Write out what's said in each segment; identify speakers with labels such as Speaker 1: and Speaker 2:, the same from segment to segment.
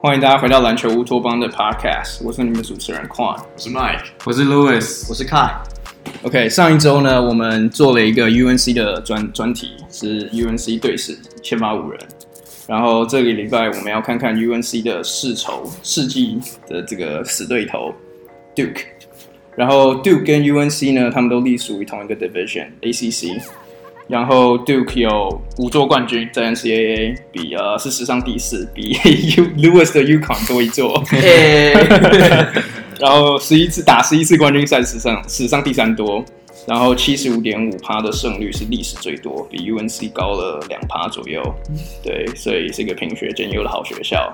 Speaker 1: 欢迎大家回到篮球乌托邦的 Podcast，我是你们主持人 Quan。
Speaker 2: 我是 Mike，
Speaker 3: 我是 Louis，
Speaker 2: 我是 Kai，
Speaker 1: OK，上一周呢，我们做了一个 UNC 的专专题，是 UNC 队史先发五人。然后这个礼拜我们要看看 UNC 的世仇世纪的这个死对头 Duke。然后 Duke 跟 UNC 呢，他们都隶属于同一个 division ACC。然后 Duke 有五座冠军，在 NCAA 比呃是史上第四，比 U Lewis 的 UConn 多一座。 然后十一次打十一次冠军赛史上史上第三多，然后七十五点五趴的胜率是历史最多，比 UNC 高了两趴左右。对，所以是一个品学兼优的好学校。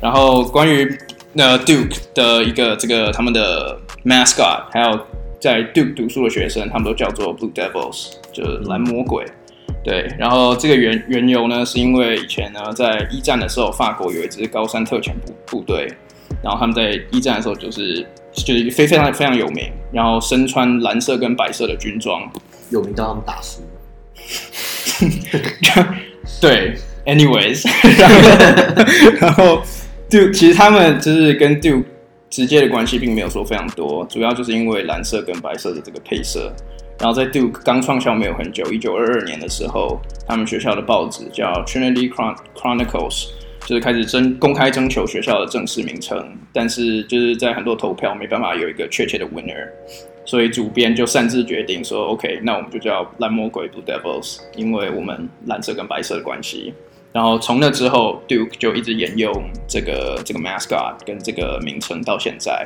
Speaker 1: 然后关于呃 Duke 的一个这个他们的 mascot，还有在 Duke 读书的学生，他们都叫做 Blue Devils，就是蓝魔鬼。对，然后这个缘缘由呢，是因为以前呢，在一战的时候，法国有一支高山特遣部部队，然后他们在一战的时候就是就是非非常非常有名，然后身穿蓝色跟白色的军装，
Speaker 2: 有名到他们打输，
Speaker 1: 对，anyways，然后然后 Duke 其实他们就是跟 Duke 直接的关系并没有说非常多，主要就是因为蓝色跟白色的这个配色。然后在 Duke 刚创校没有很久，一九二二年的时候，他们学校的报纸叫 Trinity Chron- Chronicles，就是开始征公开征求学校的正式名称，但是就是在很多投票没办法有一个确切的 winner，所以主编就擅自决定说，OK，那我们就叫蓝魔鬼 Blue Devils，因为我们蓝色跟白色的关系。然后从那之后，Duke 就一直沿用这个这个 mascot 跟这个名称到现在。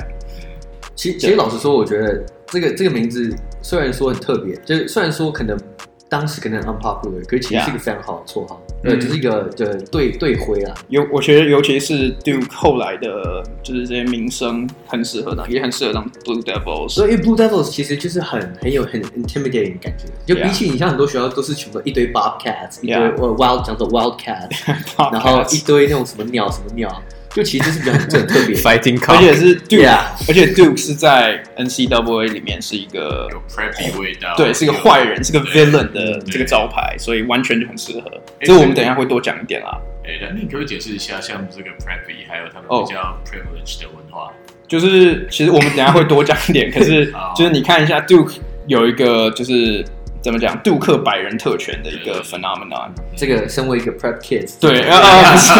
Speaker 2: 其实，其实老实说，我觉得这个这个名字虽然说很特别，就是虽然说可能当时可能很 unpopular，可是其实
Speaker 1: Yeah
Speaker 2: 是一个非常好的绰号，
Speaker 1: 嗯
Speaker 2: 呃，就是一个对队队徽啊。
Speaker 1: 尤我觉得，尤其是 Duke 后来的，就是这些名声很适合当，也很适合当 Blue Devils。
Speaker 2: 所以 Blue Devils 其实就是很很有很 intimidating 的感觉，就
Speaker 1: Yeah
Speaker 2: 比起你像很多学校都是全部一堆 Bobcats，一堆
Speaker 1: Yeah
Speaker 2: 呃 Wild 讲 的 Wildcats，然后一堆那种什么鸟什么鸟，就其实就是比较很 很特别
Speaker 3: Fighting
Speaker 1: 而且是 Duke，、
Speaker 2: ，Yeah，
Speaker 1: 而且 Duke 是在 NCAA 里面是一个
Speaker 4: 有 preppy 味道，
Speaker 1: 对，是一个坏人，是个 villain 的
Speaker 4: 对
Speaker 1: 这个招牌，所以完全就很适合。
Speaker 4: 诶
Speaker 1: 这个我们等一下会多讲一点啦。
Speaker 4: 哎，那你可不可以解释一下，像这个 preppy 还有他们
Speaker 1: 哦
Speaker 4: 比较 privileged 的文化？
Speaker 1: 就是其实我们等一下会多讲一点，可是
Speaker 4: 好
Speaker 1: 就是你看一下 Duke 有一个就是怎么讲，杜克百人特权的一个 phenomenon。
Speaker 2: 这个身为一个 prep kids，
Speaker 1: 对，呃 呃，是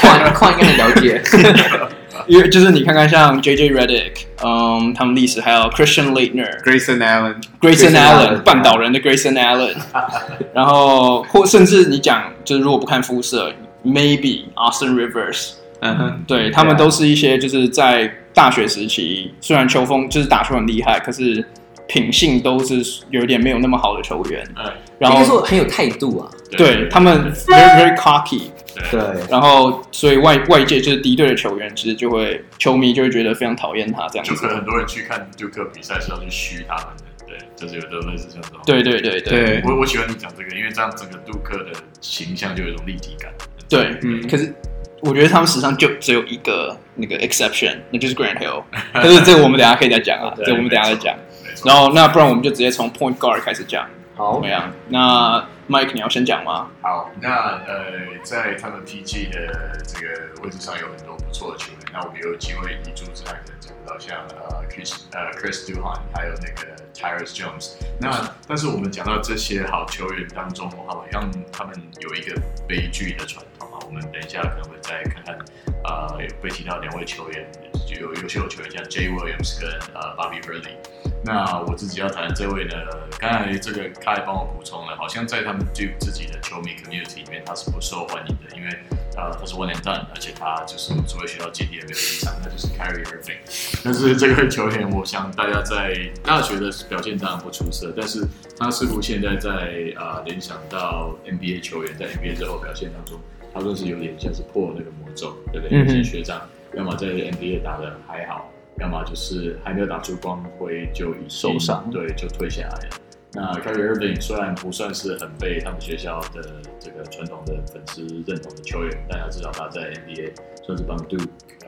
Speaker 2: 矿矿应该很了解。
Speaker 1: 因为就是你看看像 J J Redick，嗯，他们历史还有 Christian Leitner、
Speaker 3: Grayson Allen，
Speaker 1: Grayson
Speaker 2: Grayson
Speaker 1: Allen，
Speaker 2: Allen，
Speaker 1: 半岛人的 Grayson Allen，然后或甚至你讲，就是如果不看肤色，maybe Austin Rivers，
Speaker 3: 嗯哼，
Speaker 1: 对他们都是一些就是在大学时期，虽然球风就是打球很厉害，可是品性都是有一点没有那么好的球员。
Speaker 4: 嗯，
Speaker 1: 然
Speaker 2: 应
Speaker 1: 后
Speaker 2: 该说很有态度啊，
Speaker 1: 对他们 very very cocky，
Speaker 2: 对，
Speaker 1: 然后所以外外界就是敌对的球员，其实就会球迷就会觉得非常讨厌他这样
Speaker 4: 就可能很
Speaker 1: 子。
Speaker 4: 多人去看杜克比赛是要去嘘他们的，对，就是有的类似像这种。
Speaker 1: 对对对对
Speaker 3: 对，
Speaker 4: 我我喜欢你讲这个，因为这样整个杜克的形象就有一种立体感。
Speaker 1: 对，
Speaker 3: 嗯
Speaker 1: 可是我觉得他们史上就只有一个那个 exception，那就是 Grant Hill。但是这个我们等一下可以再讲啊，
Speaker 4: 对
Speaker 1: 这个我们等一下再讲。
Speaker 4: 没错
Speaker 1: 然后那不然我们就直接从 point guard 开始讲，怎
Speaker 2: 好
Speaker 1: 么，样？那 Mike 你要先讲吗？
Speaker 4: 好，那呃，在他们 PG 的这个位置上有很多不错的球员，那我们有机会一柱之汉可能讲到像呃 Chris 呃 Chris Duhan，还有那个 Tyrus Jones。那但是我们讲到这些好球员当中，好像他们有一个悲剧的传统啊，我们等一下可能会再看看呃被提到两位球员，就有优秀的球员像 J Williams 跟呃 Bobby Hurley。那我自己要谈的这位呢，刚才这个凯帮我补充了，好像在他们 Duke 自己的球迷 community 里面，他是不受欢迎的，因为呃他是 one and done，而且他就是除了学校经历也没有影响，那就是 Carry Irving。但是这个球员，我想大家在大学的表现当然不出色，但是他似乎现在在呃联想到 NBA 球员在 NBA 之后表现当中，他算是有点像是破了那个魔咒，对不对？
Speaker 1: 嗯哼
Speaker 4: 有些学长要么在 NBA 打的还好。要么就是还没有打出光辉就已经
Speaker 1: 受伤
Speaker 4: 对，就退下来了。那 k y r i Irving 虽然不算是很被他们学校的这个传统的粉丝认同的球员，但他至少他在 NBA 算是帮杜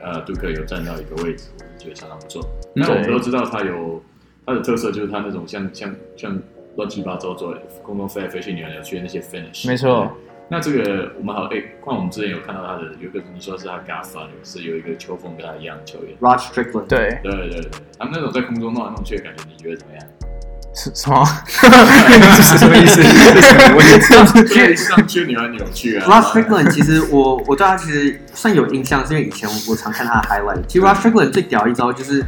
Speaker 4: 呃杜克有占到一个位置，我是觉得相当不错。
Speaker 1: 嗯
Speaker 4: 那我们都知道他有他的特色，就是他那种像像像乱七八糟做空中飞来飞去、扭来扭去的那些 finish，
Speaker 1: 没错。
Speaker 4: 那这个我们好哎，光我们之前有看到他的，有一个你说是他 Godfather，是有一个球风跟他一样的球员。
Speaker 2: r o d Strickland，
Speaker 3: 对，
Speaker 4: 对对对，他们那种在空中弄来弄去的感觉，你觉得怎么样？
Speaker 3: 是什么？这是什么意思？这是什么意思？
Speaker 4: 对，上去扭来扭去啊。
Speaker 2: r o d Strickland 其实我我对他其实算有印象，是因为以前我我常看他的 highlight。其实 r o d Strickland 最屌一招就是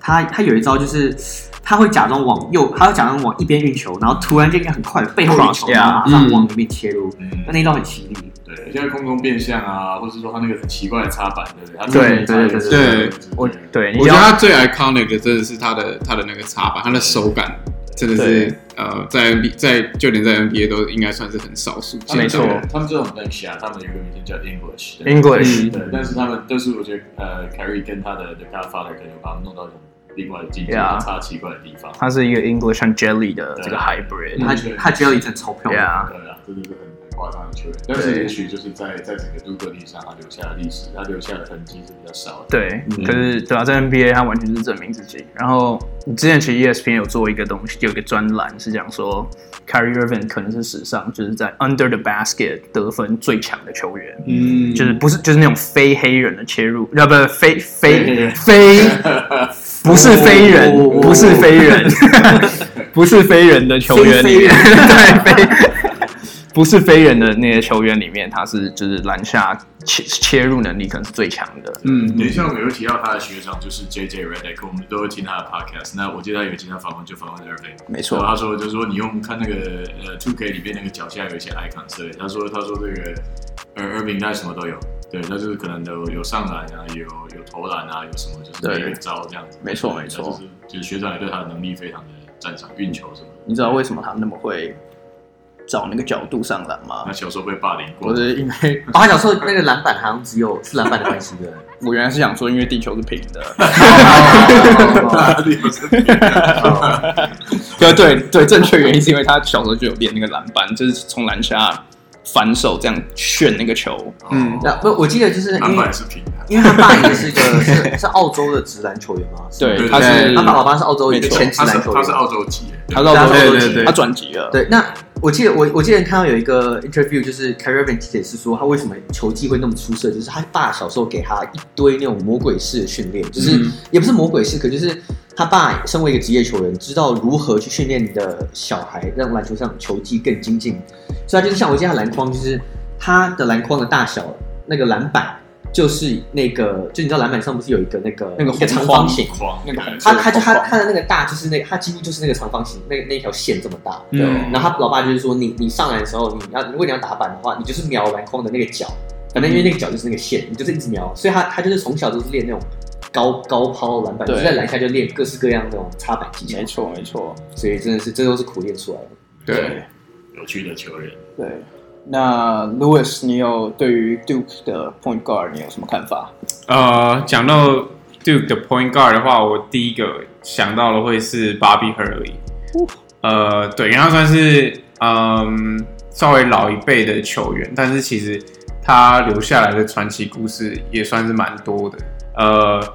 Speaker 2: 他他有一招就是他会假装往右，他会假装往一边运球，然后突然间很快背后运球，
Speaker 3: Cross，
Speaker 2: 然后马
Speaker 3: yeah
Speaker 2: 上往里面切入，
Speaker 4: 嗯
Speaker 2: 那，那一招很犀利。
Speaker 4: 对，现在空中变向啊，或是说他那个奇怪的插板，对不对？他
Speaker 3: 对
Speaker 2: 对
Speaker 4: 那种插板
Speaker 5: 对对
Speaker 3: 我对，你
Speaker 5: 我觉
Speaker 3: 要
Speaker 5: 得他最 iconic 的真的是他的他的那个插板，他的手感真的是呃，在 NBA 在就连在 NBA 都应该算是很少数见
Speaker 4: 他
Speaker 3: 啊
Speaker 4: 们
Speaker 3: 没
Speaker 5: 到
Speaker 3: 错
Speaker 5: 的。
Speaker 4: 这个他们这种东西啊，他们有一个名称叫 English 对。
Speaker 3: English，
Speaker 5: 嗯
Speaker 4: 对，但是他们都是我觉得呃凯瑞跟他的 The Godfather 可能把他们弄到一种另外的境界，
Speaker 3: Yeah
Speaker 4: 差奇怪的地方。
Speaker 3: 它是一个 English and Jelly 的这个
Speaker 4: 嗯
Speaker 3: hybrid。
Speaker 2: 他
Speaker 4: 对
Speaker 2: 他只有一层钞票。
Speaker 3: Yeah，
Speaker 4: 对啊，真的是很很夸张的球员，但是也许就是在在整个杜克地上，他留下的历史，他留下的痕迹是比较少的。
Speaker 3: 对，
Speaker 4: 嗯
Speaker 3: 可是对啊，在 NBA 他完全是证明自己。然后之前其实 ESPN 有做一个东西，有一个专栏是讲说 c a r r y Irving 可能是史上就是在 under the basket 得分最强的球员，
Speaker 5: 嗯，
Speaker 3: 就是不是就是那种非黑人的切入，要不非
Speaker 4: 非黑
Speaker 3: 非
Speaker 4: 人
Speaker 3: 非不是非人，
Speaker 2: 哦
Speaker 3: 不是非人，不是非人的球员里面，对，非不是非人的那些球员里面，他是就是篮下切切入能力可能是最强的。
Speaker 5: 嗯，
Speaker 4: 等一下，我们有提到他的学长就是 J J Redick，我们都会听他的 podcast。那我记得他有一期他访问就访问 Irving，
Speaker 1: 没
Speaker 4: 然后
Speaker 1: 错，
Speaker 4: 他说就是说你用看那个呃 Two K 里面那个脚下有一些 icon 之类的，他说他说这个呃 Irving 他什么都有，对，他就是可能有有上篮啊，有有投篮啊，有什么就是
Speaker 1: 对
Speaker 4: 每一招这样子。
Speaker 1: 没错
Speaker 4: 对
Speaker 1: 没错
Speaker 4: 就是就是学长也对他的能力非常的赞赏，运球什么的。
Speaker 1: 你知道为什么他那么会找那个角度上篮
Speaker 4: 那
Speaker 1: 吗？
Speaker 4: 小时候被霸凌过
Speaker 1: 啊我， 是因为
Speaker 2: 哦，他小时候那个篮板好像只有是篮板的关系 的。
Speaker 1: 我原来是想说，因为地球是平的。
Speaker 2: 哦
Speaker 4: 霸凌不是
Speaker 1: 对对对，正确原因是因为他小时候就有练那个篮板，就是从篮下反手这样旋那个球。
Speaker 5: 嗯
Speaker 4: 哦
Speaker 2: 那不，我记得就是因
Speaker 4: 篮
Speaker 2: 为
Speaker 4: 板是平的，
Speaker 2: 因为他爸也是一个是是澳洲的职篮球员嘛，是吗
Speaker 1: 对，
Speaker 4: 对
Speaker 1: 他是
Speaker 5: 对
Speaker 2: 他爸爸妈是澳洲一个
Speaker 1: 没错
Speaker 2: 前职
Speaker 4: 他是
Speaker 2: 篮球
Speaker 4: 他
Speaker 2: 员
Speaker 4: 是。澳洲籍，
Speaker 1: 他到
Speaker 2: 对
Speaker 1: 对
Speaker 5: 对对对
Speaker 1: 他转籍了。
Speaker 2: 对，那我记得我我之前看到有一个 interview，就是 c a r r i v a n 解释说他为什么球技会那么出色，就是他爸小时候给他一堆那种魔鬼式的训练，就是、
Speaker 5: 嗯
Speaker 2: 也不是魔鬼式，可就是他爸身为一个职业球员，知道如何去训练你的小孩，让篮球上球技更精进。所以他就是像我记得他篮筐，就是他的篮筐的大小，那个篮板就是那个，就你知道篮板上不是有一个那个
Speaker 1: 那个
Speaker 2: 一个长
Speaker 1: 框
Speaker 2: 方形，
Speaker 4: 狂
Speaker 1: 那个
Speaker 4: 对
Speaker 2: 他他就他他的那个大就是那个他几乎就是那个长方形那那条线这么大，
Speaker 5: 嗯
Speaker 2: 对。然后他老爸就是说你你上来的时候你要如果你要打板的话，你就是瞄篮筐的那个角，反正因为那个角就是那个线，你就是一直瞄，所以他他就是从小就是练那种高高抛篮板，就
Speaker 1: 对嗯
Speaker 2: 是在篮下就练各式各样那种插板技巧
Speaker 1: 没，错，没错，
Speaker 2: 所以真的是这都是苦练出来的。
Speaker 5: 对，
Speaker 4: 有趣的球员。
Speaker 1: 对。那 Louis，你有对于 Duke 的 Point Guard 你有什么看法？
Speaker 5: 呃，讲到 Duke 的 point guard 的话，我第一个想到的会是 Bobby Hurley。呃，对，因为他算是嗯稍微老一辈的球员，但是其实他留下来的传奇故事也算是蛮多的。呃，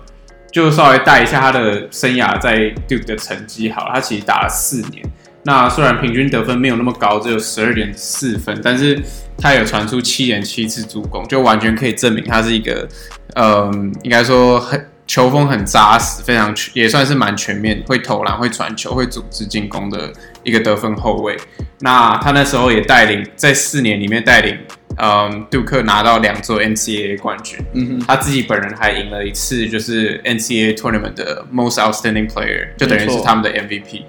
Speaker 5: 就稍微带一下他的生涯在 Duke 的成绩好了，他其实打了四年。那虽然平均得分没有那么高，只有十二点四分，但是他有传出七点七次助攻，就完全可以证明他是一个，嗯，应该说很球风很扎实，非常也算是蛮全面，会投篮、会传球、会组织进攻的一个得分后卫。那他那时候也带领在四年里面带领，嗯，杜克拿到两座 NCAA 冠军。
Speaker 1: 嗯哼，
Speaker 5: 他自己本人还赢了一次，就是 NCAA tournament 的 Most Outstanding Player，就等于
Speaker 1: 没
Speaker 5: 是
Speaker 1: 错
Speaker 5: 他们的 MVP。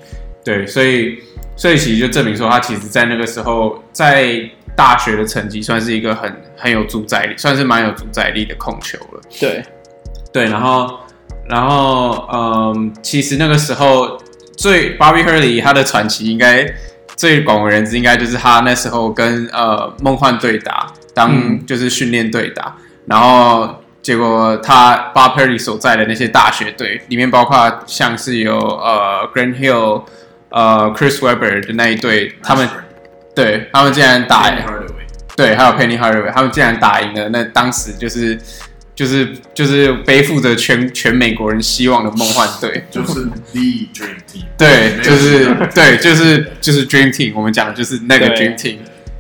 Speaker 5: 对，所以所以其实就证明说，他其实在那个时候在大学的成绩算是一个很很有主宰力，算是蛮有主宰力的控球了。
Speaker 1: 对，
Speaker 5: 对，然后，然后，嗯，其实那个时候最 Bobby Hurley 他的传奇应该最广为人知，应该就是他那时候跟呃梦幻对打，当就是训练对打，然后结果他 Bobby Hurley 所在的那些大学队里面，包括像是有呃 Grant Hill。呃，Chris Webber 的那一队，他们对他们竟然打
Speaker 4: Hardaway。
Speaker 5: 对，还有 Penny Hardaway，他们竟然打赢了那当时就是就是就是背负着全全美国人希望的梦幻队。
Speaker 4: 就是 the dream team，
Speaker 5: 对，
Speaker 4: 没有
Speaker 5: 就是
Speaker 4: 其他人
Speaker 5: 对，就是就是 Dream Team，我们讲的就是那个
Speaker 1: 对
Speaker 5: Dream Team。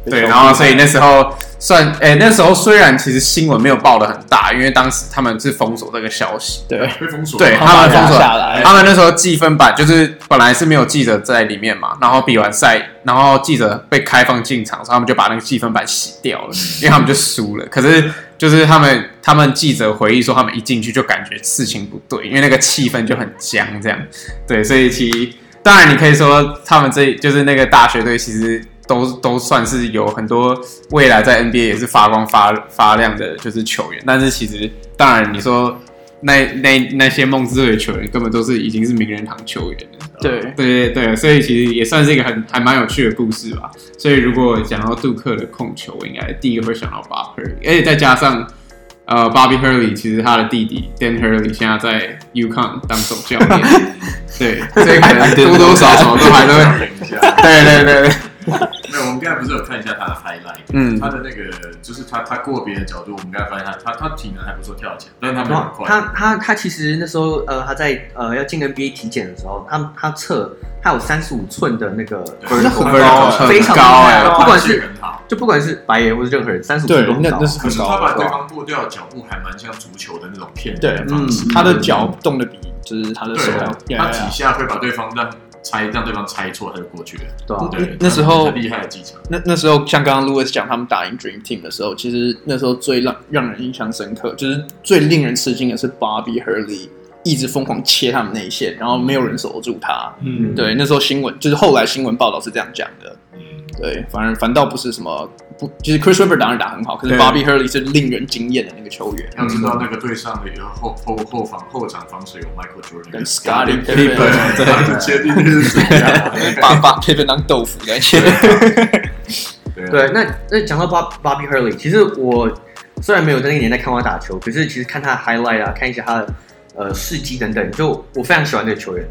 Speaker 5: 对，然后所以那时候算，哎、那时候虽然其实新闻没有报的很大，因为当时他们是封锁这个消息，
Speaker 1: 对，
Speaker 4: 被封锁，
Speaker 5: 对
Speaker 1: 他
Speaker 5: 他们封锁
Speaker 1: 下来
Speaker 5: 他们那时候计分板就是本来是没有记者在里面嘛，然后比完赛，然后记者被开放进场，所以他们就把那个计分板洗掉
Speaker 1: 嗯
Speaker 5: 了，因为他们就输了。可是就是他们他们记者回忆说，他们一进去就感觉事情不对，因为那个气氛就很僵，这样 对，所以其实当然你可以说他们这就是那个大学队其实。都都算是有很多未来在 NBA 也是发光发发亮的，就是球员。但是其实当然你说那那那些梦之队的球员根本都是已经是名人堂球员了。
Speaker 3: 对，
Speaker 5: 对对对，所以其实也算是一个很还蛮有趣的故事吧。所以如果讲到杜克的控球，我应该第一个会想到 Bob Hurley，而且再加上呃 Bobby Hurley，其实他的弟弟 Dan Hurley 现在在 UConn 当总教 练，对，所以可能多多少少都还都会，
Speaker 4: 等一下。
Speaker 5: 对对对对，
Speaker 4: 没有，我们刚才不是有看一下他的 highlight，
Speaker 5: 嗯
Speaker 4: 他的那个就是他他过别的角度，我们刚才发现他他他体能还不错，跳起来，但是他没有很快，
Speaker 2: 他他他其实那时候呃，他在呃要进 NBA 体检的时候，他他测他有三十五寸的那个
Speaker 4: 那
Speaker 5: 很
Speaker 2: vertical
Speaker 5: 高
Speaker 2: 高啊
Speaker 5: 很
Speaker 2: 非常
Speaker 5: 高
Speaker 2: 厉害
Speaker 5: 哎
Speaker 2: 不管
Speaker 4: 他
Speaker 2: 是
Speaker 4: 的很好。
Speaker 2: 就不管是白人或是任何人，三十五
Speaker 1: 对
Speaker 2: 寸都，很
Speaker 1: 那
Speaker 2: 高
Speaker 1: 那。是
Speaker 4: 可
Speaker 1: 很
Speaker 4: 是他
Speaker 1: 高
Speaker 4: 把
Speaker 5: 啊
Speaker 4: 对
Speaker 1: 的，
Speaker 4: 方过掉的脚步还蛮像足球的那种骗
Speaker 1: 对
Speaker 4: 人的方式，
Speaker 5: 嗯
Speaker 1: 他的脚动的比就是他的手
Speaker 4: 对啊
Speaker 1: 要，
Speaker 4: 他
Speaker 1: 呀呀
Speaker 4: 几
Speaker 1: 呀
Speaker 4: 下会把对方让猜让对方猜错，他就过去了。
Speaker 2: 对啊，
Speaker 4: 对，
Speaker 1: 那时候
Speaker 4: 很厉害的技巧，
Speaker 1: 那那时候像刚刚 Louis 讲他们打赢 Dream Team 的时候，其实那时候最让让人印象深刻，就是最令人吃惊的是 Bobby Hurley 一直疯狂切他们内线，然后没有人守得住他。
Speaker 5: 嗯
Speaker 1: 对，那时候新闻就是后来新闻报道是这样讲的。
Speaker 4: 嗯，
Speaker 1: 对，反而反倒不是什么不，其实 Chris Webber 当然打很好，可是
Speaker 5: 对
Speaker 1: Bobby Hurley 是令人惊艳的那个球 员，
Speaker 4: 要知道那个队上的有后后后防后场防守有 Michael Jordan
Speaker 1: 跟 Scotty
Speaker 4: 对，
Speaker 1: Pippen
Speaker 4: 他们确定是谁啊？
Speaker 1: 把把 Pippen 当豆腐在切。
Speaker 4: 对啊
Speaker 2: 对，那那讲到 Bob Bobby Hurley，其实我虽然没有在那个年代看过他打球，可是其实看他的 highlight 啊，看一下他的呃事迹等等，就我非常喜欢这个球员。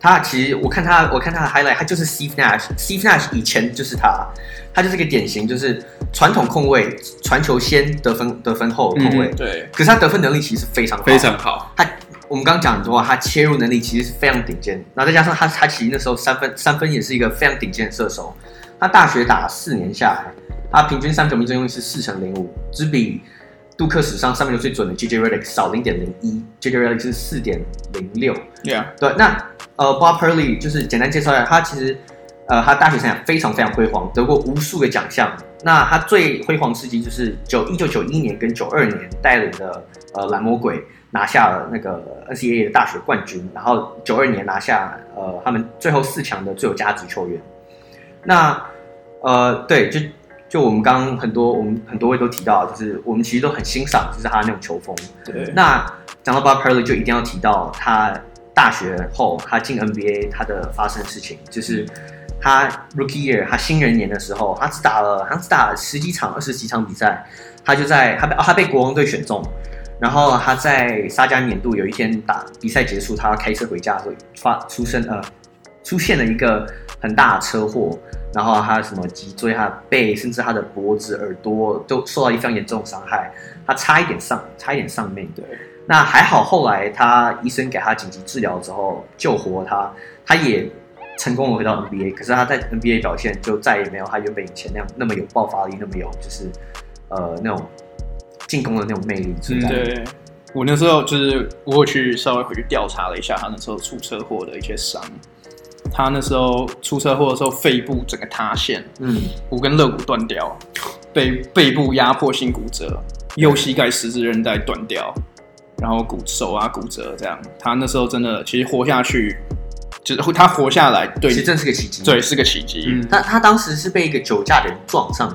Speaker 2: 他其实我看他我看他的 highlight，他就是 Steve Nash，Steve Nash 以前就是他，他就是个典型就是传统控卫，传球先得分得分后的控卫。
Speaker 1: 对，
Speaker 2: 可是他得分能力其实非常好，
Speaker 5: 非常好，
Speaker 2: 他我们刚刚讲很多，他切入能力其实是非常顶尖，然后再加上他他其实那时候三分三分也是一个非常顶尖的射手。他大学打四年下来，他平均三球命中率是四乘零五，只比杜克史上三分球最准的 JJ Redick 少零点零一，JJ Redick 是四点零六。
Speaker 1: yeah，
Speaker 2: 对，那呃，Bob Hurley 就是简单介绍一下，他其实呃，他大学生涯非常非常辉煌，得过无数个奖项。那他最辉煌的事迹就是九一九九一年跟九二年带领的呃蓝魔鬼拿下了那个 NCAA 的大学冠军，然后九二年拿下呃他们最后四强的最有价值球员。那呃，对，就就我们刚刚很多我们很多位都提到，就是我们其实都很欣赏，就是他那种球风。
Speaker 1: 对，
Speaker 2: 那讲到 Bob Hurley，就一定要提到他大学后他进 NBA 他的发生的事情，就是他 Rookie Year 他新人年的时候，他只打了好像只打了十几场、二十几场比赛，他就在他被、哦、他被国王队选中，然后他在沙加年度有一天打比赛结束，他开车回家的时候发出生呃出现了一个很大的车祸，然后他什么脊椎、他的背，甚至他的脖子、耳朵都受到一非常严重的伤害，他差一点丧，差一点丧命。
Speaker 1: 对，
Speaker 2: 那还好，后来他医生给他紧急治疗之后救活他，他也成功的回到 NBA，可是他在 NBA 表现就再也没有他原本以前那样那么有爆发力，那么有就是呃那种进攻的那种魅力存在。
Speaker 1: 嗯对，我那时候就是我有去稍微回去调查了一下他那时候出车祸的一些伤。他那时候出车祸的时候，肺部整个塌陷，
Speaker 2: 嗯，
Speaker 1: 骨跟肋骨断掉，背背部压迫性骨折，右膝盖十字韧带断掉，然后骨手啊骨折这样。他那时候真的其实活下去，就是他活下来，对
Speaker 2: 其实真是个奇迹。
Speaker 1: 对，是个奇迹。
Speaker 5: 嗯，
Speaker 2: 他他当时是被一个酒驾的人撞上，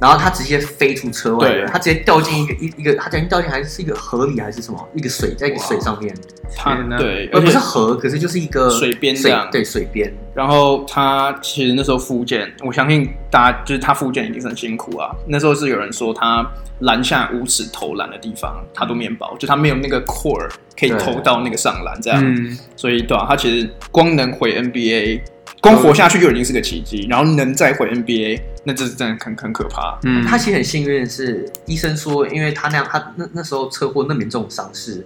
Speaker 2: 然后他直接飞出车外
Speaker 1: 对，
Speaker 2: 他直接掉进一个一一个，他直接掉进还是一个河里还是什么一个水在一个水上面，
Speaker 1: 他
Speaker 5: 天哪
Speaker 1: 对，
Speaker 2: 呃
Speaker 1: 而
Speaker 2: 不
Speaker 1: 且
Speaker 2: 是河，可是就是一个
Speaker 1: 水边这
Speaker 2: 水
Speaker 1: 样
Speaker 2: 对水边。
Speaker 1: 然后他其实那时候复健，我相信大家就是他复健一定是很辛苦啊。那时候是有人说他篮下五尺投篮的地方他都面包，就他没有那个 core 可以
Speaker 2: 对
Speaker 1: 投到那个上篮这样，
Speaker 5: 嗯，
Speaker 1: 所以对啊，他其实光能回 NBA，光活下去就已经是个奇迹，然后能再回 NBA，那这是真的很很可怕。
Speaker 5: 嗯，
Speaker 2: 他其实很幸运的是，医生说，因为他那样，他那那时候车祸那么严重的伤势，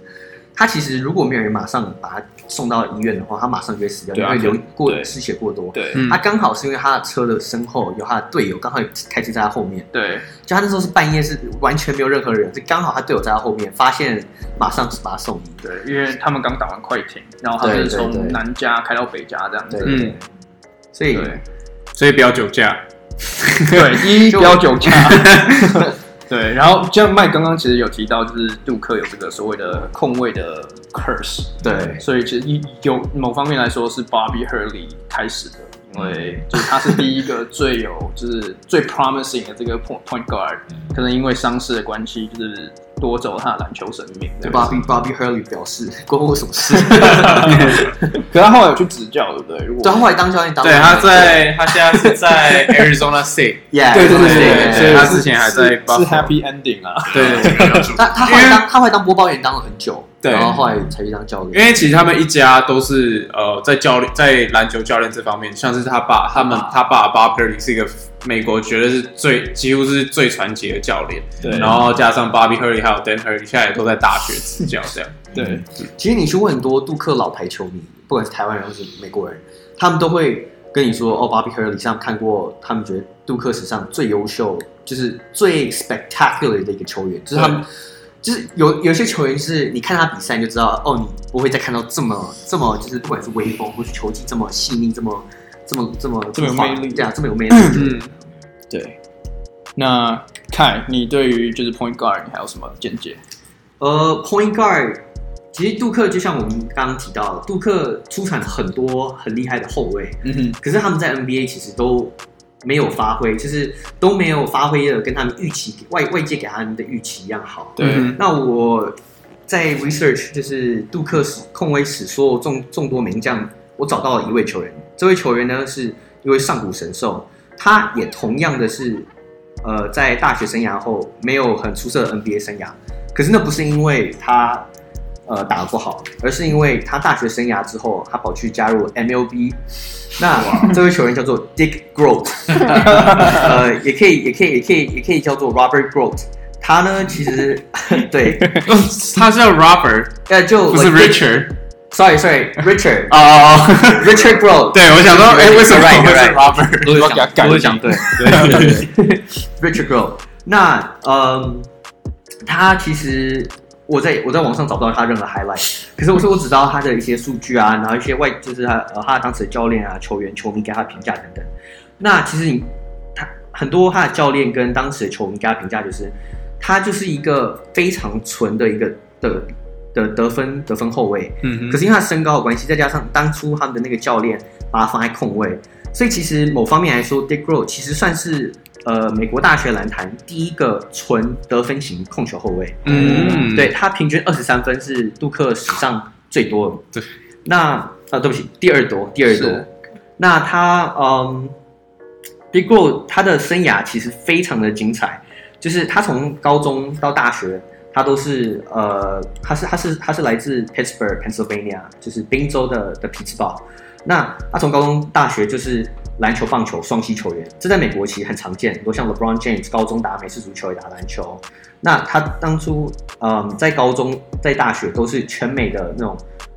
Speaker 2: 他其实如果没有人马上把他送到医院的话，他马上就会死掉，
Speaker 5: 对
Speaker 2: 因
Speaker 5: 啊
Speaker 2: 为流
Speaker 5: 对
Speaker 2: 过
Speaker 1: 对
Speaker 2: 失血过多。
Speaker 1: 对，
Speaker 5: 嗯
Speaker 2: 他刚好是因为他的车的身后有他的队友，刚好开车在他后面。
Speaker 5: 对，
Speaker 2: 就他那时候是半夜，是完全没有任何人，是刚好他队友在他后面，发现马上把他送医。
Speaker 3: 对，因为他们刚打完快艇，然后他们
Speaker 2: 对
Speaker 3: 是
Speaker 2: 对对
Speaker 3: 从南加开到北加这样
Speaker 2: 对
Speaker 3: 子。
Speaker 2: 对对
Speaker 5: 嗯
Speaker 2: 所以
Speaker 5: 对，所以不要酒驾。
Speaker 3: 对，一不要酒驾。对，然后像麦刚刚其实有提到，就是杜克有这个所谓的控卫的 curse，
Speaker 2: 对
Speaker 3: 所以其实一有某方面来说是 Bobby Hurley 开始的，因
Speaker 5: 嗯
Speaker 3: 为就是他是第一个最有就是最 promising 的这个 point point guard，可
Speaker 5: 嗯
Speaker 3: 能因为伤势的关系，就是夺走他的篮球生命。
Speaker 2: 对，Bobby Bobby Hurley 表示关我什么事？
Speaker 1: 可是他后来有去执教，对不对？如果
Speaker 2: 对，他后来当教练当
Speaker 5: 对，他在他现在是在 Arizona State，
Speaker 2: Yeah，
Speaker 1: 对对对
Speaker 5: 对
Speaker 1: 对，
Speaker 5: 对
Speaker 1: 所以
Speaker 5: 他
Speaker 1: 是
Speaker 5: 之前还在
Speaker 1: 是是
Speaker 5: Buffalo
Speaker 1: Happy Ending 啊，
Speaker 5: 对
Speaker 4: 这个要注意
Speaker 2: 他他后来当他后来当播报员当了很久，
Speaker 5: 对
Speaker 2: 然后后来才去当教
Speaker 5: 因
Speaker 2: 练。
Speaker 5: 为其实他们一家都是呃在教练在篮球教练这方面，像是他爸他们他爸 Bob Hurley 是一个美国绝对是最几乎是最传奇的教练，
Speaker 1: 对
Speaker 5: 然后加上 Bobby Hurley 还有 Dan Hurley 现在也都在大学执教这样，
Speaker 1: 对，
Speaker 2: 其实你去问很多杜克老牌球迷，不管是台湾人或是美国人，他们都会跟你说，哦，Bobby Hurley 像看过，他们觉得杜克史上最优秀，就是最 spectacular 的一个球员，就是他们。就是有有些球员，就是你看他比赛你就知道，哦，你不会再看到这么这么，就是不管是微风或是球技这么细腻，这么这么这么
Speaker 1: 这么有魅力
Speaker 2: 对啊，这么有魅力。
Speaker 3: 嗯，
Speaker 1: 对。那看你对于就是 point guard 你还有什么见解？
Speaker 2: 呃，point guard，其实杜克就像我们刚刚提到，杜克出产很多很厉害的后卫，
Speaker 1: 嗯哼，
Speaker 2: 可是他们在 NBA 其实都没有发挥，就是都没有发挥的跟他们预期外外界给他们的预期一样好。
Speaker 1: 对
Speaker 5: 嗯
Speaker 2: 那我在 research 就是杜克史控威史所有众众多名将，我找到了一位球员，这位球员呢是一位上古神兽，他也同样的是呃在大学生涯后没有很出色的 NBA 生涯，可是那不是因为他。呃，打得不好，而是因为他大学生涯之后，他跑去加入 MLB。那这位球员叫做 Dick Groat，呃，也可以，也可以，也可以，也可以叫做 Robert Groat。他呢，其实 对，
Speaker 5: 哦他叫 Robert
Speaker 2: 呃，就
Speaker 5: 不是
Speaker 2: like-
Speaker 5: Richard
Speaker 2: Sorry Sorry Richard
Speaker 5: 哦，
Speaker 2: Richard Groat
Speaker 5: 对我想说哎为什么我
Speaker 2: You're right, you're
Speaker 5: 是
Speaker 2: right.
Speaker 5: Robert？
Speaker 1: 都是想
Speaker 3: 都是想
Speaker 1: 对，
Speaker 2: Richard Groat。那嗯，他其实我在我在网上找不到他任何 highlight，可是我说我只知道他的一些数据啊，然后一些外就是他呃他当时的教练啊、球员、球迷给他评价等等。那其实你他很多他的教练跟当时的球迷给他评价就是，他就是一个非常纯的一个的的得分得分后卫。
Speaker 5: 嗯
Speaker 2: 可是因为他身高的关系，再加上当初他们的那个教练把他放在控卫，所以其实某方面来说，Dick Rowe 其实算是呃美国大学篮坛第一个纯得分型控球后卫。
Speaker 5: 嗯
Speaker 2: 对他平均二十三分是杜克史上最多的。
Speaker 5: 对，
Speaker 2: 那啊，对不起，第二多，第二多
Speaker 5: 是。
Speaker 2: 那他嗯，Big r o 他的生涯其实非常的精彩，就是他从高中到大学，他都是呃，他是他是他是来自 Pittsburgh Pennsylvania，就是宾州的的匹兹堡。那他从高中、大学就是篮球、棒球双栖球员，这在美国其实很常见。很多像 LeBron James 高中打美式足球也打篮球，那他当初嗯在高中、在大学都是全美的那种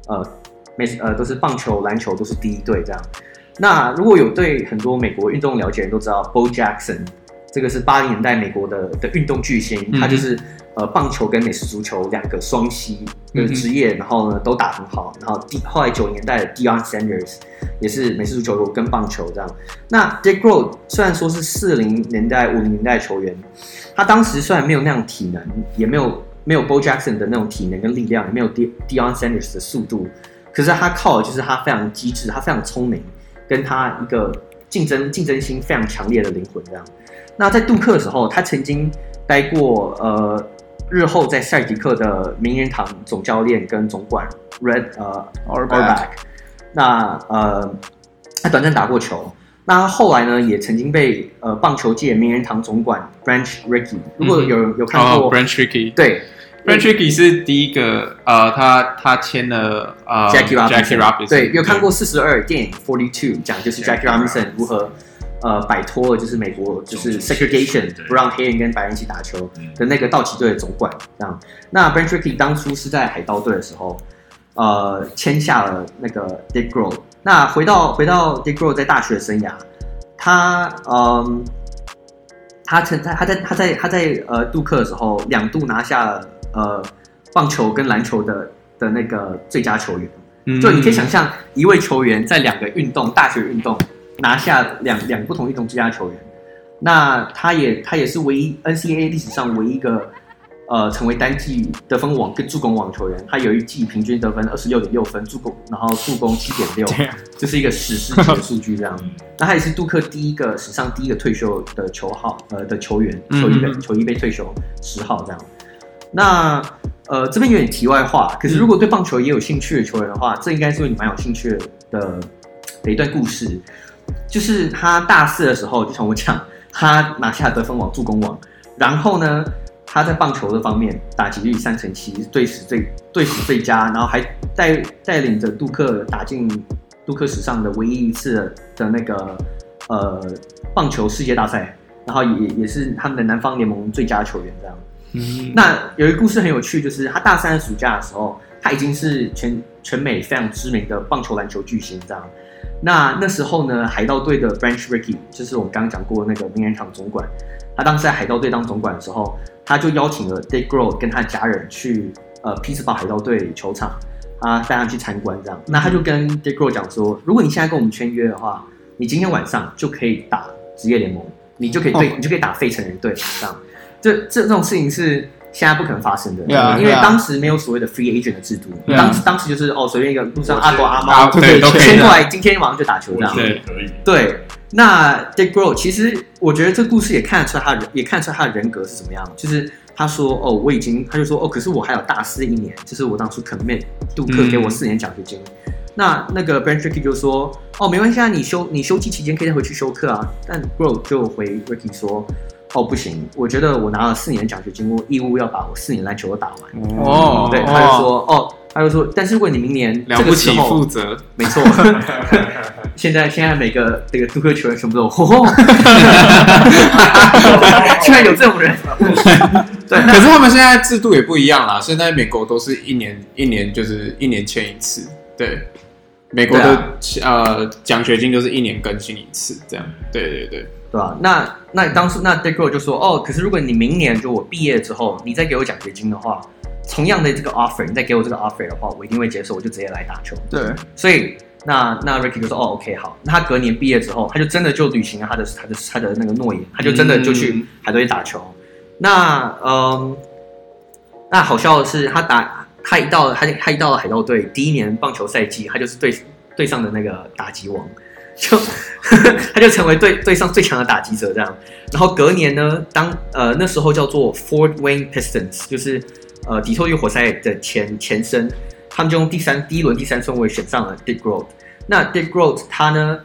Speaker 2: 呃美呃都是棒球、篮球都是第一队这样。那如果有对很多美国运动了解的人都知道，Bo Jackson 这个是八零年代美国的的运动巨星，
Speaker 5: 嗯
Speaker 2: 他就是呃棒球跟美式足球两个双栖的
Speaker 5: 嗯哼
Speaker 2: 职业，然后呢都打很好，然后第后来九零年代的 Dion Sanders 也是美式足球跟棒球这样。那 Dick r o w 虽然说是四零年代、五零年代球员，他当时虽然没有那样体能，也没有没有 Bo Jackson 的那种体能跟力量，也没有 De- Deion Sanders 的速度，可是他靠的就是他非常机智，他非常聪明，跟他一个竞争竞争心非常强烈的灵魂这样。那在杜克的时候，他曾经待过呃，日后在塞尔迪克的名人堂总教练跟总管 Red 呃
Speaker 3: Auerbach
Speaker 2: Auerbach 那呃，他短暂打过球。那后来呢，也曾经被呃棒球界名人堂总管 Branch Rickey，如果有、有看
Speaker 5: 哦
Speaker 2: 过，
Speaker 5: ，Branch Rickey。
Speaker 2: 对
Speaker 5: Branch Rickey 是第一个，呃，他他签了呃
Speaker 2: Jackie
Speaker 5: Jackie
Speaker 2: Robinson，
Speaker 5: Robinson，嗯
Speaker 2: 对，有看过四十二电影 Forty Two，讲就是 Jackie
Speaker 4: Jackie
Speaker 2: Robinson 如何呃摆脱了就是美国就是
Speaker 4: 种族歧视
Speaker 2: segregation
Speaker 4: 对
Speaker 2: 不让黑人跟白人一起打球
Speaker 4: 嗯
Speaker 2: 的那个道奇队的总管这样。那 b r a n t r i c k y 当初是在海盗队的时候，呃，签下了那个 Dick Grohl。那回到回到 Dick Grohl 在大学生涯，他嗯，他曾他他在他在他在呃杜克的时候，两度拿下了呃棒球跟篮球的的那个最佳球员。
Speaker 5: 嗯
Speaker 2: 就你可以想象，一位球员在两个运动，大学运动拿下两两不同运动最佳球员，那他也他也是唯一 NCAA 历史上唯一一个呃成为单季得分王跟助攻王球员。他有一季平均得分二十六点六分，助攻然后助攻七点六，
Speaker 5: 对啊
Speaker 2: 这是一个史诗级的数据这样。那他也是杜克第一个史上第一个退休的球号呃的球员，
Speaker 5: 嗯
Speaker 2: 球衣被
Speaker 5: 嗯嗯
Speaker 2: 球衣被退休十号这样。那呃，这边有点题外话，可是如果对棒球也有兴趣的球员的话，这应该是你蛮有兴趣的呃的一段故事。就是他大四的时候，就像我讲，他拿下得分王、助攻王，然后呢，他在棒球的方面打击率三成七，队史最队史最佳，然后还带带领着杜克打进杜克史上的唯一一次的的那个呃棒球世界大赛，然后也也是他们的南方联盟最佳球员这样。
Speaker 5: 嗯
Speaker 2: 那有一个故事很有趣，就是他大三的暑假的时候，他已经是全全美非常知名的棒球篮球巨星这样。那那时候呢，海盗队的 Branch Rickey，就是我们刚刚讲过那个名人堂总管，他当时在海盗队当总管的时候，他就邀请了 Dick Grohl 跟他的家人去呃匹兹堡海盗队球场，啊带他去参观这样。
Speaker 5: 嗯
Speaker 2: 那他就跟 Dick Grohl 讲说，如果你现在跟我们签约的话，你今天晚上就可以打职业联盟，你就可以
Speaker 5: 哦
Speaker 2: 对，你就可以打费城人队这样。这这这种事情是现在不可能发生的
Speaker 1: Yeah,
Speaker 2: 因为
Speaker 1: yeah.
Speaker 2: 当时没有所谓的 free agent 的制度
Speaker 5: Yeah.
Speaker 2: 当时当时就是哦随便一个路上
Speaker 4: 我
Speaker 2: 阿狗阿
Speaker 5: 啊
Speaker 2: 猫
Speaker 1: 都可以
Speaker 5: 对都啊可以
Speaker 2: 牵过
Speaker 5: 的，
Speaker 2: 来，今天晚上就打球这
Speaker 4: 我
Speaker 2: 样
Speaker 4: 觉。得
Speaker 5: 对
Speaker 4: 可以。
Speaker 2: 对，那 Dick Grohl 其实我觉得这故事也看得出来他的人，也看得出来他的人格是怎么样。就是他说哦，我已经，他就说哦，可是我还有大四一年，就是我当初 commit 杜克
Speaker 5: 嗯
Speaker 2: 给我四年奖学金。那那个 Ben Ricky 就说哦，没关系啊，你休你休息期间可以再回去修课啊。但 Grohl 就回 Ricky 说。哦，不行！我觉得我拿了四年奖学金，我义务要把我四年篮球都打完。
Speaker 5: 哦
Speaker 2: 嗯对，他就说，哦，他就说，但是如果你明年
Speaker 5: 了
Speaker 2: 这
Speaker 5: 不
Speaker 2: 个时
Speaker 5: 起
Speaker 2: 候
Speaker 5: 负责，
Speaker 2: 没错， 现在现在每个这个杜克球员全部都， 吼吼，居然有这种人， 对，
Speaker 5: 可
Speaker 2: 那
Speaker 5: 是他们现在制度也不一样啦，现在美国都是一年一年就是一年签一次，对，美国的、
Speaker 1: 啊
Speaker 5: 呃奖学金就是一年更新一次，这样，对对对，
Speaker 2: 对吧？那那当初那 d e c o 就说，哦，可是如果你明年就我毕业之后，你再给我奖学金的话，同样的这个 offer，你再给我这个 offer 的话，我一定会接受，我就直接来打球。
Speaker 3: 对，
Speaker 2: 所以那那 Ricky 就说，哦，OK，好。那他隔年毕业之后，他就真的就履行了他的他的他的那个诺言，他就真的就去
Speaker 5: 嗯
Speaker 2: 海队打球。那嗯，那好笑的是，他打他一到他他一到了海盗队第一年棒球赛季，他就是队队上的那个打击王，就 他就成为队队上最强的打击者这样。然后隔年呢，当呃那时候叫做 Fort Wayne Pistons，就是呃底特律活塞的前前身，他们就用第三第一轮第三顺位选上了 Dick Road。那 Dick Road 他呢，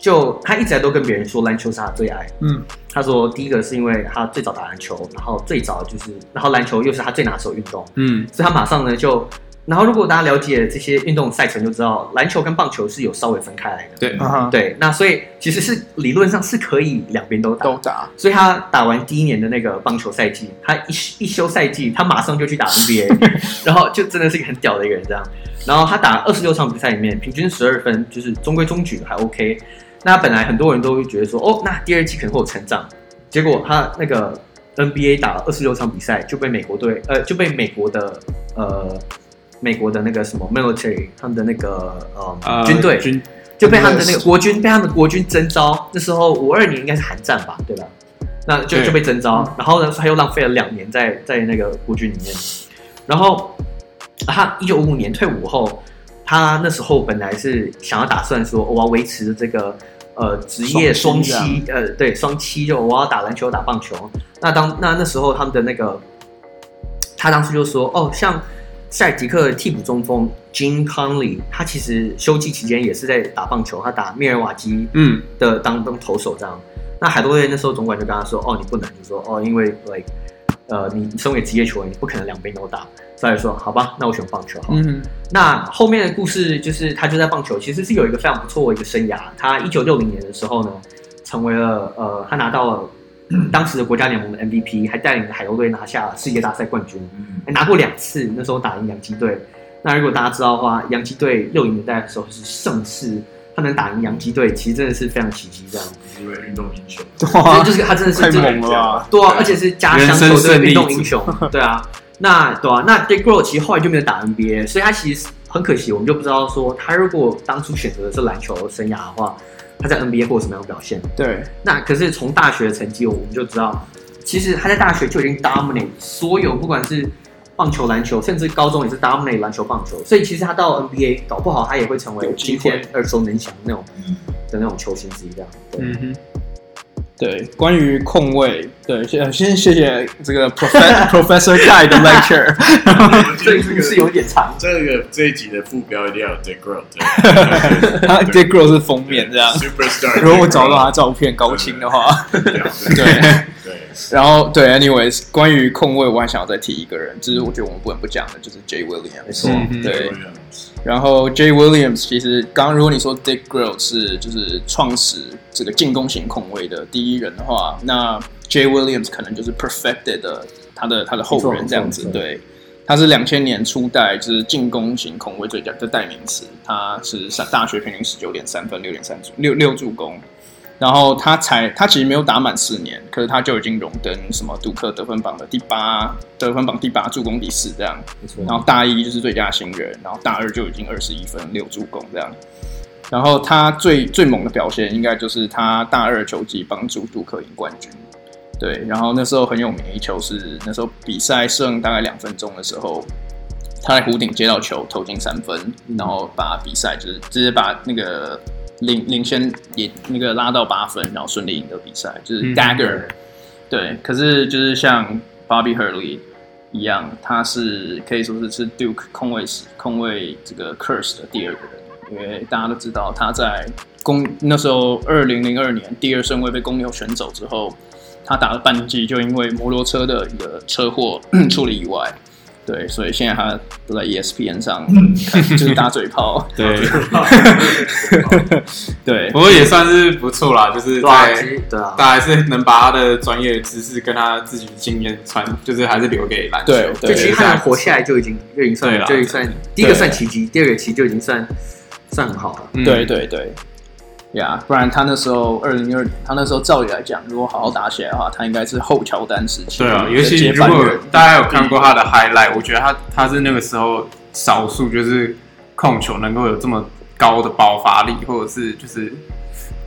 Speaker 2: 就他一直以来都跟别人说篮球是他的最爱，
Speaker 3: 嗯，
Speaker 2: 他说第一个是因为他最早打篮球，然后最早就是然后篮球又是他最拿手运动，
Speaker 5: 嗯
Speaker 2: 所以他马上呢就。然后，如果大家了解这些运动赛程，就知道篮球跟棒球是有稍微分开来的。
Speaker 5: 对，
Speaker 1: 嗯
Speaker 3: 啊哈，
Speaker 2: 对，那所以其实是理论上是可以两边都打，
Speaker 3: 都打，
Speaker 2: 所以他打完第一年的那个棒球赛季，他一一休赛季，他马上就去打 NBA，然后就真的是一个很屌的一个人这样。然后他打二十六场比赛里面，平均十二分，就是中规中矩，还 OK。那本来很多人都会觉得说，哦，那第二季可能会有成长，结果他那个 NBA 打了二十六场比赛就被美国队，呃，就被美国的呃美国的那个什么 military 他们的那个呃
Speaker 5: 呃
Speaker 2: 军队
Speaker 5: 军
Speaker 2: 就被他们的那个国军被他们的国军征召，那时候五二年应该是韩战吧，对吧？那就
Speaker 5: 对
Speaker 2: 就被征召，然后呢，他又浪费了两年在在那个国军里面，然后啊他一九五五年退伍后，他那时候本来是想要打算说，我要维持这个呃职业双
Speaker 3: 双栖
Speaker 2: 栖，呃对双栖，就我要打篮球打棒球。那当那那时候他们的那个，他当时就说，哦，像塞尔迪克的替补中锋 Jim Conley，他其实休季期间也是在打棒球，他打密尔瓦基
Speaker 5: 嗯
Speaker 2: 的当当投手这样。那海多队那时候总管就跟他说：“哦，你不能，就说哦，因为 like 呃，你身为职业球员，你不可能两边都打。”所以说：“好吧，那我选棒球好了。
Speaker 3: 嗯，
Speaker 2: 那后面的故事就是他就在棒球其实是有一个非常不错的一个生涯。他一九六零年的时候呢，成为了呃，他拿到了当时的国家联盟的 MVP，还带领着海鸥队拿下世界大赛冠军，
Speaker 4: 嗯
Speaker 2: 哎还拿过两次，那时候打赢洋基队。那如果大家知道的话，洋基队六零年代的时候是盛世，他能打赢洋基队，其实真的是非常奇迹，这样。
Speaker 4: 因为运动英雄，
Speaker 2: 所
Speaker 3: 哇
Speaker 2: 以就是他真的是
Speaker 3: 太
Speaker 2: 这个
Speaker 3: 猛了吧！
Speaker 2: 对啊，而且是家乡
Speaker 5: 人生
Speaker 2: 球队
Speaker 5: 胜利
Speaker 2: 运动 英雄，对啊，那对啊，那 Dick g r o 其实后来就没有打 NBA，所以他其实很可惜，我们就不知道说他如果当初选择的是篮球生涯的话，他在 NBA 会有什么样的表现。
Speaker 3: 对，
Speaker 2: 那可是从大学的成绩，我们就知道，其实他在大学就已经 dominate 所有，不管是棒球、篮球，甚至高中也是 dominate 篮球、棒球，所以其实他到 NBA 搞不好他也会成为
Speaker 1: 有机
Speaker 2: 今
Speaker 1: 会
Speaker 2: 天耳熟能详那种
Speaker 4: 嗯，
Speaker 2: 的那种球星之一这样。对
Speaker 5: 嗯哼，
Speaker 1: 对，关于控卫，对，先先谢谢这个 Professor Professor Guy 的 lecture。
Speaker 2: 这个故事有点长。
Speaker 4: 这个这一集的副标一定要有 Dick Grove，
Speaker 1: 他 Dick Grow 是封面这样。
Speaker 4: ，Superstar。
Speaker 1: 如果我找到他照片高清的话，
Speaker 4: 对对，
Speaker 1: 然后对，anyways，关于控卫，我还想要再提一个人，就是我觉得我们不能不讲的，就是 J Williams。
Speaker 2: 没错，
Speaker 5: 嗯哼，
Speaker 1: 对，然后 J Williams 其实刚刚如果你说 Dick Grill 是就是创始这个进攻型控卫的第一人的话，那 J Williams 可能就是 perfected 的他的他的后人这样
Speaker 2: 没
Speaker 1: 子。
Speaker 2: 错没错
Speaker 1: 对，他是两千年初代就是进攻型控卫最佳的代名词，他是上大学平均十九点三分、六点三助六六助攻。然后他才，他其实没有打满四年，可是他就已经荣登什么杜克得分榜的第八，得分榜第八，助攻第四这样。
Speaker 2: 没错。
Speaker 1: 然后大一就是最佳新人，然后大二就已经二十一分六助攻这样。然后他最最猛的表现，应该就是他大二球季帮助杜克赢冠军。对，然后那时候很有名的一球是那时候比赛剩大概两分钟的时候，他在弧顶接到球投进三分，然后把比赛就是直接把那个领领先也那个拉到八分，然后顺利赢得比赛，就是
Speaker 5: 嗯
Speaker 1: dagger、对，可是就是像 Bobby Hurley 一样，他是可以说是是 Duke 控卫控卫这个 Curse 的第二个人，因为大家都知道他在公那时候二零零二年第二顺位被公牛选走之后，他打了半季就因为摩托车的一个车 祸出了意外。对，所以现在他都在 E ESPN 上，
Speaker 5: 嗯
Speaker 1: 就是打嘴炮。
Speaker 5: 对，
Speaker 1: 对
Speaker 5: 不过也算是不错啦，就是
Speaker 2: 对啊，
Speaker 5: 在
Speaker 2: 其实对啊，
Speaker 5: 大家还是能把他的专业知识跟他自己的经验传，就是还是留给篮球。
Speaker 1: 对
Speaker 2: 就其实
Speaker 1: 对
Speaker 2: 他能
Speaker 5: 啊
Speaker 2: 活下来就已经就
Speaker 5: 对
Speaker 2: 已经算
Speaker 5: 啦
Speaker 2: 就已经算第一个算奇迹，第二个奇就已经算算很好了。
Speaker 5: 嗯
Speaker 1: 对对对，呀、不然他那时候二零二年，他那时候照理来讲，如果好好打起来的话，他应该是后乔丹时期
Speaker 5: 对
Speaker 1: 的
Speaker 5: 啊，尤其
Speaker 1: 接
Speaker 5: 如
Speaker 1: 班
Speaker 5: 果
Speaker 1: 人。
Speaker 5: 大家有看过他的 highlight，我觉得他他是那个时候少数就是控球能够有这么高的爆发力，或者是就是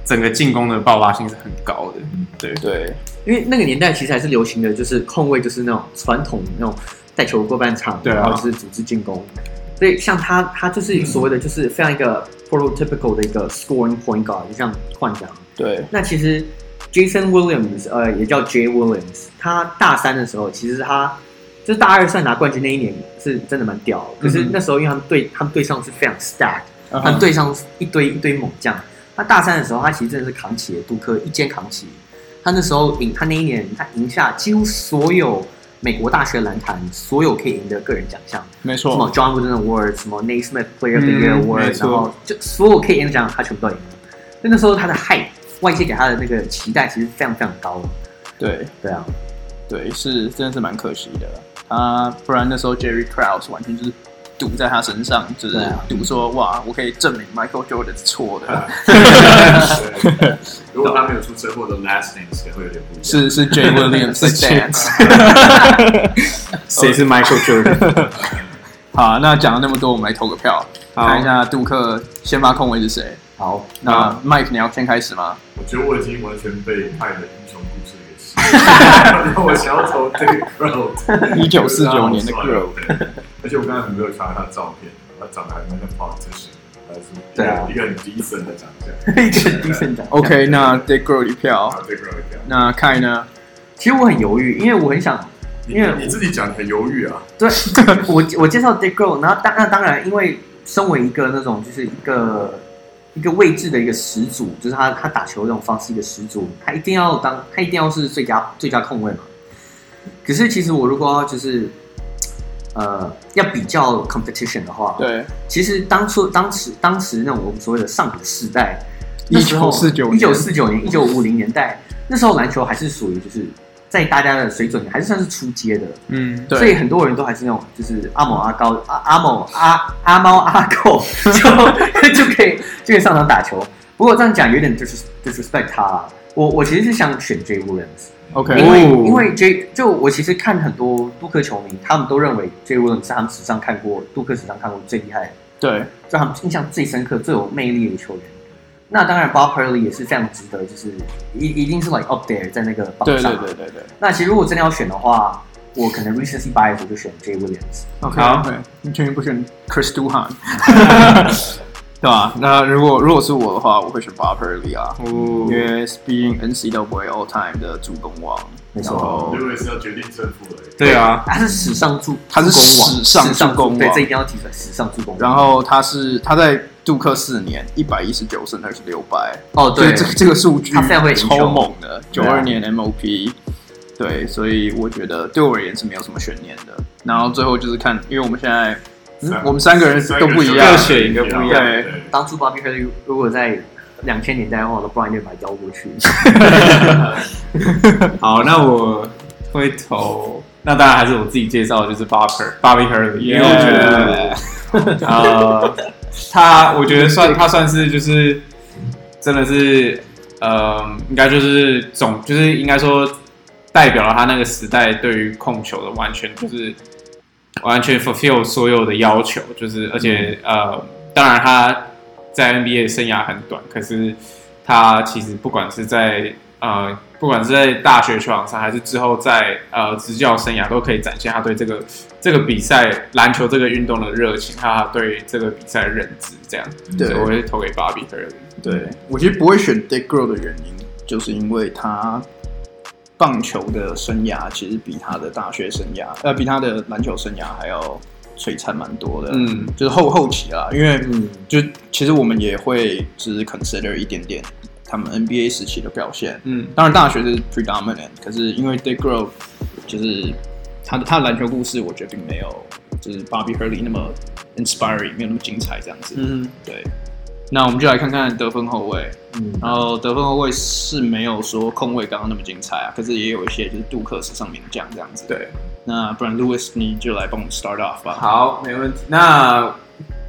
Speaker 5: 整个进攻的爆发性是很高的。对
Speaker 1: 对
Speaker 2: 因为那个年代其实还是流行的就是控卫，就是那种传统那种带球过半场，
Speaker 5: 对啊
Speaker 2: 然后就是组织进攻。所以像他，他就是所谓的就是非常一个 prototypical 的一个 scoring point guard，就像幻想。
Speaker 1: 对
Speaker 2: 那其实 Jason Williams，呃，也叫 J Williams，他大三的时候，其实他就是大二算拿冠军那一年是真的蛮屌的，可是那时候因为他们队他们队上是非常 stack，
Speaker 1: 嗯哼
Speaker 5: 啊
Speaker 2: 他们队上一堆一堆猛将。他大三的时候，他其实真的是扛起了杜克一肩扛起。他那时候赢，他那一年他赢下几乎所有美国大学篮坛所有可以赢得个人奖项，
Speaker 1: 没
Speaker 2: 什么
Speaker 1: 错，
Speaker 2: John Wooden Award，什么 Naismith Player of the Year
Speaker 5: 嗯
Speaker 2: Award，、
Speaker 5: 没
Speaker 2: 然
Speaker 5: 错
Speaker 2: 后就所有可以演讲他全部都赢了。所以那时候他的 hype，外界给他的那个期待其实非常非常高的。
Speaker 1: 对
Speaker 2: 对啊，
Speaker 1: 对，是真的是蛮可惜的。他不然那时候 Jerry Krause 完全就是赌在他身上，就是
Speaker 2: 对啊
Speaker 1: 赌说、哇，我可以证明 Michael Jordan 是错 的，
Speaker 4: 如果他没有出车祸的 last name 可能会有点不一样。
Speaker 1: 是是 J Williams 是 Dance。
Speaker 5: 谁是 Michael Jordan？
Speaker 1: 好，那讲了那么多，我们来投个票，
Speaker 5: 好
Speaker 1: 看一下杜克先发控卫是谁。
Speaker 2: 好，
Speaker 1: 那 Mike 你要先开始吗？
Speaker 4: 我觉得我已经完全被派的英雄故事给洗了。我想要投 Dick Grove，
Speaker 1: 1949年的 Grove
Speaker 4: 而且我刚才没有看到他的照片，他长得还蛮像 politician，还是一
Speaker 2: 对啊
Speaker 4: 个一个很低深的长相。
Speaker 2: 低哦声讲。
Speaker 1: OK，那 Dick Girl 一票
Speaker 4: 啊，，Dick Grove 这样。
Speaker 1: 那 Kai 呢？
Speaker 2: 其实我很犹豫，因为我很想，因为
Speaker 4: 你你自己讲得很犹豫啊，
Speaker 2: 对 我我介绍 Dick g r o 然后当那当然，因为身为一个那种就是一个一个位置的一个始祖，就是他他打球的那种方式一个始祖，他一定要当他一定要是最佳最佳控卫嘛。可是其实我如果要就是呃要比较 competition 的话，，
Speaker 1: 对，
Speaker 2: 其实当初当时当时那种我们所谓的上古世代，那时候
Speaker 1: 1949年
Speaker 2: 一九四九年、一九五零年代，那时候篮球还是属于就是在大家的水准还是算是出街的，
Speaker 5: 嗯，
Speaker 1: 对
Speaker 2: 所以很多人都还是那种就是阿某阿高阿阿某阿阿猫阿狗 就 就可以就可以上场打球。不过这样讲有点就是 disrespect 他啦。我我其实是想选 J Williams，
Speaker 1: OK，
Speaker 2: 因为、
Speaker 5: 哦
Speaker 2: 因为 J 就我其实看很多杜克球迷，他们都认为 J Williams 是他们史上看过杜克史上看过最厉害的
Speaker 1: 对
Speaker 2: 让他们印象最深刻、最有魅力的球员。那当然，Bob Hurley 也是非常值得，就是一一定是 like up there 在那个榜
Speaker 1: 对
Speaker 2: 上。
Speaker 1: 对对对对
Speaker 2: 那其实如果真的要选的话，我可能 recency bias 我就选 J Williams。
Speaker 1: ，OK，
Speaker 5: 好
Speaker 1: 对你确定不选 Chris Duhan？对吧？那如果如果是我的话，我会选 Bob Hurley 啊，
Speaker 2: 哦
Speaker 1: 因为毕竟 NCAA All Time 的助攻王，
Speaker 2: 没
Speaker 1: 然
Speaker 2: 错，
Speaker 1: 后
Speaker 4: 如果是要决定胜负的，
Speaker 5: 对啊，
Speaker 2: 他是史上助，
Speaker 1: 他是
Speaker 2: 助攻王
Speaker 1: 史上
Speaker 2: 史上
Speaker 1: 助攻王
Speaker 2: 对，这一定要提出来，史上助攻王。
Speaker 1: 然后他是他在杜克四年一百一十九胜二十六败，
Speaker 2: 哦，对，
Speaker 1: 就是这个这个数据
Speaker 2: 他非常会赢球
Speaker 1: 超猛的，九
Speaker 2: 对啊
Speaker 1: 二年 MOP，对，所以我觉得对我而言是没有什么悬念的。然后最后就是看，因为我们现在、嗯
Speaker 4: 三
Speaker 1: 我们三个人都不一样
Speaker 5: 要，选一个不一样。
Speaker 1: 对
Speaker 4: 对啊
Speaker 2: 当初 Bobby Hurley 如果在两千年代的话，LeBron 一定把他邀过去。
Speaker 5: 好，那我会投，那当然还是我自己介绍，就是 Barber Bobby Hurley，因为我觉得呃，他我觉得算他算是就是真的是呃，应该就是总就是应该说代表了他那个时代对于控球的完全就是完全 fulfill 所有的要求，就是而且、呃，当然他在 NBA 生涯很短，可是他其实不管是在呃，不管是在大学球场上，还是之后在呃执教生涯，都可以展现他对这个这个比赛篮球这个运动的热情，还有他对这个比赛的认知，这样，
Speaker 1: 对
Speaker 5: 所以我会投给芭比 b 尔。
Speaker 1: 对我其实不会选 Dick g r o w 的原因，就是因为他棒球的生涯其实比他的大学生涯，呃，比他的篮球生涯还要璀璨蛮多的。，
Speaker 5: 嗯，
Speaker 1: 就是后后期啦，因为
Speaker 2: 嗯，
Speaker 1: 就其实我们也会只是 consider 一点点他们 NBA 时期的表现。
Speaker 5: 嗯，
Speaker 1: 当然大学是 predominant，可是因为 Dick Grove 就是他的他的篮球故事，我觉得并没有就是 Bobby Hurley 那么 inspiring，没有那么精彩这样子。
Speaker 5: 嗯，
Speaker 1: 对。那我们就来看看得分后卫，
Speaker 2: 嗯
Speaker 1: 然后得分后卫是没有说控卫刚刚那么精彩啊，可是也有一些就是杜克史上名将这样子。
Speaker 5: 对，
Speaker 1: 那不然 Lewis 你就来帮我们 start off 吧。
Speaker 5: 好，没问题。那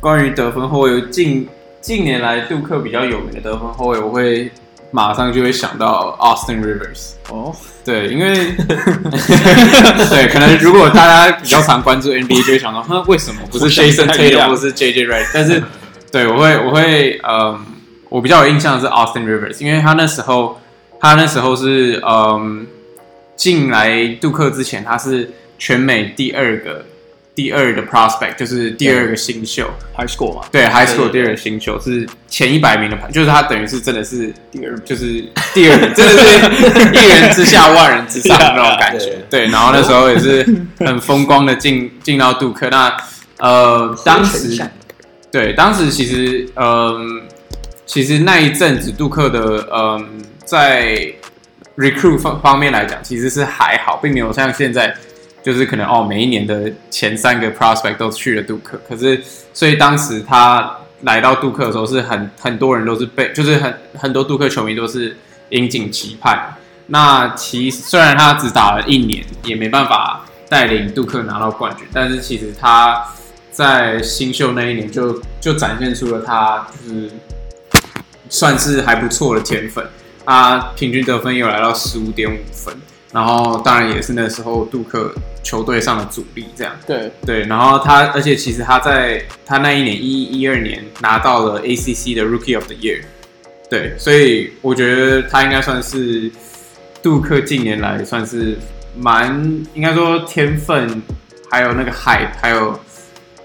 Speaker 5: 关于得分后卫，有近近年来杜克比较有名的得分后卫，我会马上就会想到 Austin Rivers。
Speaker 1: 哦，
Speaker 5: 对，因为 对，可能如果大家比较常关注 NBA，就会想到，哼，为什么不是 Jason
Speaker 1: 不一
Speaker 5: Tatum
Speaker 1: 样
Speaker 5: 或是 JJ Redick？但是，对我会，我会，嗯，我比较有印象的是 Austin Rivers，因为他那时候，他那时候是，嗯，进来杜克之前，他是全美第二个，第二的 prospect，就是第二个新秀，
Speaker 1: 还 score 嘛？
Speaker 5: 对，High
Speaker 1: 对
Speaker 5: School 第二个新秀是前一百名的排，就是他等于是真的是第二，就是第二名，真 的是一人之下万人之 上的那种感觉。对，然后那时候也是很风光的进 进到杜克，那呃，当时对，当时其实，嗯、其实那一阵子杜克的，嗯、在 recruit 方方面来讲，其实是还好，并没有像现在，就是可能哦，每一年的前三个 prospect 都去了杜克。可是，所以当时他来到杜克的时候，是很很多人都是被，就是很很多杜克球迷都是引颈期盼。那其实虽然他只打了一年，也没办法带领杜克拿到冠军，但是其实他在新秀那一年就就展现出了他就是算是还不错的天分。他平均得分有来到十五点五分，然后当然也是那时候杜克球队上的主力这样。
Speaker 1: 对，
Speaker 5: 对，然后他，而且其实他在他那一年一一二年拿到了 ACC 的 Rookie of the Year，对，所以我觉得他应该算是杜克近年来算是蛮应该说天分，还有那个 hype，还有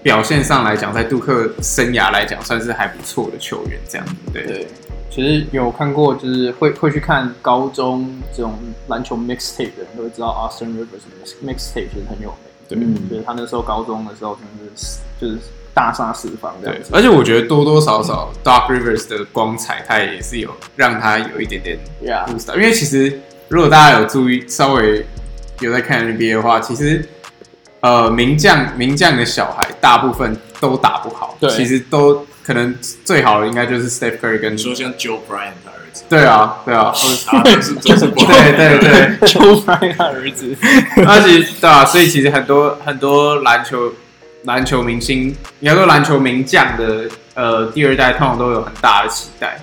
Speaker 5: 表现上来讲，在杜克生涯来讲算是还不错的球员，这样对
Speaker 1: 对，其实有看过，就是会会去看高中这种篮球 mixtape 的人都会知道 Austin Rivers mixtape 其实很有名。对，
Speaker 2: 嗯
Speaker 1: 就是他那时候高中的时候，真的是就是大杀四方这
Speaker 5: 对
Speaker 1: 样，子。
Speaker 5: 而且我觉得多多少少 Dark Rivers 的光彩，他也是有让他有一点点
Speaker 1: Yeah，
Speaker 5: boost 到因为其实如果大家有注意，稍微有在看 NBA 的话，其实呃名将名将的小孩大部分都打不好，
Speaker 1: 对
Speaker 5: 其实都可能最好的应该就是 Steph Curry 跟
Speaker 4: 你说像 Joe Bryant 的儿 子，
Speaker 5: 对啊对 啊，
Speaker 4: 他都是都是不好。
Speaker 5: 对对对，
Speaker 1: Joe Bryant 他儿子，
Speaker 5: 那其实对啊，所以其实很多很多篮球篮球明星，应该说篮球名将的呃第二代，通常都有很大的期待。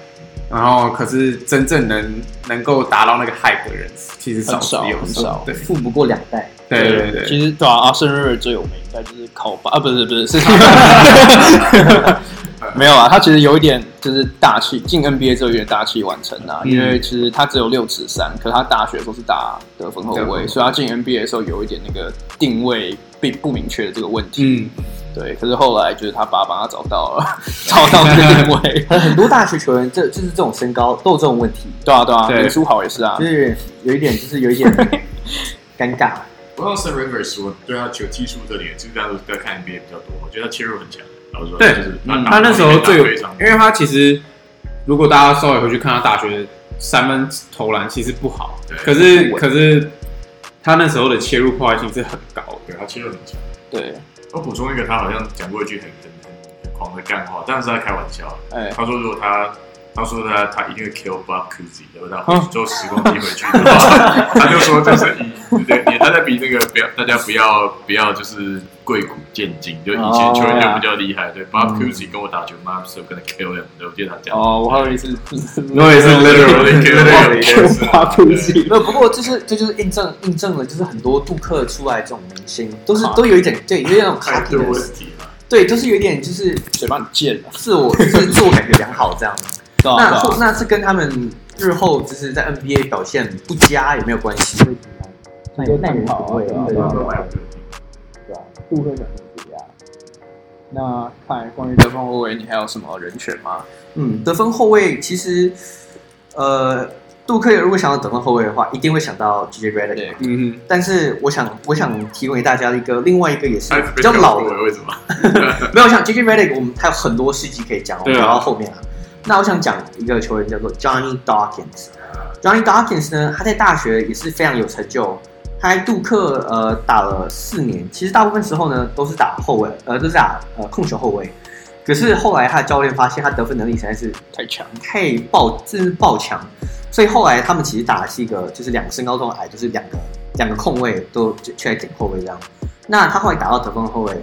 Speaker 5: 然后，可是真正能能够达到那个 hype 的人，其实少
Speaker 1: 很
Speaker 5: 之
Speaker 1: 少
Speaker 5: 又
Speaker 1: 很少
Speaker 5: 对
Speaker 2: 富不过两代，
Speaker 5: 对对对对，
Speaker 1: 其实对啊，阿森瑞尔最有名应该就是考巴啊，不是不是是， 没有啊，他其实有一点就是大器，进 NBA 之后有点大器晚成啊，
Speaker 5: 嗯
Speaker 1: 因为其实他只有六尺三，可他大学的时候是打得分后
Speaker 5: 得分后
Speaker 1: 卫，
Speaker 5: 卫
Speaker 1: 所以他进 NBA 的时候有一点那个定位并不明确的这个问题，
Speaker 5: 嗯，
Speaker 1: 对，可是后来就是他爸帮他找到了，找到这个定位，
Speaker 2: 很很多大学球员这就是这种身高都有这种问题，
Speaker 1: 对啊对啊，
Speaker 5: 对
Speaker 1: 林书豪也是啊
Speaker 2: 就，是有一点就是有一点尴尬。
Speaker 4: 我 Austin Rivers，我对他球技术这点，就是大家都在看 NBA 比较多，我觉得他切入很强。老实说，
Speaker 5: 对
Speaker 4: 就是
Speaker 1: 嗯
Speaker 4: 打
Speaker 5: 他那时候最有，
Speaker 4: 非常
Speaker 5: 因为他其实如果大家稍微回去看他大学的三分投篮，其实不好，
Speaker 4: 对
Speaker 5: 可是可是他那时候的切入破坏性是很高的。
Speaker 4: 对他切入很强。
Speaker 1: 对，
Speaker 4: 我补充一个，他好像讲过一句很很很很狂的干话，当然是在开玩笑。啊
Speaker 1: 哎，
Speaker 4: 他说如果他他说他他一定会 kill Bob Cousy，然后他
Speaker 5: 啊
Speaker 4: 回去之后时光机回去的 话，他就说就是以对，你他在比那个不要大家不要不要就是贵古见今，就以前球员就比较厉害，对
Speaker 5: 嗯
Speaker 4: Bob Cousy 跟我打球，Mom so gonna kill him，对，我记得他讲。
Speaker 1: 哦，我还有一次，
Speaker 5: 我也是
Speaker 4: literally kill
Speaker 5: literally
Speaker 4: him，
Speaker 1: 他不
Speaker 4: 对
Speaker 1: 行，
Speaker 2: 没有，不过就是这就是印证印证了，就是很多杜克出来这种明星，都是
Speaker 1: 卡
Speaker 2: 都有一点对，有一点那种
Speaker 4: 太
Speaker 2: 卡
Speaker 4: 多问
Speaker 2: kiness，
Speaker 4: 题了。
Speaker 2: 对，就是有一点就是
Speaker 1: 嘴巴很贱啊，
Speaker 2: 自我就是自我感觉良好这样。
Speaker 1: 对啊
Speaker 2: 那
Speaker 1: 对
Speaker 2: 后
Speaker 1: 啊，
Speaker 2: 那是跟他们日后就是在 NBA 表现不佳有没有关系？
Speaker 6: 那也耐人可畏啊，对吧？
Speaker 1: 对啊，杜克讲不一样。那看关于得分后卫，你还有什么人选吗？
Speaker 2: 嗯，得分后卫其实，呃，杜克如果想到得分后卫的话，一定会想到 JJ Redick
Speaker 1: 对。
Speaker 5: 嗯
Speaker 2: 但是我想，我想提供给大家一个另外一个也是
Speaker 4: 他一直
Speaker 2: 比
Speaker 4: 被
Speaker 2: 较
Speaker 4: 跳
Speaker 2: 老
Speaker 4: 哎过
Speaker 2: 的，
Speaker 4: 为什么？
Speaker 2: 没有像 JJ Redick，我们还有很多事迹可以讲，我们
Speaker 5: 对啊
Speaker 2: 聊到后面啊。那我想讲一个球员叫做 Johnny Dawkins。Johnny Dawkins 呢，他在大学也是非常有成就，哦他在杜克呃打了四年，其实大部分时候呢都是打后卫，呃都是打呃控球后卫。可是后来他的教练发现他得分能力实在是
Speaker 1: 太强，
Speaker 2: 太爆，真是爆强。所以后来他们其实打的是一个，就是两个身高都很矮，就是两个两个控卫都就去来顶后卫这样。那他后来打到得分后卫，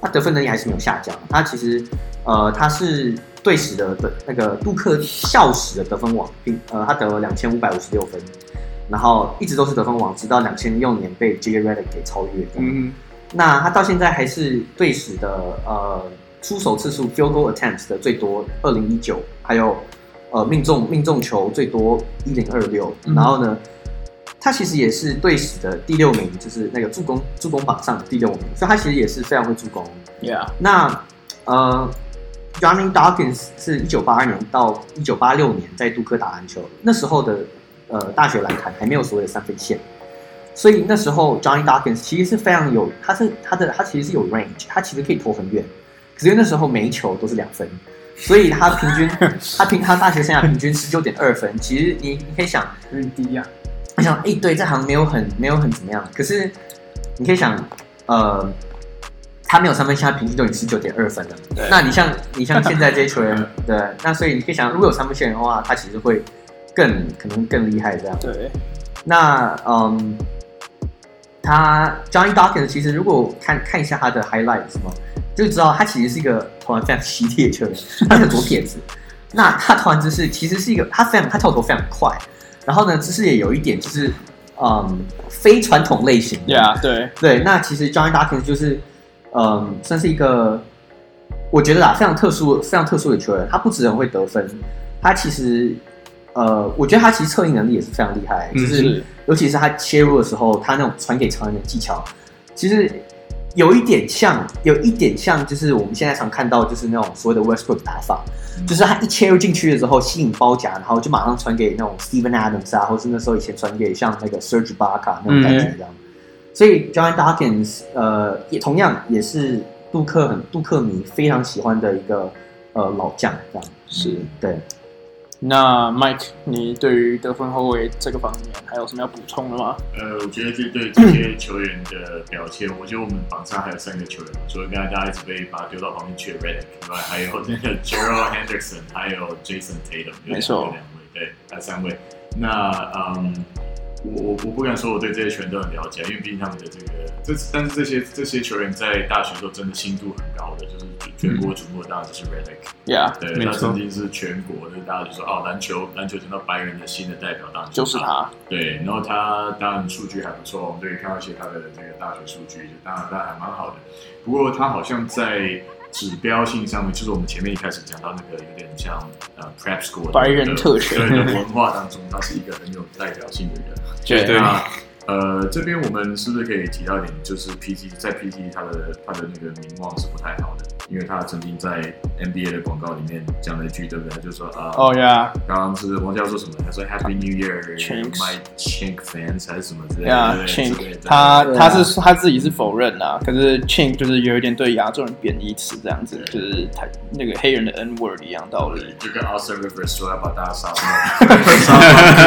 Speaker 2: 他得分能力还是没有下降。他其实呃，他是队史的的那个杜克校史的得分王，并呃，他得了两千五百五十六分，然后一直都是得分王，直到两千六年被 J. Redick 给超越。
Speaker 5: 哼，嗯
Speaker 2: 那他到现在还是队史的呃出手次数 field goal attempts 的最多，二零一九，还有呃命中命中球最多一零二六。
Speaker 1: 嗯
Speaker 2: 然后呢，他其实也是队史的第六名，就是那个助攻助攻榜上的第六名，所以他其实也是非常会助攻。
Speaker 1: Yeah，
Speaker 2: 那呃，Johnny Dawkins 是一九八二年到一九八六年在杜克打篮球，那时候的呃大学篮坛还没有所谓的三分线，所以那时候 Johnny Dawkins 其实是非常有，他是他的他其实是有 range，他其实可以投很远，可是因为那时候每一球都是两分。所以他平均，他平他大学生涯平均十九点二分。其实你你可以想，
Speaker 1: 有点低呀。
Speaker 2: 我想，哎、对，这行没有很没有很怎么样，可是你可以想，呃，他没有三分线，他平均都已经十九点二分了
Speaker 1: 对。
Speaker 2: 那你像你像现在这些球员，对，那所以你可以想，如果有三分线的话，他其实会更可能更厉害这样。
Speaker 1: 对，
Speaker 2: 那嗯，他 Johnny Dawkins 其实如果看看一下他的 highlight 什么，就知道他其实是一个投篮非常犀利的球员，他是个左撇子。那他投篮姿势其实是一个，他非常他跳投非常快，然后呢姿势也有一点就是嗯非传统类型的。
Speaker 1: Yeah，对，
Speaker 2: 对，那其实 Johnny Dawkins 就是，嗯，算是一个，我觉得啦，非常特殊、非常特殊的球员。他不只很会得分，他其实，呃，我觉得他其实策应能力也是非常厉害，
Speaker 5: 嗯
Speaker 2: 就是、
Speaker 1: 是
Speaker 2: 尤其是他切入的时候，他那种传给常人的技巧，其实有一点像，有一点像，就是我们现在常看到就是那种所谓的 Westbrook 打法，就是他一切入进去了之后吸引包夹，然后就马上传给那种 Steven Adams 啊，或是那时候以前传给像那个 Serge Ibaka 那种感觉这样。所以 John Dawkins 呃，也同样也是杜克很杜克迷非常喜欢的一个呃老将这样。
Speaker 1: 是，
Speaker 2: 对。
Speaker 1: 那 Mike，你对于得分后卫这个方面还有什么要补充的吗？
Speaker 4: 呃，我觉得这对这些球员的表现，我觉得我们榜上还有三个球员，除了刚才大家一直被把他丢到旁边去的 Redick 以外，还有那个 Gerald Henderson，还有 Jason Tatum，有
Speaker 1: 没错
Speaker 4: 两位，对，还三位。那嗯，我我我不敢说我对这些球员都很了解，因为毕竟他们的这个这，但是这些这些球员在大学的时候真的心度很高的，就是全国瞩目的当然就是 Redick。
Speaker 1: Yeah，
Speaker 4: 对，
Speaker 5: 没
Speaker 4: 他
Speaker 5: 错
Speaker 4: 曾经是全国的，大家就说哦，篮球篮球整到白人的新的代表，当然
Speaker 1: 就是他。
Speaker 4: 对，然后他当然数据还不错，我们可以看到一些他的那个大学数据，就当然当然还蛮好的。不过他好像在指标性上面，就是我们前面一开始讲到那个有点像呃 prep school 的
Speaker 1: 白人特权
Speaker 4: 对的文化当中，他是一个很有代表性的人。
Speaker 5: 绝对
Speaker 4: 那呃，这边我们是不是可以提到一点，就是 PT 在 PT 他的他的那个名望是不太好的，因为他曾经在 NBA 的广告里面讲了一句，对不对？他就说啊，
Speaker 1: 哦、呀，
Speaker 4: 刚刚是王教授什么？他说 Happy New
Speaker 1: Chinks
Speaker 4: Year，My Chink fans 还是什么之类的
Speaker 1: Yeah，
Speaker 4: 对
Speaker 1: Chink，
Speaker 4: 对对
Speaker 1: 他
Speaker 2: 对啊
Speaker 1: 他是他自己是否认啦、可是 Chink 就是有一点对亚洲人贬义词这样子，就是他那个黑人的 N word 一样道理。
Speaker 4: 就跟 Austin Rivers 说要把大家杀死，杀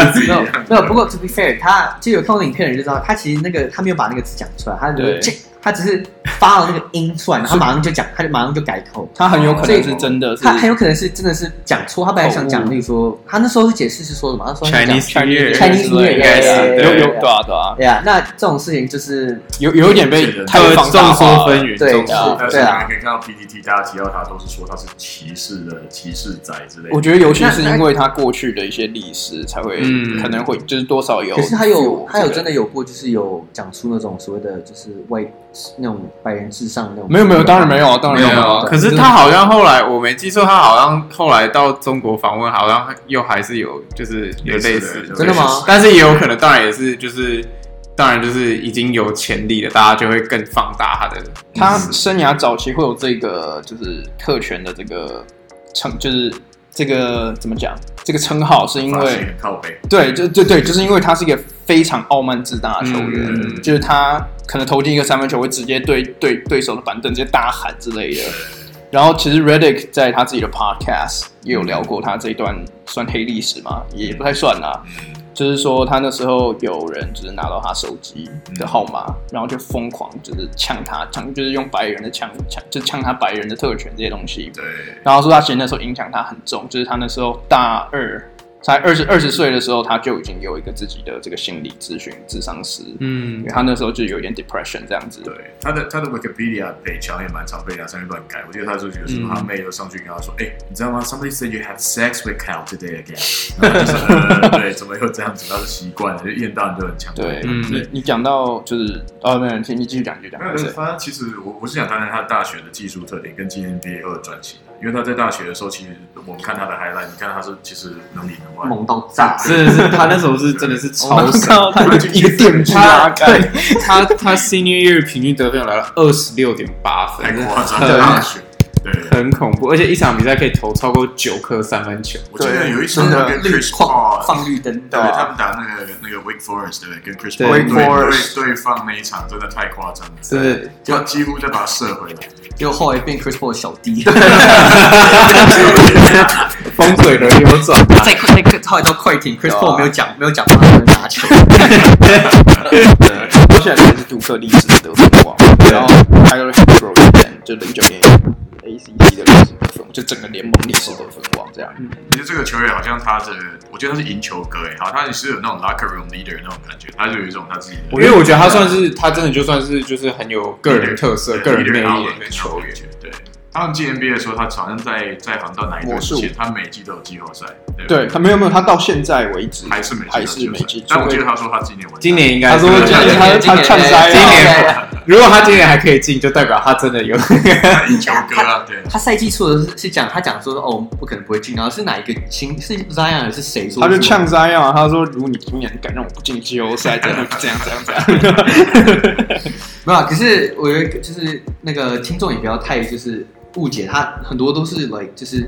Speaker 4: 光自己一
Speaker 2: 没有
Speaker 4: 样
Speaker 2: 没有，不过 to be fair，他就有看过影片的人就知道，他其实那个他没有把那个字讲出来，他
Speaker 1: 对
Speaker 2: 这他只是发了那个音出来，然后马上就讲，他就马上就改口。
Speaker 1: 他很有可能是真的是哦
Speaker 2: 他很有可能是真的是讲错，他本来想讲，
Speaker 1: 口误
Speaker 2: 例如说，他那时候是解释是说什么？他说他想
Speaker 5: Chinese
Speaker 2: 讲
Speaker 5: New Year
Speaker 2: Chinese New Year，
Speaker 5: 应该是
Speaker 2: yeah，yeah，yeah，
Speaker 1: 有
Speaker 2: yeah，
Speaker 1: 有
Speaker 2: yeah
Speaker 1: 对啊对啊，
Speaker 2: 对啊，那这种事情就是
Speaker 1: 有有一点被太
Speaker 5: 特
Speaker 1: 放
Speaker 5: 众
Speaker 1: 大
Speaker 5: 说
Speaker 1: 化
Speaker 5: 纷
Speaker 1: 了。
Speaker 5: 纭，
Speaker 2: 对
Speaker 5: 众
Speaker 2: 啊
Speaker 5: 说纷纭
Speaker 4: 但是
Speaker 2: 对
Speaker 4: 你
Speaker 2: 啊
Speaker 4: 们可以看到 PPT，大家提到他都是说他是歧视的歧视仔之类的。
Speaker 1: 我觉得尤其是因为他过去的一些历史，才会
Speaker 5: 嗯
Speaker 1: 可能会就是多少有。
Speaker 2: 可是他有
Speaker 1: 这个
Speaker 2: 他有真的有过，就是有讲出那种所谓的就是外那种白人至上那种。
Speaker 1: 没有没有，当然没有啊，当然
Speaker 5: 没有
Speaker 1: 没有
Speaker 5: 啊
Speaker 1: 啊。
Speaker 5: 可是他好像后来，我没记错，他好像后来到中国访问，好像又还是有，就是有类似
Speaker 4: 类似的
Speaker 2: 真的吗
Speaker 5: 但是也有可能，当然也是就是，当然就是已经有潜力的，大家就会更放大他的。
Speaker 1: 他生涯早期会有这个就是特权的这个称，就是这个怎么讲？这个称号是因
Speaker 4: 发现
Speaker 1: 为
Speaker 4: 很靠北，
Speaker 1: 对，就对对，就是因为他是一个非常傲慢自大的球员，
Speaker 5: 嗯
Speaker 1: 就是他可能投进一个三分球会直接对对对手的板凳直接大喊之类的。然后其实 Redick 在他自己的 podcast 也有聊过他这一段算黑历史嘛，也不太算啦。就是说他那时候有人就是拿到他手机的号码，然后就疯狂就是呛他，呛就是用白人的呛呛，就呛他白人的特权这些东西。
Speaker 4: 对，
Speaker 1: 然后说他其实那时候影响他很重，就是他那时候大二才二十二十岁的时候，他就已经有一个自己的这个心理咨询智商师，因
Speaker 5: 嗯
Speaker 1: 为，他那时候就有一点 depression 这样子。
Speaker 4: 对，他的他的 Wikipedia 北墙也蛮常被拿上去乱改。我记得他就觉得什么，他妹就上去跟他说：“哎、你知道吗？Somebody said you had sex with cow today again。”然后他就说、呃：“对，怎么又这样子？”他是习惯了，就一天到晚就很强。
Speaker 1: 对，
Speaker 5: 嗯
Speaker 1: 你你讲到就是哦，没有，你你继续讲，继续讲
Speaker 4: 没有，。
Speaker 1: 对
Speaker 4: 他其实我我是想谈谈他大学的技术特点跟今年 NBA 二转型的，因为他在大学的时候，其实我们看他的 highlight，你看他是其实能里能 外，
Speaker 2: 猛到炸，
Speaker 5: 真的是他那时候是真的是超 神。
Speaker 1: 靠，他一个一个电击啊！干
Speaker 5: 他他 senior year 平均得分有来了二十六点八
Speaker 4: 太
Speaker 5: 分，
Speaker 4: 夸 张了。大学，对，
Speaker 5: 很恐怖，而且一场比赛可以投超过九颗三分球。
Speaker 4: 我记得有一次
Speaker 2: 真
Speaker 4: 他
Speaker 2: 的
Speaker 4: 跟
Speaker 2: 绿
Speaker 4: Chris
Speaker 2: 框
Speaker 4: Paul
Speaker 2: 放绿灯，
Speaker 4: 对，
Speaker 2: 吧
Speaker 4: 他们打那个那个 Wake Forest 对不对？跟 Chris
Speaker 5: 啊对
Speaker 4: Paul 对
Speaker 5: Wake
Speaker 4: 对对方那一场真的太夸张了，
Speaker 5: 真的
Speaker 4: 他几乎再把他射回来。
Speaker 2: 就后来变 Chris Paul 的小弟，
Speaker 5: 风水轮流转 啊！
Speaker 2: 再快再后来到快艇，Chris Paul 没有讲没有讲话，没有拿球，
Speaker 1: 我现在还是杜克历史的得分王，然后还有 Hebrew 就零九年 ACC 的历史得分，就整个联盟历史得分王这样。
Speaker 4: 其实这个球员好像他的，我觉得他是赢球哥哎，好，他也是有那种 locker room leader 那种感觉，他就有一种他自己的
Speaker 5: 因为我觉得他算是他真的就算是就是很有个人特色、个人魅力的一个球员。。
Speaker 4: 对，他们进 NBA 的时候，他好像在在好像到哪一队之
Speaker 1: 魔
Speaker 4: 前
Speaker 1: 术，
Speaker 4: 他每季都有季后赛，对
Speaker 1: 对
Speaker 4: 对，
Speaker 1: 他没有没有，他到现在为止
Speaker 4: 还是每季都
Speaker 1: 还
Speaker 4: 有
Speaker 1: 是
Speaker 4: 季
Speaker 1: 没
Speaker 4: 后
Speaker 1: 进
Speaker 4: 赛。。但我记
Speaker 1: 除非
Speaker 4: 得他说他今年完，
Speaker 5: 今年应该
Speaker 1: 他说
Speaker 5: 是
Speaker 1: 今年
Speaker 2: 今
Speaker 1: 他他
Speaker 2: 年
Speaker 1: 呛塞啊，
Speaker 5: 今
Speaker 2: 对
Speaker 5: 年如果他今年还可以进，就代表他真的有。
Speaker 4: 他赢球哥啊，对，
Speaker 2: 他赛季初的时候是是讲他讲说哦，我们不可能不会进，然后是哪一个新是 Zion 还是谁说
Speaker 1: 他就
Speaker 2: 出来
Speaker 1: 呛塞啊，他说如果你今年敢让我不进季后赛，真的这样这样这样。
Speaker 2: 没有啊，可是我有一个就是那个听众也不要太就是误解他，很多都是 like 就是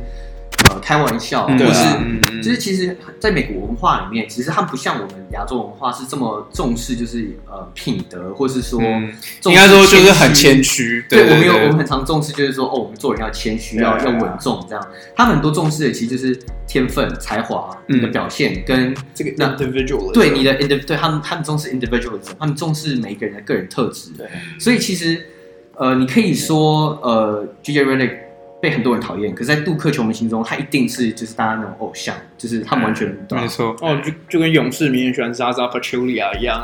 Speaker 2: 呃开玩笑，
Speaker 3: 嗯
Speaker 2: 或
Speaker 1: 对啊
Speaker 2: 是
Speaker 5: 嗯嗯
Speaker 2: 就是其实在美国文化里面，其实它不像我们亚洲文化是这么重视，就是呃品德，或是说
Speaker 5: 嗯
Speaker 2: 重视
Speaker 1: 应该说就是很谦
Speaker 2: 谦虚。
Speaker 1: 虚，
Speaker 2: 对
Speaker 1: 对
Speaker 2: 我们有我
Speaker 1: 对
Speaker 2: 们很常重视，就是说哦，我们做人要谦虚，
Speaker 4: 对
Speaker 2: 要
Speaker 4: 啊
Speaker 2: 要稳重这样。他们很多重视的其实就是天分、才华
Speaker 5: 嗯
Speaker 2: 你的表现跟
Speaker 1: 这个
Speaker 2: 那
Speaker 1: individual
Speaker 2: 对你的 ind 对他们他们重视 individualism，他们重视每个人的个人特质。
Speaker 1: 对，
Speaker 2: 所以其实呃，你可以说呃，J.J. Redick 被很多人讨厌，可是，在杜克球迷心中，他一定是就是大家那种偶像，就是他们完全、对吧
Speaker 5: 没错，
Speaker 1: 哦，就就跟勇士明年喜欢扎扎 Pachulia 一 样，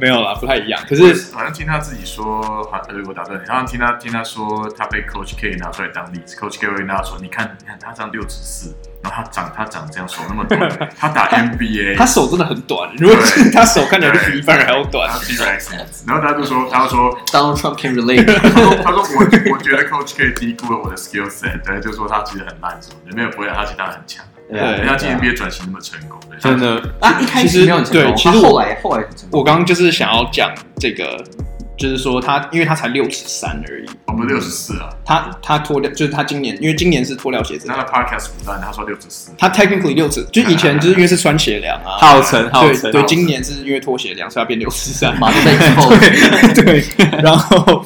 Speaker 1: 没有啦，不太一样。可是
Speaker 4: 好像听他自己说，好，呃，我打断你，好像听他听他说，他被 Coach K 拿出来当例子，Coach K 会拿他说，你看，你看他这样六尺四，然后他长他长这样手那么短，他打 NBA，
Speaker 1: 他手真的很短，如果是 他手看起来就比一般人还要短
Speaker 4: 他。是 excellence，然后他就说，他就说，
Speaker 2: ？Donald Trump can relate
Speaker 4: 他说他说我我觉得 Coach K 低估了我的 skill set，对，就说他其实很烂什么的，没有不会，啊他其实他很强，
Speaker 2: 对啊。
Speaker 4: 人
Speaker 1: 对
Speaker 4: 家进 NBA 转型那么成功，对
Speaker 5: 真的，
Speaker 2: 啊，一开
Speaker 1: 其
Speaker 2: 始
Speaker 1: 实
Speaker 2: 没有很成功，
Speaker 1: 对其实
Speaker 2: 他
Speaker 1: 我
Speaker 2: 后来后来很成功。
Speaker 1: 我刚刚就是想要讲这个，就是说他，因为他才六尺三而已，
Speaker 4: 我们六十四啊，
Speaker 1: 他他脱掉，就是他今年，因为今年是脱掉鞋子
Speaker 4: 那
Speaker 1: 的，
Speaker 4: 他 podcast 腐烂，他说六十四，
Speaker 1: 他 technically 六尺，就以前就是因为是穿鞋量啊，
Speaker 5: 号称号
Speaker 1: 对
Speaker 5: 称，
Speaker 1: 对，今年是因为脱鞋量，所以他变六尺三嘛
Speaker 2: 马，赛之后，
Speaker 1: 对，然后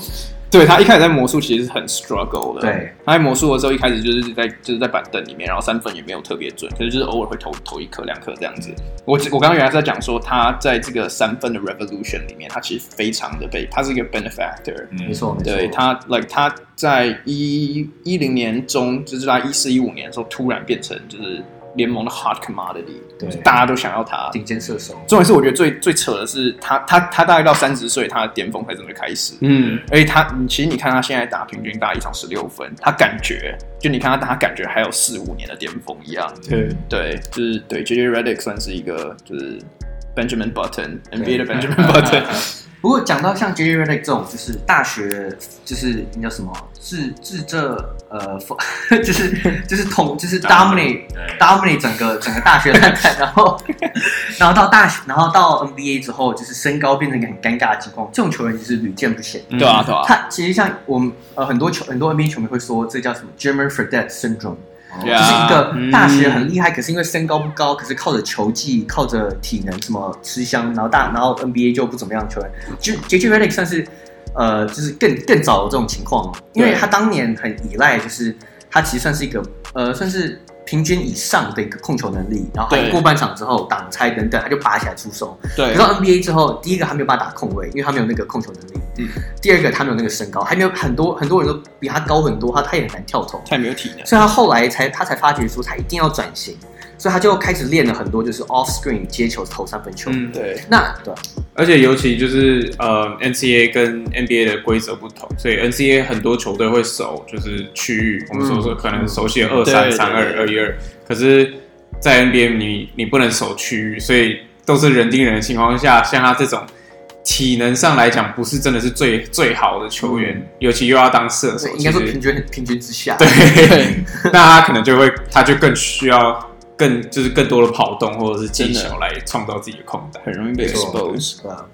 Speaker 1: 对他一开始在魔术其实是很 struggle 的，
Speaker 2: 对，
Speaker 1: 他在魔术的时候一开始就是在就是在板凳里面，然后三分也没有特别准，可是就是偶尔会投投一颗两颗这样子。我我刚刚原来是在讲说他在这个三分的 revolution 里面，他其实非常的被他是一个 benefactor，
Speaker 2: 没
Speaker 4: 嗯，
Speaker 2: 错没错，
Speaker 1: 对他，like 他在一一零年中，就是他一四一五年的时候，突然变成就是联盟的 hot commodity，
Speaker 2: 对
Speaker 1: 就是大家都想要他。
Speaker 2: 顶尖射手，
Speaker 1: 重点是我觉得最最扯的是他，他他大概到三十岁，他的巅峰才真的开始。
Speaker 5: 嗯，
Speaker 1: 而且他，你其实你看他现在打平均打一场十六分，他感觉就你看他打，他感觉还有四五年的巅峰一
Speaker 2: 嗯
Speaker 1: 样。
Speaker 5: 对，
Speaker 1: 对，就是对，JJ Redick 算是一个就是 Benjamin Button NBA 的 Benjamin Button，
Speaker 2: 不过讲到像 J. J. Redick 这种，就是大学就是那叫什么自自这呃， 风就是就是统就是 dominate
Speaker 4: 对
Speaker 2: dominate 整个整个大学烂摊，然后然后到大学，然后到 NBA 之后，就是身高变成一个很尴尬的情况，这种球员就是屡见不鲜。
Speaker 5: 嗯
Speaker 1: 对啊，对啊，
Speaker 2: 他其实像我们呃很多球很多 NBA 球迷会说，这叫什么 German Fredette syndrome。
Speaker 4: 哦
Speaker 1: 对
Speaker 2: 就是一
Speaker 1: 啊，
Speaker 2: 个大学很厉害，可是因为身高不高，可是靠着球技、靠着体能什么吃香，然后大然后 NBA 就不怎么样的球员，就 JJ Redick 算是呃就是更更早的这种情况，因为
Speaker 1: 对
Speaker 2: 他当年很依赖，就是他其实算是一个呃算是平均以上的一个控球能力，然后他
Speaker 1: 对
Speaker 2: 过半场之后挡拆等等，他就拔起来出手，
Speaker 1: 对
Speaker 2: 可，到 NBA 之后，第一个他没有办法打控卫，因为他没有那个控球能力。
Speaker 1: 嗯。
Speaker 2: 第二个他没有那个身高，还没有很多很多人都比他高很多，他他也很难跳投。
Speaker 1: 太没有体能，
Speaker 2: 所以他后来才他才发觉说他一定要转型，所以他就开始练了很多就是 off screen 接球投三分球。
Speaker 5: 嗯，
Speaker 1: 对，
Speaker 2: 那对啊
Speaker 5: 而且尤其就是呃，NCA 跟 NBA 的规则不同，所以 NCA 很多球队会守就是区域，我们说说可能熟悉的二三三二二一二，可是，在 NBA 你你不能守区域，所以都是人盯人的情况下，像他这种体能上来讲不是真的是最最好的球员，尤其又要当射手
Speaker 2: 所以，应
Speaker 5: 其
Speaker 2: 该说
Speaker 5: 实
Speaker 2: 平均平均之下。
Speaker 5: 对，那他可能就会他就更需要更就是更多的跑动或者是技巧来创造自己的空档。
Speaker 1: 很容易被
Speaker 2: 没错
Speaker 1: expose。
Speaker 2: 对啊。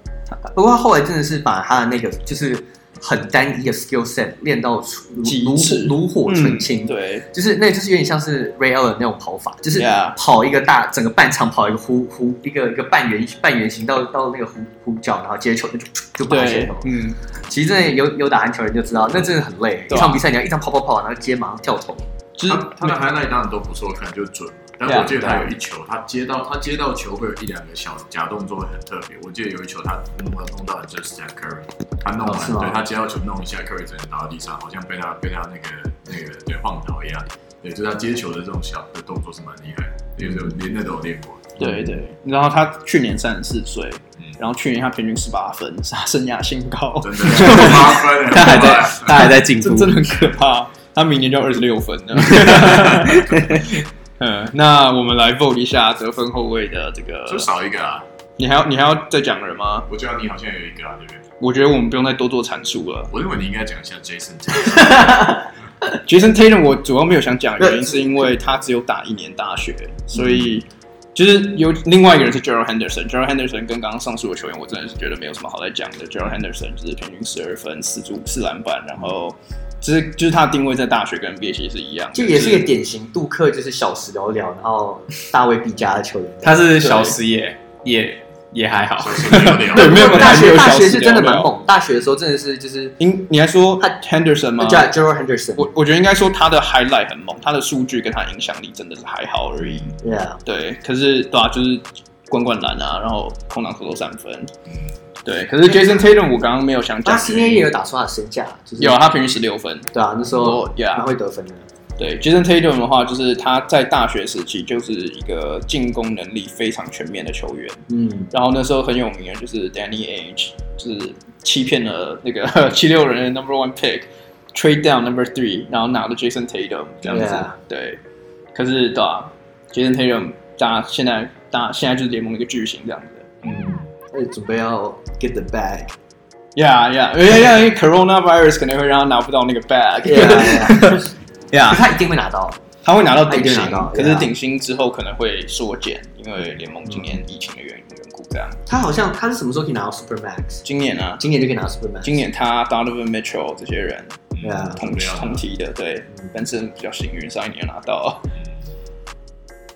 Speaker 2: 不过他后来真的是把他的那个就是很单一的 skill set 练到如
Speaker 1: 极
Speaker 2: 炉
Speaker 1: 致嗯
Speaker 2: 炉火纯青。
Speaker 1: 对，
Speaker 2: 就是那就是有点像是 Ray Allen 那种跑法，就是
Speaker 1: Yeah
Speaker 2: 跑一个大整个半场跑一个弧弧一个一个半圆半圆形到到那个弧弧角，然后接球就就把它接投。
Speaker 5: 嗯，
Speaker 2: 其实真的有有打篮球人就知道，那真的很累。一
Speaker 1: 对啊
Speaker 2: 场比赛你要一场跑跑跑，然后接马上跳投。
Speaker 1: 就是
Speaker 4: 他他的 highlight 当然都不错看，就准嘛。但我记得他有一球，他接到他接到球会有一两个小假动作会很特别。我记得有一球他弄到弄到的就是 Steph Curry，他弄
Speaker 2: 哦
Speaker 4: 完、
Speaker 2: 是吗
Speaker 4: 对他接到球弄一下，Curry 整个倒到地上，好像被他被他那个那个对晃倒一样。对，就是他接球的这种小的动作是蛮厉害的，就是连那都有练过。
Speaker 1: 对对，然后他去年三十四岁
Speaker 4: 嗯，
Speaker 1: 然后去年他平均十八分，是他生涯新高，
Speaker 4: 真的， 八分，
Speaker 5: 他 还在，他还在进
Speaker 1: 这
Speaker 5: 步。
Speaker 1: 真的很可怕。他明年就二十六 分了。嗯，那我们来 vote 一下得分后卫的这个，
Speaker 4: 就少一个啊。
Speaker 1: 你还要你还要再讲人吗？
Speaker 4: 我觉得你好像有一个啊，对不对？
Speaker 1: 我觉得我们不用再多做阐述了。
Speaker 4: 我认为你应该讲一下 Jason，
Speaker 1: Jason Tatum 我主要没有想讲的原因
Speaker 2: 对
Speaker 1: 是因为他只有打一年大学，所以就是有另外一个人是 Gerald Henderson。Gerald Henderson 跟刚刚上述的球员，我真的是觉得没有什么好来讲的。Gerald Henderson 就是平均十二分、四助四篮板，然后就是就是他的定位在大学跟 NBA 其实是一样的，
Speaker 2: 就也是一个典型杜克，就是小时聊聊，然后大卫毕加的球员。
Speaker 5: 他是小时也也也还 好，
Speaker 1: 对没有没有
Speaker 2: 大学
Speaker 1: 没有
Speaker 2: 大
Speaker 1: 小
Speaker 2: 学
Speaker 1: 时
Speaker 2: 是真的
Speaker 1: 聊
Speaker 2: 蛮
Speaker 1: 聊
Speaker 2: 猛，大学的时候真的是就是
Speaker 1: 应你还说
Speaker 2: 他
Speaker 1: Henderson 吗？
Speaker 2: 叫 Gerald Henderson，
Speaker 1: 我我觉得应该说他的 highlight 很猛，他的数据跟他影响力真的是还好而已。
Speaker 2: 对啊，
Speaker 1: 对，可是对啊，就是灌灌篮啊，然后空档投投三分。对，可是 Jason Tatum 我刚刚没有想讲
Speaker 2: 他，嗯啊今天也有打出他的身价，就是
Speaker 1: 有啊他平均十六分。
Speaker 2: 对啊，那时候
Speaker 1: 哦，yeah
Speaker 2: 蛮会得分的。
Speaker 1: 对 Jason Tatum 的话，就是他在大学时期就是一个进攻能力非常全面的球员。
Speaker 2: 嗯，
Speaker 1: 然后那时候很有名的就是 Danny Ainge，就是欺骗了那个 七六人的 Number One Pick，trade down Number Three，然后拿了 Jason Tatum 这样子。
Speaker 2: Yeah
Speaker 1: 对，可是对吧、j a s o n Tatum 大家现在大家现在就是联盟的一个巨星这样子。
Speaker 4: 嗯
Speaker 2: 那准备要 get the bag。
Speaker 1: Yeah, yeah，因为因为 coronavirus 可能会让他拿不到那个 bag，yeah，
Speaker 2: Yeah，他 一定会拿到。
Speaker 1: 他会拿到
Speaker 2: 他一
Speaker 1: 顶
Speaker 2: 定拿
Speaker 1: 薪
Speaker 2: 到，
Speaker 1: 可是
Speaker 2: yeah
Speaker 1: 顶薪之后可能会缩减，因为联盟今年疫情的原因缘故这样。
Speaker 2: 他好像他是什么时候可以拿到 Super Max？
Speaker 1: 今年啊，
Speaker 2: 今年就可以拿到 Super Max。
Speaker 1: 今年他 Donovan Mitchell 这些人
Speaker 2: 对啊，
Speaker 1: 同
Speaker 4: 没有
Speaker 1: 同期的，对
Speaker 2: 嗯，
Speaker 1: 但是比较幸运，上一年拿到。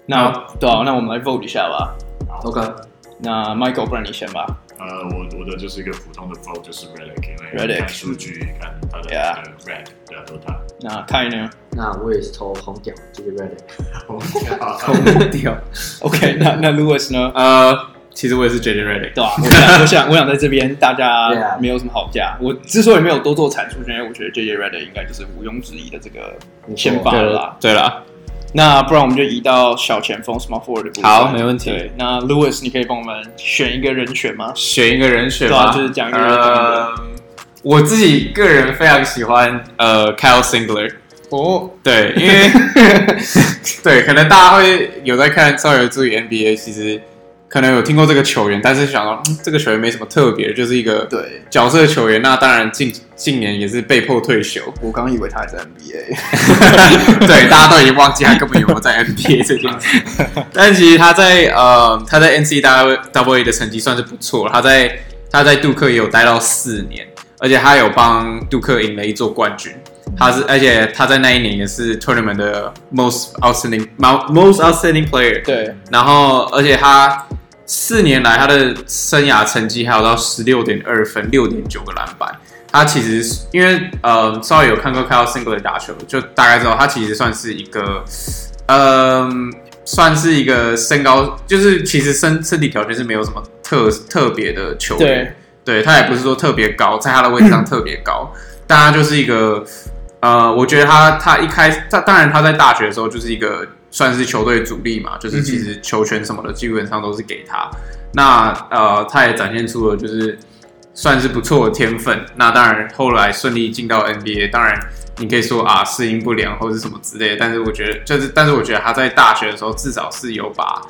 Speaker 1: 那对啊，那我们来 vote 一下吧。
Speaker 2: OK，
Speaker 1: 那 Michael，不然你先吧。
Speaker 4: 呃，我我的就是一个普通的 flow，就是 Relic，因为
Speaker 1: Redick
Speaker 4: 看数据，看他的
Speaker 1: Yeah
Speaker 4: 他的 rap，对啊，都他。
Speaker 1: 那 Kai 呢
Speaker 2: 那我也是投红点，就是 Reddit。
Speaker 1: 哦
Speaker 5: 掉。
Speaker 1: ？OK，那那 Lewis 呢？
Speaker 5: 呃，其实我也是 Jaden Redick，
Speaker 1: 对吧、我想，我想，我想在这边大家
Speaker 5: 啊
Speaker 2: Yeah
Speaker 1: 没有什么好价。我之所以没有多做阐述，是因为我觉得 JJ Redick 应该就是毋庸置疑的这个先发了啦。
Speaker 5: 对了，
Speaker 1: 那不然我们就移到小前锋 small forward 的部分。
Speaker 5: 好没问题
Speaker 1: 对，那 Lewis，你可以帮我们选一个人选吗？
Speaker 5: 选一个人选
Speaker 1: 对啊
Speaker 5: 吧，
Speaker 1: 就是讲一个人选
Speaker 5: 呃，我自己个人非常喜欢呃 Kyle Singler。
Speaker 1: 哦，
Speaker 5: 对，因为对，可能大家会有在看，稍微有注意 NBA，其实可能有听过这个球员，但是想到、嗯、这个球员没什么特别，就是一个
Speaker 1: 对，
Speaker 5: 角色球员。那当然近近年也是被迫退休，
Speaker 1: 我刚以为他还在 NBA。
Speaker 5: 对，大家都已经忘记他根本有没有在 NBA 这件事。但其实他在呃他在 NCAA 的成绩算是不错了，他在他在杜克也有待到四年，而且他有帮杜克赢了一座冠军。他是，而且他在那一年也是 tournament 的 most outstanding mo- most outstanding player。
Speaker 1: 对，
Speaker 5: 然后而且他四年来他的生涯成绩还有到十六点二分、六点九个篮板。他其实是因为呃，稍微有看过 Kyle Singler 打球，就大概知道他其实算是一个，嗯、算是一个身高，就是其实身身体条件是没有什么特特别的球员，对他也不是说特别高，在他的位置上特别高，但他就是一个呃，我觉得他他一开他当然他在大学的时候就是一个算是球队主力嘛，就是其实球权什么的基本上都是给他。那呃，他也展现出了就是算是不错的天分。那当然后来顺利进到 NBA，当然你可以说啊适应不良或是什么之类的，但是我觉得就是，但是我觉得他在大学的时候至少是有把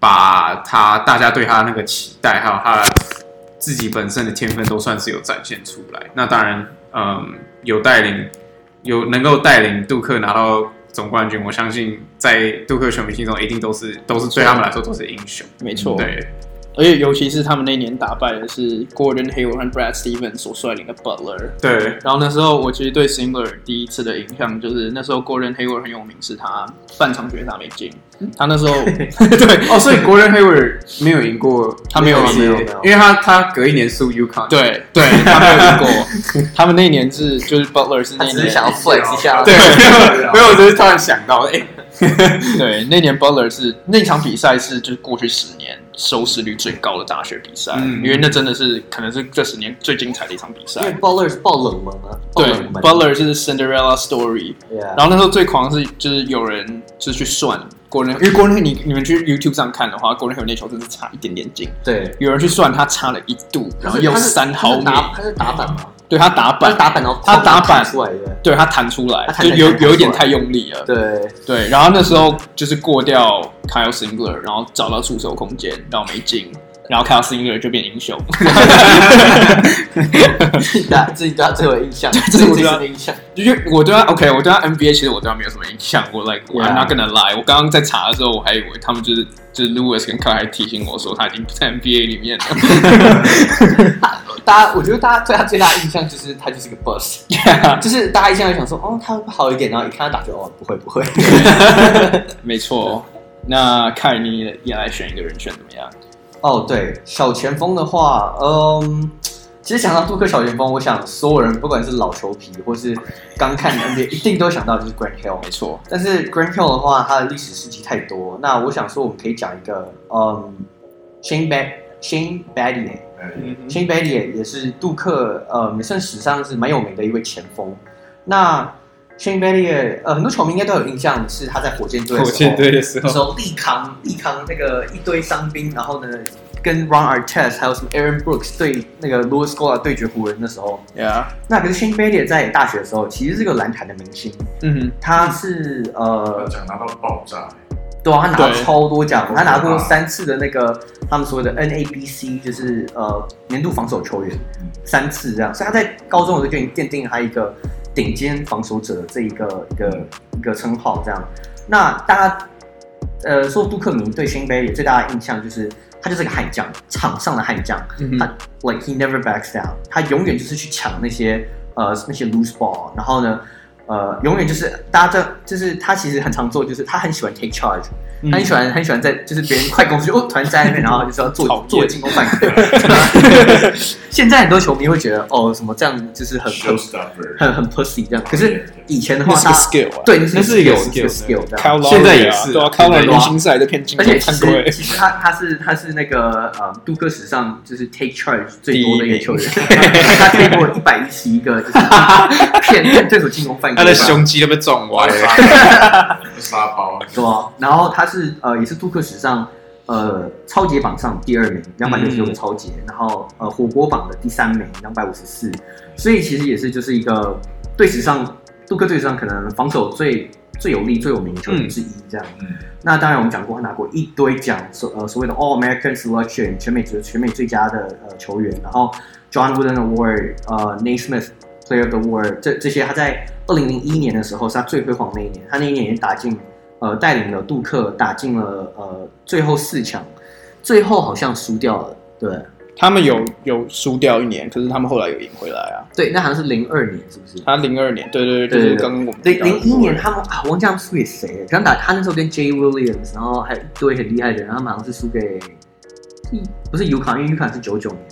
Speaker 5: 把他大家对他那个期待，还有他自己本身的天分都算是有展现出来。那当然，嗯，有带领，有能够带领杜克拿到总冠军，我相信在杜克球迷心中一定都是都是对他们来说都是英雄。
Speaker 1: 没错。
Speaker 5: 对，
Speaker 1: 而且尤其是他们那年打败的是 Gordon Hayward 和 Brad Stevens 所率领的 Butler。
Speaker 5: 对，
Speaker 1: 然后那时候我其实对 Singler 第一次的影响就是那时候 Gordon Hayward 很有名，是他半场绝杀没进。
Speaker 2: 嗯
Speaker 1: 他 那时候 对
Speaker 5: 哦，所以国人黑尔没有赢 过，
Speaker 1: 他没有
Speaker 2: 没有没有
Speaker 5: 因为他他隔一年输 UConn。
Speaker 1: 对对，他没有赢 过。他们那年是就是 Butler 是那
Speaker 2: 他
Speaker 1: 年
Speaker 2: 只是想要 flex 一下。
Speaker 5: 对，没有，我只是突然想到，哎、
Speaker 1: 对那年 Butler 是那场比赛是就是过去十年收视率最高的大学比赛，
Speaker 5: 嗯
Speaker 1: 因为那真的是可能是这十年最精彩的一场比
Speaker 2: 因为
Speaker 1: 赛。
Speaker 2: Butler 是爆冷门嘛，爆
Speaker 1: 对
Speaker 2: 冷门。
Speaker 1: ，Butler 是 Cinderella Story，
Speaker 2: Yeah，
Speaker 1: 然后那时候最狂的是，就是有人就是去算国人，因为国人你你们去 YouTube 上看的话，国人有那球真是差一点点进，
Speaker 2: 对。
Speaker 1: 有人去算他差了一度，然后
Speaker 2: 他是
Speaker 1: 又
Speaker 2: 他是
Speaker 1: 三毫
Speaker 2: 他是
Speaker 1: 米，
Speaker 2: 打他是打板嘛，
Speaker 1: 对他打
Speaker 2: 他是
Speaker 1: 板，
Speaker 2: 打板然后
Speaker 1: 他打板
Speaker 2: 空出来的。
Speaker 1: 对他弹出来
Speaker 2: 他，弹
Speaker 1: 就有
Speaker 2: 弹出来
Speaker 1: 有一点太用力了，
Speaker 2: 对，
Speaker 1: 对。然后那时候就是过掉 Kyle Singler，然后找到出手空间，然后没进，然后 Kyle Singler 就变英雄，
Speaker 2: 自己打自己对他最有印象，
Speaker 1: 这是我
Speaker 2: 最
Speaker 1: 知道
Speaker 2: 深的印象。
Speaker 1: 因为我对他 OK，我对他 NBA 其实我对他没有什么印象。我 like
Speaker 2: Yeah.
Speaker 1: I'm not gonna lie，我刚刚在查的时候，我还以为他们就是就是 Lewis 跟 Kai 还提醒我说他已经不在 NBA 里面了。
Speaker 2: 大家我觉得大家对他最大的印象就是他就是个 bust，就 是大家印象就想说哦他会不会好一点，然后一看他打球哦不会不会，
Speaker 1: 没错。那看你也来选一个人选怎么样？
Speaker 2: 哦，对，小前锋的话，嗯，其实想到杜克小前锋，我想所有人不管是老球皮或是刚看 NBA，一定都想到就是 Grant Hill。
Speaker 1: 没错，
Speaker 2: 但是 Grant Hill 的话，他的历史事迹太多，那我想说我们可以讲一个，嗯，Shane Bad Shane Battier。Shane
Speaker 5: 嗯
Speaker 2: Battier 也是杜克，呃，也算史上是蛮有名的一位前锋。那 Shane Battier，呃，很多球迷应该都有印象，是他在火箭队的时
Speaker 5: 火
Speaker 2: 候，
Speaker 5: 箭队的时
Speaker 1: 哦
Speaker 2: 那时
Speaker 5: 候，
Speaker 2: 候力扛力扛那个一堆伤兵，然后呢，跟 Ron Artest 还有什么 Aaron Brooks 对那个 Louis Scola 对决湖人的时候，
Speaker 1: 呀，
Speaker 2: 那可是 Shane Battier 在大学的时候其实是个篮坛的明星，
Speaker 1: 嗯
Speaker 2: 他是呃，
Speaker 4: 讲拿到爆炸，
Speaker 2: 对啊，他拿了
Speaker 1: 对
Speaker 2: 超多奖，他拿过
Speaker 4: 哇
Speaker 2: 三次的那个他们所谓的 NABC，就是呃年度防守球员
Speaker 4: 嗯，
Speaker 2: 三次这样，所以他在高中的时候就已经奠定了他一个顶尖防守者的这一个一个一个称号这样。那大家呃说杜克明对辛贝里最大的印象就是他就是个悍将，场上的悍将，
Speaker 1: 嗯
Speaker 2: 他 like he never backs down，他永远就是去抢那些呃那些 loose ball，然后呢呃永远就是大家这就是他其实很常做，就是他很喜欢 take charge，、
Speaker 1: 嗯
Speaker 2: 他很喜欢很喜欢在就是别人快攻就哦突然站在那边，然后就是要
Speaker 1: 讨厌
Speaker 2: 做做进攻犯规。 现在很多球迷会觉得哦什么这样就是很
Speaker 4: showstopper，
Speaker 2: 很很很 pussy 这样，可是以前的话
Speaker 1: 那是
Speaker 2: 他
Speaker 1: 个 skill 啊
Speaker 2: 对那
Speaker 5: 那
Speaker 2: 是
Speaker 5: 是
Speaker 2: 一
Speaker 5: 一
Speaker 2: 个
Speaker 5: 个
Speaker 2: skill，
Speaker 5: skill
Speaker 2: 一个 skill 这样。
Speaker 1: ，Kyle Lowry
Speaker 5: 现在也是
Speaker 1: 啊对啊，Kyle
Speaker 5: 对
Speaker 1: Lowry 明星赛在骗进
Speaker 2: 而
Speaker 1: 攻
Speaker 2: 且其
Speaker 1: 犯规
Speaker 2: 实，其实他他是他是那个呃杜克史上就是 take charge 最多的一个球员， 他 take 过一百一十一个，就是骗骗对手进攻犯规，
Speaker 5: 他的胸肌都被撞歪了。
Speaker 4: 沙包，
Speaker 2: 对啊，然后他是呃也是杜克史上呃超级榜上第二名，两百六十六个超级，然后呃火锅榜的第三名，两百五十四，所以其实也是就是一个队史上杜克队史上可能防守最最有力、最有名的球员之一这样。
Speaker 4: 嗯
Speaker 2: 那当然我们讲过，他拿过一堆奖，所呃所谓的 All American Selection 全美最全美最佳的呃球员，然后 John Wooden Award 呃 Naismith。Player of the World，这这些他在二零零一年的时候是他最辉煌那一年，他那一年也打进呃带领了杜克打进了呃最后四强，最后好像输掉了，对
Speaker 1: 他们有有输掉一年，可是他们后来有赢回来啊。
Speaker 2: 对，那好像是零二年是不是？
Speaker 1: 他零二年，对对对，就
Speaker 2: 对
Speaker 1: 是刚刚我们
Speaker 2: 零零一年他们啊，我忘记他们输给谁了，他们打他那时候跟 J Williams，然后还有一堆很厉害的人，他们好像是输给。不是 U 卡，因为 U 卡是九九年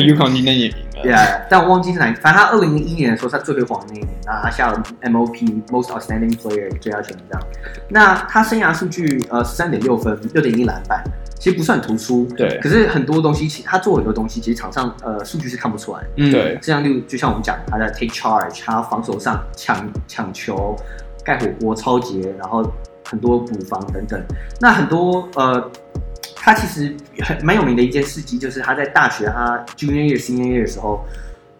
Speaker 1: u c o n 今天也赢了，
Speaker 2: ，Yeah，但我忘记是哪一，反正他二零零一年的时候是他最辉煌的那一年，然后他下了 MOP Most Outstanding Player 最佳球员这样。那他生涯数据呃十三点六分，六点一篮板，其实不算突出，
Speaker 1: 对
Speaker 2: 可是很多东西，其他做很多东西，其实场上呃数据是看不出来的。
Speaker 5: 嗯，
Speaker 1: 对，
Speaker 2: 这样就就像我们讲，他在 take charge，他防守上抢抢球、盖火锅、超节，然后很多补防等等。那很多呃，他其实很蛮有名的一件事迹，就是他在大学他 junior year、senior year 的时候，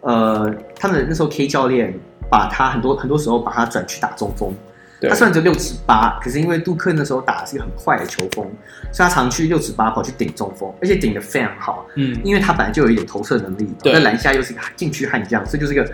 Speaker 2: 呃，他们那时候 K 教练把他很多很多时候把他转去打中锋。
Speaker 1: 对
Speaker 2: 他虽然只有六尺八，可是因为杜克那时候打的是一个很快的球风，所以他常去六尺八跑去顶中锋，而且顶的非常好。
Speaker 5: 嗯，
Speaker 2: 因为他本来就有一点投射能力，
Speaker 1: 对
Speaker 2: 在篮下又是一个禁区悍将，所以就是一个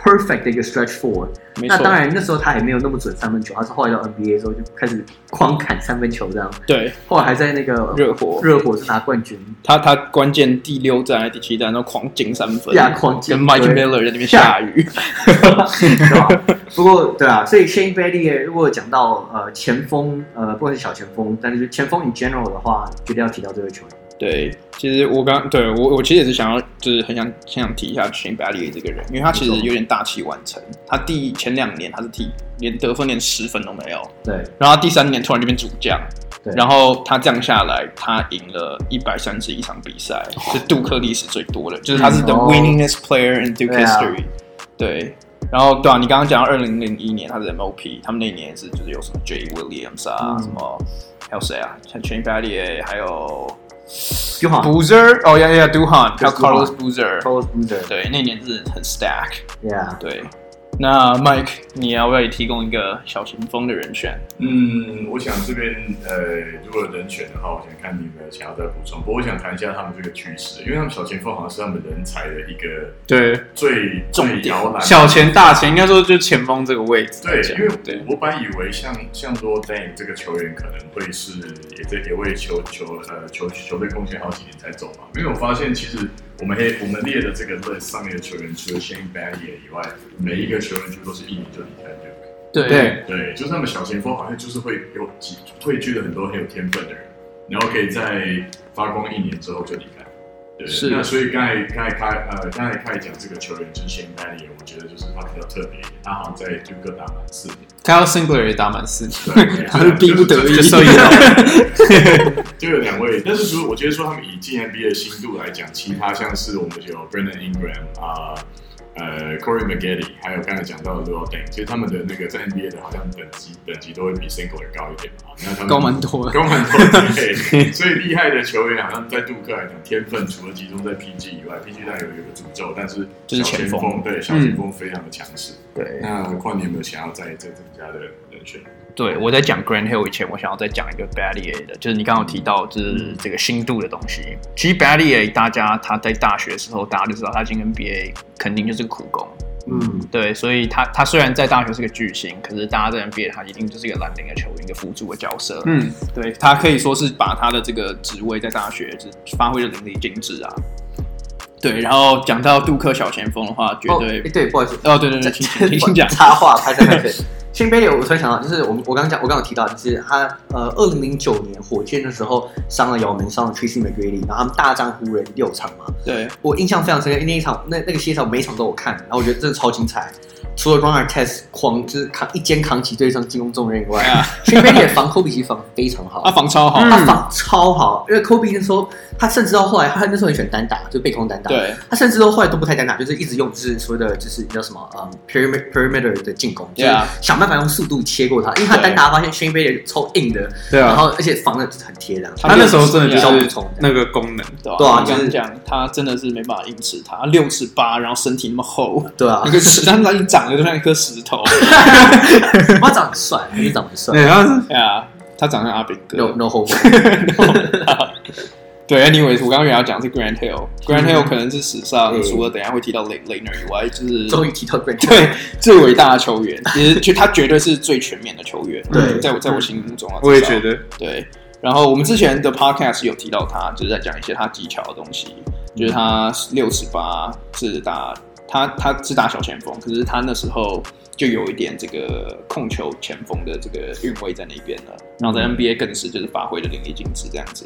Speaker 2: perfect 的一个 stretch four。
Speaker 1: 没
Speaker 2: 那
Speaker 1: 错，
Speaker 2: 当然那时候他还没有那么准三分球，他是后来到 NBA 之后就开始狂砍三分球这样，
Speaker 1: 对
Speaker 2: 后来还在那个
Speaker 1: 热火，
Speaker 2: 热火是拿冠军，
Speaker 1: 他他关键第六站还是第七站都狂进三分，
Speaker 2: 呀狂进
Speaker 1: 跟 Mike
Speaker 2: 对
Speaker 1: Miller 在那边下雨，
Speaker 2: 对吧？不过对啊，所以 Shane Battier 如果讲到呃前锋，呃不管是小前锋，但是前锋 in general 的话，绝对要提到这位球员。
Speaker 1: 对，其实我刚对我我其实也是想要，就是很想很想提一下 Shane Bailey 这个人，因为他其实有点大器晚成。他第前两年他是替连得分连十分都没有，
Speaker 2: 对
Speaker 1: 然后他第三年突然就变主将
Speaker 2: 对，
Speaker 1: 然后他这样下来，他赢了一百三十一场比赛， 是杜克历史最多的，就是他是 the
Speaker 2: 哦
Speaker 1: winningest player in Duke
Speaker 2: 对啊
Speaker 1: history。对，然后对啊，你刚刚讲到二零零一年他是 MOP，他们那一年是就是有什么 J Williams 啊，
Speaker 2: 嗯
Speaker 1: 什么还有谁啊，像 Shane Bailey，还有。
Speaker 2: 就好
Speaker 1: Boozer，哦呀呀，Duhan，还有
Speaker 2: Chris
Speaker 1: Carlos Boozer，
Speaker 2: ，Charles Boozer，
Speaker 1: 对，那年是很 stack。
Speaker 2: ，Yeah，
Speaker 1: 对，那 Mike，你要不要也提供一个小前锋的人选？
Speaker 4: 嗯，我想这边呃，如果有人选的话，我想看你有没有想要再补充。不过我想谈一下他们这个趋势，因为他们小前锋好像是他们人才的一个
Speaker 5: 对，
Speaker 4: 最
Speaker 1: 重
Speaker 4: 最
Speaker 1: 点
Speaker 4: 摇篮的
Speaker 5: 小前大前应该说就前锋这个位置来
Speaker 4: 对，
Speaker 5: 讲。
Speaker 4: 因为
Speaker 5: 对
Speaker 4: 我本来以为像像说 Dan 这个球员可能会是也在也为球球呃球球队贡献好几年才走嘛，没有我发现其实我们黑我 们列的这个 list 上面的球员，除了 Shane Battier 以外，每一个球员几乎都是一年就离开 Duke。
Speaker 3: 对
Speaker 5: 对，
Speaker 4: 对，就是他们小前锋好像就是会有几汇聚了很多很有天分的人，然后可以在发光一年之后就离开。对，
Speaker 3: 是
Speaker 4: 那所以刚才刚才开呃刚才开讲这个球员就是 Shane Battier，我觉得就是他比较特别一点，他好像在 Duke 打满四年。
Speaker 5: Kyle Singler 也打满四年，
Speaker 4: 对，
Speaker 2: 还是逼不得已
Speaker 5: 就受益了。
Speaker 4: 就有两位，但是说我觉得说他们以进 NBA 的新度来讲，其他像是我们有 Brandon Ingram 啊、呃 Corey McGaddy，还有刚才讲到的 Luol Deng，其实他们的那个在 NBA 的好像等级等级都会比 Single 高一点啊，那他们
Speaker 3: 高蛮多的。
Speaker 4: 高蛮多对，所以厉害的球员好像在杜克来讲，天分除了集中在 PG 以外，PG 当然有一个诅咒，但是
Speaker 3: 就是
Speaker 4: 小
Speaker 3: 前
Speaker 4: 前
Speaker 3: 锋嗯
Speaker 4: 对小前锋非常的强势。
Speaker 3: 对
Speaker 4: 那况你有没有想要再再增加的人 选？
Speaker 3: 对，我在讲 Grand Hill 以前，我想要再讲一个 b a d l i e 的，就是你刚刚有提到就是这个新度的东西。其实 b a d l i e 大家他在大学的时候，大家就知道他进 NBA 肯定就是苦工。
Speaker 2: 嗯，
Speaker 3: 对，所以他他虽然在大学是个巨星，可是大家在 NBA 他一定就是一个蓝领的球员，一个辅助的角色。
Speaker 5: 嗯，
Speaker 1: 对他可以说是把他的这个职位在大学就是发挥的淋漓尽致啊。对，然后讲到杜克小前锋的话，绝
Speaker 2: 哦，
Speaker 1: 对
Speaker 2: 诶对，不好意思，
Speaker 1: 哦对对对，请请请请讲。
Speaker 2: 插话拍摄拍摄。 新贝利，我突然想到，啊就是我们我刚刚讲，我刚刚有提到，就是他呃，二零零九年火箭的时候伤了姚明，伤了 Tracy McGrady，然后他们大战湖人六场嘛，
Speaker 1: 对，
Speaker 2: 我印象非常深刻，那一场那那个系列赛我每一场都有看，然后我觉得真的超精彩。除了 Runner Test 狂就是扛一肩扛起对方进攻重任以外，新贝利的防科比其实防非常好，
Speaker 1: 他防超好，
Speaker 2: 嗯
Speaker 1: 啊
Speaker 2: 他防超好，因为 Kobe 那时候他甚至到后来他那时候很喜欢单打，就背空单打，
Speaker 1: 对
Speaker 2: 他甚至都后来都不太单打，就是一直用就是所谓的就是叫什么嗯 perimeter perimeter 的进攻，就是
Speaker 1: Yeah
Speaker 2: 想办法用速度切过他，因为他
Speaker 1: 对
Speaker 2: 单打发现 Shane b a y 超硬的，
Speaker 5: 对啊
Speaker 2: 然后而且防的很贴的，
Speaker 5: 他那时候真的就
Speaker 2: 小补
Speaker 5: 是
Speaker 2: 充
Speaker 5: 那个功能，
Speaker 1: 对吧、
Speaker 2: 对啊
Speaker 1: 你刚
Speaker 2: 就是
Speaker 1: 刚讲他真的是没办法硬吃他，六尺八，然后身体那么厚，
Speaker 2: 对啊
Speaker 1: 一，个石，他一长得就像一颗石 头。
Speaker 2: 他长得很帅，他长得很帅
Speaker 5: 对，然后是
Speaker 1: 对啊，他长得像阿炳哥。
Speaker 2: ，no no homo，
Speaker 1: 对，anyways，我刚刚原来要讲的是 Grand Hill，Grand Hill 可能是史上
Speaker 2: 嗯
Speaker 1: 除了等一下会提到 Late Laner 以外，就是
Speaker 2: 终于提到 Grant，
Speaker 1: 对最伟大的球员，也是就他绝对是最全面的球员。
Speaker 2: 对
Speaker 1: 在我在我心目中啊，
Speaker 5: 我也
Speaker 1: 至少
Speaker 5: 觉得，
Speaker 1: 对。然后我们之前的 podcast 有提到他，就是在讲一些他技巧的东西，就是他六尺八是打他他是打小前锋，可是他那时候就有一点这个控球前锋的这个韵味在那边了，然后在 NBA 更是就是发挥的淋漓尽致这样子。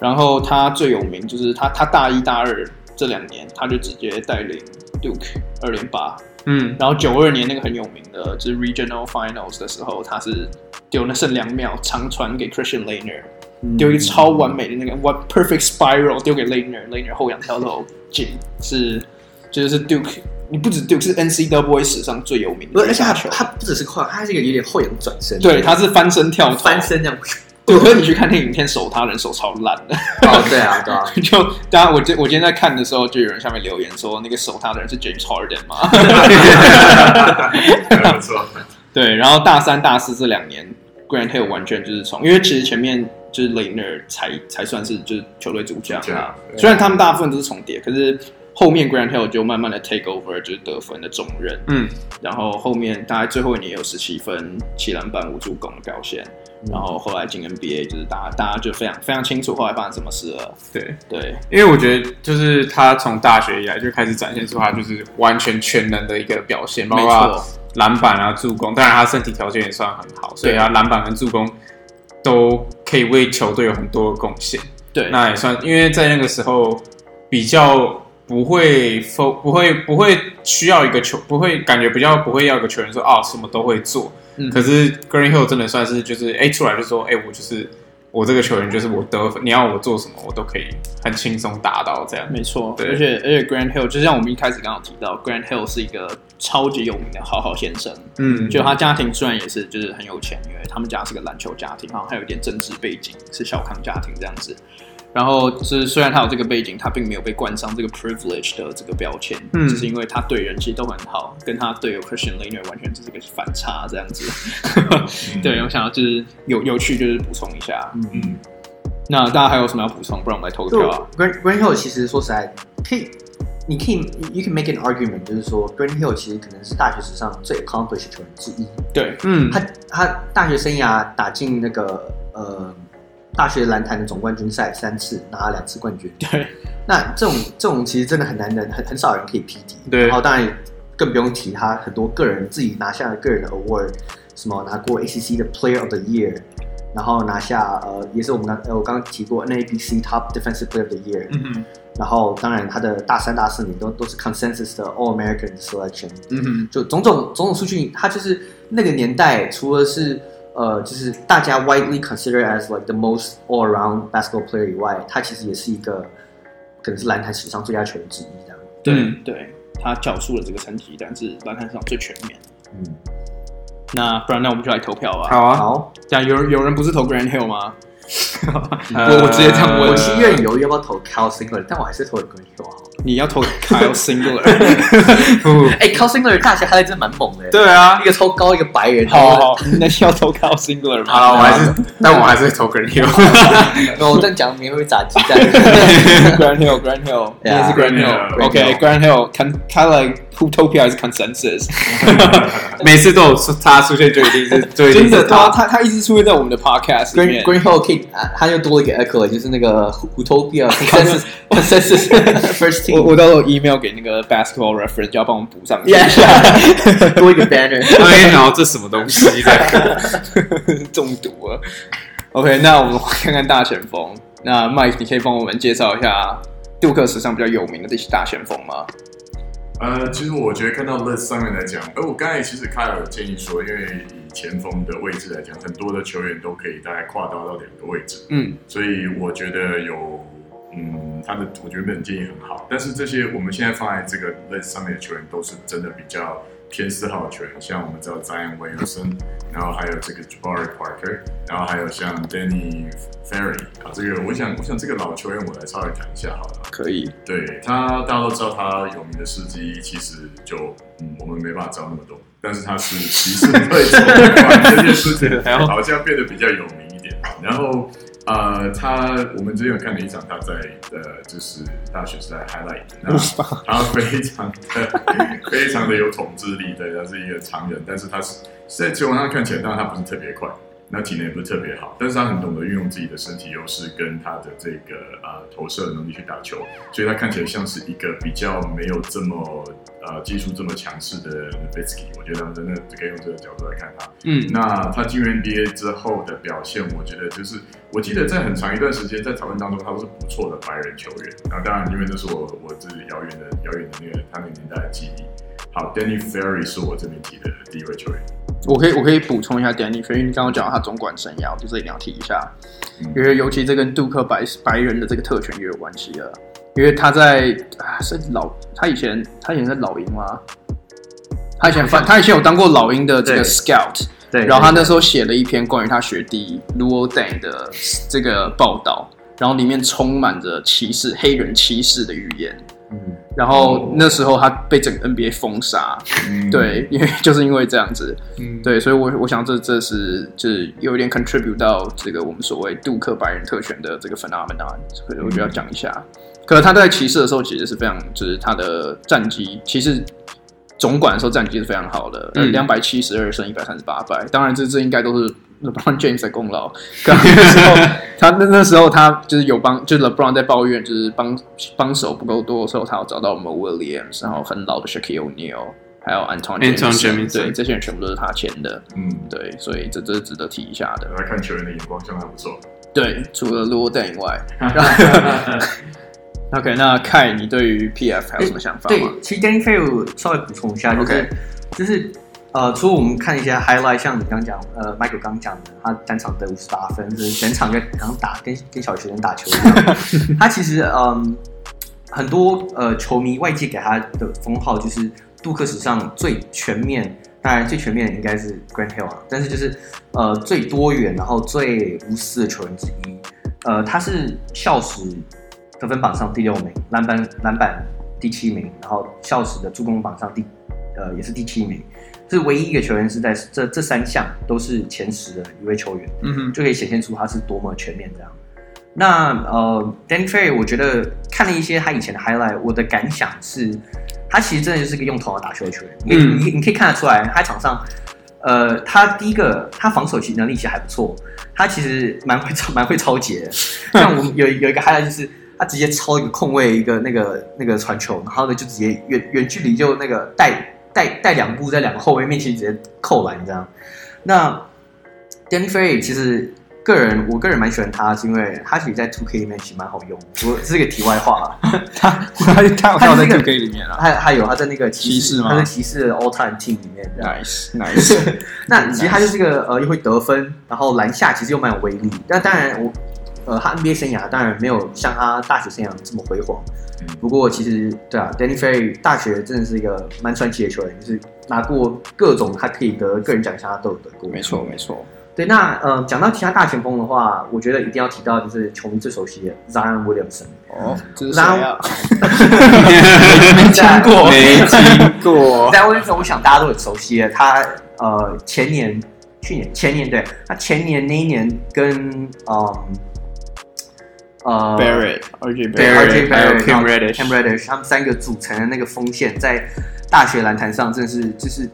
Speaker 1: 然后他最有名就是他他大一大二这两年，他就直接带领 Duke 二连霸
Speaker 5: 嗯，
Speaker 1: 然后九二年那个很有名的，就是 Regional Finals 的时候，他是丢那剩两秒长传给 Christian Laner，丢
Speaker 2: 嗯
Speaker 1: 一个超完美的那个 One Perfect Spiral 丢给 Laner，Laner 后仰跳投进，是就是 Duke，你不止 Duke 是 NCAA 史上最有名
Speaker 2: 不
Speaker 1: 的
Speaker 2: 是，而
Speaker 1: 一
Speaker 2: 且
Speaker 1: 杀
Speaker 2: 他
Speaker 1: 球，
Speaker 2: 他不只是快，他还是一个有点后仰转身，
Speaker 1: 对，他是翻身跳投
Speaker 2: 翻，身这样，
Speaker 1: 对，可是你去看那个影片，手他人手超烂的。
Speaker 2: 哦对 啊对啊，
Speaker 1: 就大家，我今我今天在看的时候，就有人下面留言说，那个手他的人是 James Harden 吗？
Speaker 4: 还不错。
Speaker 1: 对，然后大三、大四这两年，Grant Hill 完全就是从，因为其实前面就是 Laner 才才算是就是球队主将
Speaker 4: 主将
Speaker 1: 啊。虽然他们大部分都是重叠，可是后面 Grant Hill 就慢慢的 take over 就是得分的重任。
Speaker 5: 嗯，
Speaker 1: 然后后面大概最后一年也有十七分、七篮板、五助攻的表现。然后后来进 NBA，就是大家大家就非常非常清楚后来发生什么事了。
Speaker 5: 对，
Speaker 1: 对，
Speaker 5: 因为我觉得就是他从大学以来就开始展现出他就是完全全能的一个表现，包
Speaker 1: 没
Speaker 5: 括
Speaker 1: 错，
Speaker 5: 篮板啊、助攻，当然他身体条件也算很好，所以
Speaker 1: 对
Speaker 5: 他篮板跟助攻都可以为球队有很多的贡献。
Speaker 1: 对，
Speaker 5: 那也算，因为在那个时候比较不会 fo 不会不会需要一个球，不会感觉比较不会要一个球员说哦什么都会做。
Speaker 1: 嗯
Speaker 5: 可是 Green Hill 真的算是就是哎、出来就说哎、我就是我这个球员就是我得分，你要我做什么我都可以很轻松达到这样。
Speaker 1: 没错，
Speaker 5: 对
Speaker 1: 而且而且 Grant Hill 就像我们一开始刚刚有提到，Grant Hill 是一个超级有名的好好先生。
Speaker 5: 嗯，
Speaker 1: 就他家庭虽然也是就是很有钱，因为他们家是个篮球家庭，然后还有一点政治背景，是小康家庭这样子。然后就是虽然他有这个背景，他并没有被冠上这个 privilege 的这个标签，
Speaker 5: 嗯
Speaker 1: 只是因为他对人其实都很好，跟他队友 Christian Laner 完全就是个反差这样子。 对，我想要就是有有趣就是补充一下。
Speaker 4: 嗯，
Speaker 1: 那大家还有什么要补充？不然我们来投个
Speaker 2: 就
Speaker 1: 票啊。
Speaker 2: Grant Grant Hill 其实说实在，可以，你可以，you can make an argument，就是说 Grant Hill 其实可能是大学史上最 accomplished 的球员之一。
Speaker 1: 对，
Speaker 5: 嗯
Speaker 2: 他他大学生涯打进那个呃大学篮坛的总冠军赛三次，拿了两次冠军。
Speaker 1: 对，
Speaker 2: 那这种这种其实真的很难的，很很少人可以匹敌。
Speaker 5: 对
Speaker 2: 然后当然更不用提他很多个人自己拿下的个人的 award，什么拿过 ACC 的 Player of the Year，然后拿下呃也是我们刚呃我刚刚提过 NABC Top Defensive Player of the Year，、
Speaker 5: 嗯哼，
Speaker 2: 然后当然他的大三大四年都都是 consensus 的 All American selection，
Speaker 5: 嗯哼，
Speaker 2: 就种种种种数据，它就是那个年代，除了是呃，就是大家 widely considered as like the most all around basketball player 以外，他其实也是一个可能是篮坛史上最佳球员之一这样。
Speaker 1: 对
Speaker 5: 嗯
Speaker 1: 对，他缴出了这个成绩，但是篮坛上最全面。
Speaker 2: 嗯，
Speaker 1: 那不然那我们就来投票吧。
Speaker 5: 好啊，
Speaker 2: 好，
Speaker 1: 这样有有人不是投 Grand Hill 吗？
Speaker 5: 呃
Speaker 1: 啊我我直接这样问
Speaker 2: 我七月犹豫要不要投 Cal Singler，但我还是投了 g r e n 好了。
Speaker 1: 你要投 Kyle Singler？
Speaker 2: 哎、c a l Singler 大学还真蛮猛 的，，
Speaker 5: 对啊
Speaker 2: 一，个超高，一个白人。
Speaker 1: 好好，那要投 Kyle Singler
Speaker 5: 好
Speaker 1: 吗？
Speaker 5: 了，我还是，但我还是投 Green Hill。
Speaker 2: 然后我这样讲，你会不会砸鸡 蛋？
Speaker 1: Grand Hill Grand Hill，你
Speaker 2: Yeah
Speaker 1: 也是 Grand
Speaker 4: Grand
Speaker 1: Hill。
Speaker 4: Hill
Speaker 1: OK Grand Hill，看看来 Utopia 还是 Consensus，
Speaker 5: 每次都有他出现，就一定是，就一定
Speaker 1: 真的
Speaker 5: 是
Speaker 1: 他
Speaker 5: 他。
Speaker 1: 他他一直出现在我们的 Podcast 里
Speaker 2: Green
Speaker 1: 面。
Speaker 2: Green Hill King，啊，他又多了一个 echo，就是那个 Utopia consensus consensus first
Speaker 1: 我
Speaker 2: team，
Speaker 1: 我到时候 email 给那个 Basketball Reference，就要帮我们补上去。
Speaker 2: Yeah 多一个 banner。
Speaker 5: 他也想到这什么东西的？
Speaker 1: 中毒了。OK，那我们看看大前锋。那 Mike，你可以帮我们介绍一下杜克史上比较有名的这些大前锋吗？
Speaker 4: 呃，其实我觉得看到 list 上面来讲，而我刚才其实凯尔有建议说，因为以前锋的位置来讲，很多的球员都可以大概跨到到两个位置，
Speaker 1: 嗯，
Speaker 4: 所以我觉得有，嗯，他的我觉得本建议很好，但是这些我们现在放在这个 list 上面的球员都是真的比较偏四号球员，像我们知道 Zion Williamson，然后还有这个 Jabari Parker，然后还有像 Danny Ferry 啊，这个我想我想这个老球员我来稍微谈一下好了。
Speaker 1: 可以。
Speaker 4: 对他，大家都知道他有名的事迹，其实就嗯，我们没办法知道那么多。但是他是骑士队总管这件事情，好像变得比较有名一点。然后呃，他我们之前有看了一场他在呃，就是大学时代 highlight，那 他非常的非常的有统治力，对，他是一个常人，但是他是在球场上看起来，当然他不是特别快，那体能也不是特别好，但是他很懂得运用自己的身体优势跟他的这个呃投射能力去打球，所以他看起来像是一个比较没有这么呃技术这么强势的 Nowitzki，我觉得真的可以用这个角度来看他。
Speaker 1: 嗯
Speaker 4: 那他进入 NBA 之后的表现，我觉得就是，我记得在很长一段时间在讨论当中，他都是不错的白人球员。那当然，因为这是我我自己遥远的遥远的那个他那个年代的记忆。好，Danny Ferry 是我这边提的第一位球员。
Speaker 1: 我可以我可以补充一下 Danny，因为你刚刚讲到他总管生涯，我就这里一定要提一下，
Speaker 4: 嗯
Speaker 1: 因为尤其这跟杜克白白人的这个特权也有关系了。因为他在啊是老，他以前他以前在老鹰吗？他以前反他以前有当过老鹰的这个
Speaker 3: 对
Speaker 1: scout，
Speaker 3: 对，
Speaker 1: 然后他那时候写了一篇关于他学弟 l u o d a n 的这个报道，然后里面充满着歧视黑人歧视的语言。
Speaker 2: 嗯，
Speaker 1: 然后那时候他被整个 NBA 封杀，
Speaker 4: 嗯，
Speaker 1: 对，因为就是因为这样子，
Speaker 5: 嗯，
Speaker 1: 对，所以我我想这这是就是有一点 contribute 到这个我们所谓杜克白人特权的这个 phenomenon，所以我就
Speaker 5: 嗯
Speaker 1: 要讲一下。可是他在骑士的时候其实是非常，就是他的战绩其实。总管的时候战绩是非常好的，呃
Speaker 5: 嗯
Speaker 1: 两百七十二胜一百三十八败。当然这，这应该都是 LeBron James 的功劳。可那时 候他那那时候他就是有帮，就是 LeBron 在抱怨，就是帮帮手不够多的时候，他有找到 Mo Williams，然后很老的 Shaquille O'Neal，还有 Anton
Speaker 5: Anton Jameson
Speaker 1: 对，这些人全部都是他签的。
Speaker 4: 嗯，
Speaker 1: 对，所以这这是值得提一下的。
Speaker 4: 来看球员的眼光相当不错。
Speaker 1: 对，除了 l u o d a n 以外 ，OK，那凯，你对于 PF 还有什么想法
Speaker 2: 对
Speaker 1: 吗？，
Speaker 2: 其实 Danny Ferry 我稍微补充一下，就是
Speaker 1: OK
Speaker 2: 就是呃，除了我们看一些 highlight，像你刚讲，呃，Michael 刚讲的，他单场得五十八分，就是整场跟好像打跟跟小学生打球一样。 他其实嗯，很多呃球迷外界给他的封号就是杜克史上最全面，当然最全面的应该是 Grant Hill 啊，但是就是呃最多元，然后最无私的球员之一。呃，他是校史得分榜上第六名，篮板篮板第七名，然后校史的助攻榜上第呃也是第七名，是唯一一个球员是在这这三项都是前十的一位球员，
Speaker 5: 嗯哼，
Speaker 2: 就可以显现出他是多么全面这样。那呃，Dan Ferry，我觉得看了一些他以前的 highlight，我的感想是，他其实真的就是一个用头脑打球的球员。你、
Speaker 5: 嗯
Speaker 2: 你你可以看得出来，他场上呃，他第一个他防守其实能力其实还不错，他其实蛮会抄蛮会抄截的。像我们有有一个 highlight 就是他直接抄一个空位一个那个那个传球，然后呢就直接远远距离就那个带带带两步在两个后卫面前直接扣篮这样。那 Danny Ferry 其实个人我个人蛮喜欢他，是因为他其实在 Two K 里面其实蛮好用。我这是个题外话啊啦。
Speaker 3: 他他他他有在 2K 里
Speaker 1: 啊
Speaker 3: 面了
Speaker 2: 还还有他在那个骑
Speaker 3: 骑士吗哎
Speaker 2: 他在骑士的 All Time Team 里面。啊
Speaker 3: ，nice nice，
Speaker 2: 那其实他就是个呃，又会得分，然后篮下其实又蛮有威力。那当然我呃，他 NBA 生涯当然没有像他大学生涯这么辉煌。
Speaker 3: 嗯
Speaker 2: 不过其实对啊，Danny Ferry 大学真的是一个蛮传奇的球员，就是拿过各种他可以得个人奖项，他都有得 过。
Speaker 1: 没错，没错。
Speaker 2: 对，那呃，讲到其他大前锋的话，我觉得一定要提到就是球迷最熟悉的 Zion Williamson。
Speaker 3: 哦，这是谁
Speaker 2: 然后
Speaker 3: 啊？
Speaker 2: 没听 过
Speaker 1: 没听
Speaker 5: 哦
Speaker 1: 过。
Speaker 2: 在 Williamson，我想大家都很熟悉了。他呃前年、去年、前年对，他前年那一年跟嗯呃
Speaker 1: Barrett、RJ
Speaker 2: 对
Speaker 5: Barrett，
Speaker 2: RJ
Speaker 5: 还有
Speaker 2: Barrett
Speaker 5: Cam
Speaker 2: 然后
Speaker 5: Reddish
Speaker 2: Cam Reddish 他们三个组成的那个锋线，在大学篮坛上真的是就是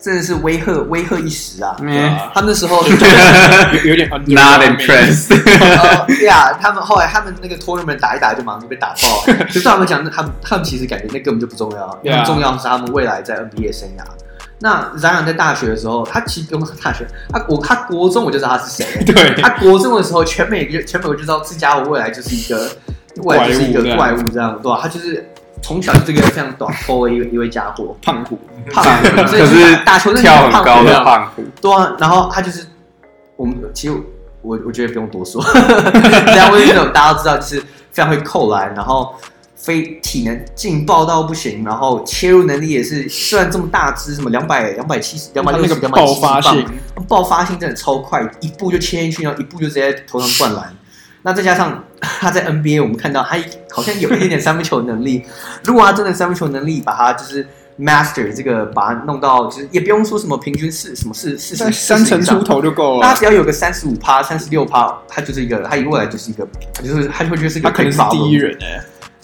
Speaker 2: 真的是威吓威吓一时啊。
Speaker 5: 嗯
Speaker 2: 他们那 时候
Speaker 1: 有有点
Speaker 5: Not impressed。
Speaker 2: 呃，对呀，他们后来他们那个 tournament 打一打就马上就被打爆了，就对他们讲，他们他们其实感觉那根本就不重要，
Speaker 1: Yeah.
Speaker 2: 更重要的是他们未来在 NBA 生涯。那 Zion 在大学的时候，他其实呃不用上大学，他我他国中我就知道他是谁了，
Speaker 1: 对
Speaker 2: 他国中的时候全美就全美我就知道自家伙未来就是一个未来就是一个怪
Speaker 1: 怪
Speaker 2: 物这样，对吧、他就是从小就是一个非常短头的一个一位家伙，
Speaker 1: 胖虎，
Speaker 2: 胖，所以
Speaker 5: 可是
Speaker 2: 打打球真的
Speaker 5: 跳很高
Speaker 2: 胖虎
Speaker 5: 的
Speaker 2: 啊
Speaker 5: 胖虎，
Speaker 2: 对啊，然后他就是我们其实我我觉得不用多说， 但我也种大家都知道，就是非常会扣篮，然后非体能劲爆到不行，然后切入能力也是虽然这么大只，什么两百两百七十两百
Speaker 1: 他
Speaker 2: 六
Speaker 1: 那
Speaker 2: 十
Speaker 1: 个
Speaker 2: 两百
Speaker 1: 爆
Speaker 2: 七十
Speaker 1: 发性
Speaker 2: 磅，，爆发性真的超快，一步就切进去，然后一步就直接投上灌篮。那再加上 他在 NBA，我们看到他好像有一点点三分球能力。 如果他真的三分球能力，把他就是 master 这个，把它弄到就是也不用说什么平均四什么四四
Speaker 1: 在
Speaker 2: 十
Speaker 1: 三成出，头啊就够
Speaker 2: 那
Speaker 1: 了
Speaker 2: 他。只要有个三十五趴、三十六趴，他就是一个，他未来就是一个，他就是他就会觉得是一个
Speaker 1: 他可能是
Speaker 2: big
Speaker 1: 第一
Speaker 2: problem，
Speaker 1: 人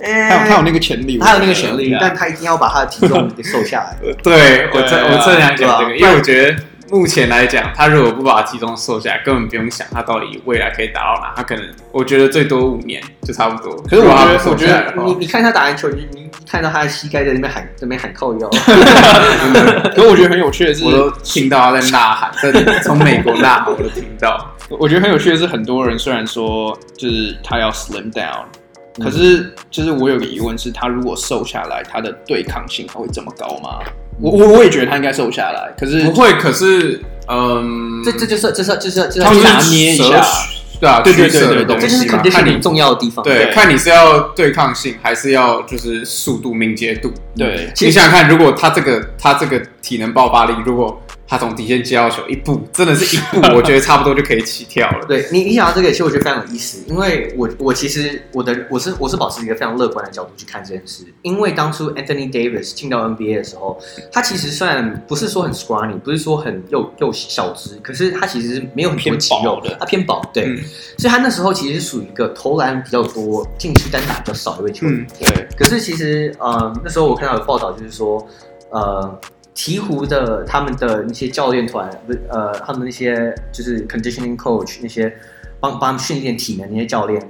Speaker 1: 哎，
Speaker 2: 哎
Speaker 1: 他有他有那个潜力，
Speaker 2: 他有那个潜力
Speaker 1: 对，啊
Speaker 2: 但他一定要把他的体重给瘦下来。
Speaker 5: 对我
Speaker 1: 对
Speaker 5: 正
Speaker 1: 啊
Speaker 5: 我正想
Speaker 2: 对啊
Speaker 5: 讲这个，因为我觉得目前来讲，他如果不把体重瘦下来，根本不用想他到底未来可以达到哪，他可能我觉得最多五年就差不多。
Speaker 1: 可是我觉得
Speaker 5: 如果他不瘦下来的话
Speaker 2: 你你看他打篮球，你你看到他的膝盖在那边喊，在那边喊扣 腰。
Speaker 1: 可是我觉得很有趣的是，
Speaker 5: 我都听到他在呐喊，在从美国呐喊，我都听到。
Speaker 1: 我觉得很有趣的是，很多人虽然说就是他要 slim down，可是就是我有个疑问是，他如果瘦下来，他的对抗性还会这么高吗？我我我也觉得他应该瘦下来，可是
Speaker 5: 不会，可是嗯，
Speaker 2: 这这就是这是这是这
Speaker 1: 他们
Speaker 2: 是
Speaker 1: 拿捏一下，
Speaker 5: 对啊，
Speaker 1: 对对对
Speaker 5: 取舍的
Speaker 1: 对对
Speaker 5: 东
Speaker 2: 这就是
Speaker 5: 西嘛
Speaker 2: condition
Speaker 5: 看你
Speaker 2: 很重要的地方。
Speaker 5: 对，
Speaker 1: 对
Speaker 5: 看你是要对抗性，还是要就是速度、敏捷度。
Speaker 1: 对
Speaker 5: 你想想看，如果他这个他这个体能爆发力，如果他从底线接到球一步，真的是一步，我觉得差不多就可以起跳了。
Speaker 2: 对你，你讲到这个，其实我觉得非常有意思，因为我我其实我的我是我是保持一个非常乐观的角度去看这件事，因为当初 Anthony Davis 进到 NBA 的时候，他其实虽然不是说很 scrawny，不是说很又又小只，可是他其实没有很多
Speaker 1: 偏
Speaker 2: 肌肉
Speaker 1: 薄的
Speaker 2: 他偏薄，对，
Speaker 1: 嗯
Speaker 2: 所以他那时候其实是属于一个投篮比较多、禁区单打比较少的一位球员。
Speaker 5: 嗯，
Speaker 1: 对
Speaker 2: 可是其实，呃，那时候我看到有报道，就是说，呃，鹈鹕的他们的那些教练团，不是呃，他们那些就是 conditioning coach 那些帮帮他们训练体能那些教练，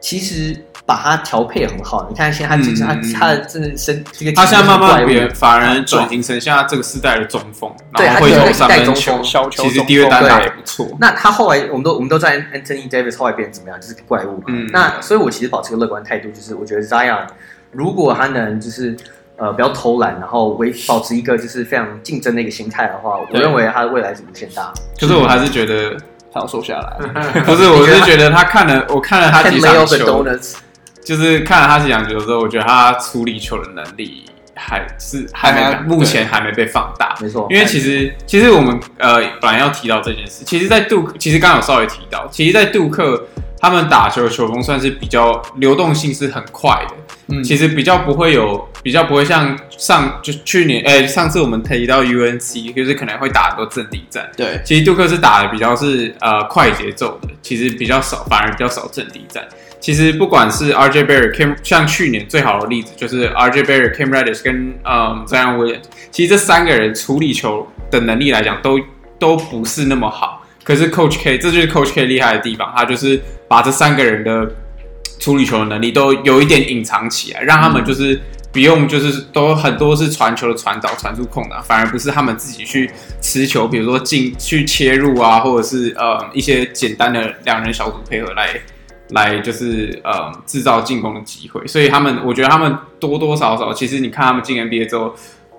Speaker 2: 其实把他调配得很好。你看现在他、
Speaker 5: 嗯
Speaker 2: 他他的真的身这个
Speaker 5: 他现在慢慢
Speaker 2: 变
Speaker 5: 变，反而转型成现在这个时代的中锋，
Speaker 2: 对
Speaker 5: 然后
Speaker 2: 他
Speaker 5: 会
Speaker 2: 就是
Speaker 5: 投
Speaker 2: 在
Speaker 5: 三
Speaker 2: 带
Speaker 5: 分
Speaker 2: 中
Speaker 5: 球
Speaker 2: 锋，
Speaker 1: 削球
Speaker 5: 其实
Speaker 1: 中
Speaker 5: 低位
Speaker 1: 锋
Speaker 5: 单打
Speaker 2: 对
Speaker 5: 也不错。
Speaker 2: 那他后来，我们都我们都知道 Anthony Davis 后来变成怎么样，就是怪物嘛。
Speaker 5: 嗯
Speaker 2: 那所以，我其实保持一个乐观态度，就是我觉得 Zion 如果他能就是呃不要偷懒，然后维保持一个就是非常竞争的一个心态的话，我
Speaker 1: 对
Speaker 2: 认为他的未来是无限大。
Speaker 5: 可是我还是觉得，
Speaker 1: 他要瘦下来，
Speaker 5: 不是，我是觉得他看了，我看了他
Speaker 2: Can
Speaker 5: 几
Speaker 2: lay
Speaker 5: 场
Speaker 2: off the
Speaker 5: 球，
Speaker 2: donuts，
Speaker 5: 就是看了他几场球之后，我觉得他处理球的能力还是还
Speaker 1: 还
Speaker 5: 没
Speaker 1: 没
Speaker 5: 目前还没被放大。
Speaker 2: 没错，
Speaker 5: 因为其实其实我们呃本来要提到这件事，其实，在杜其实刚刚有稍微提到，其实，在杜克他们打球的球风算是比较流动性是很快的，
Speaker 1: 嗯
Speaker 5: 其实比较不会有比较不会像上就去年哎、上次我们提到 UNC 就是可能会打很多阵地战，
Speaker 1: 对
Speaker 5: 其实杜克是打的比较是呃快节奏的，其实比较少，反而比较少阵地战。其实不管是 RJ Barrett、Cam，像去年最好的例子就是 RJ Barrett、Cam Reddish 跟嗯 Zion Williams，其实这三个人处理球的能力来讲，都都不是那么好。可是 Coach K，这就是 Coach K 厉害的地方，他就是把这三个人的处理球的能力都有一点隐藏起来，让他们就是不用就是都很多是传球的传导、传出空档，反而不是他们自己去持球，比如说进去切入啊，或者是呃一些简单的两人小组配合来来就是呃制造进攻的机会。所以他们，我觉得他们多多少少，其实你看他们进 NBA 之后。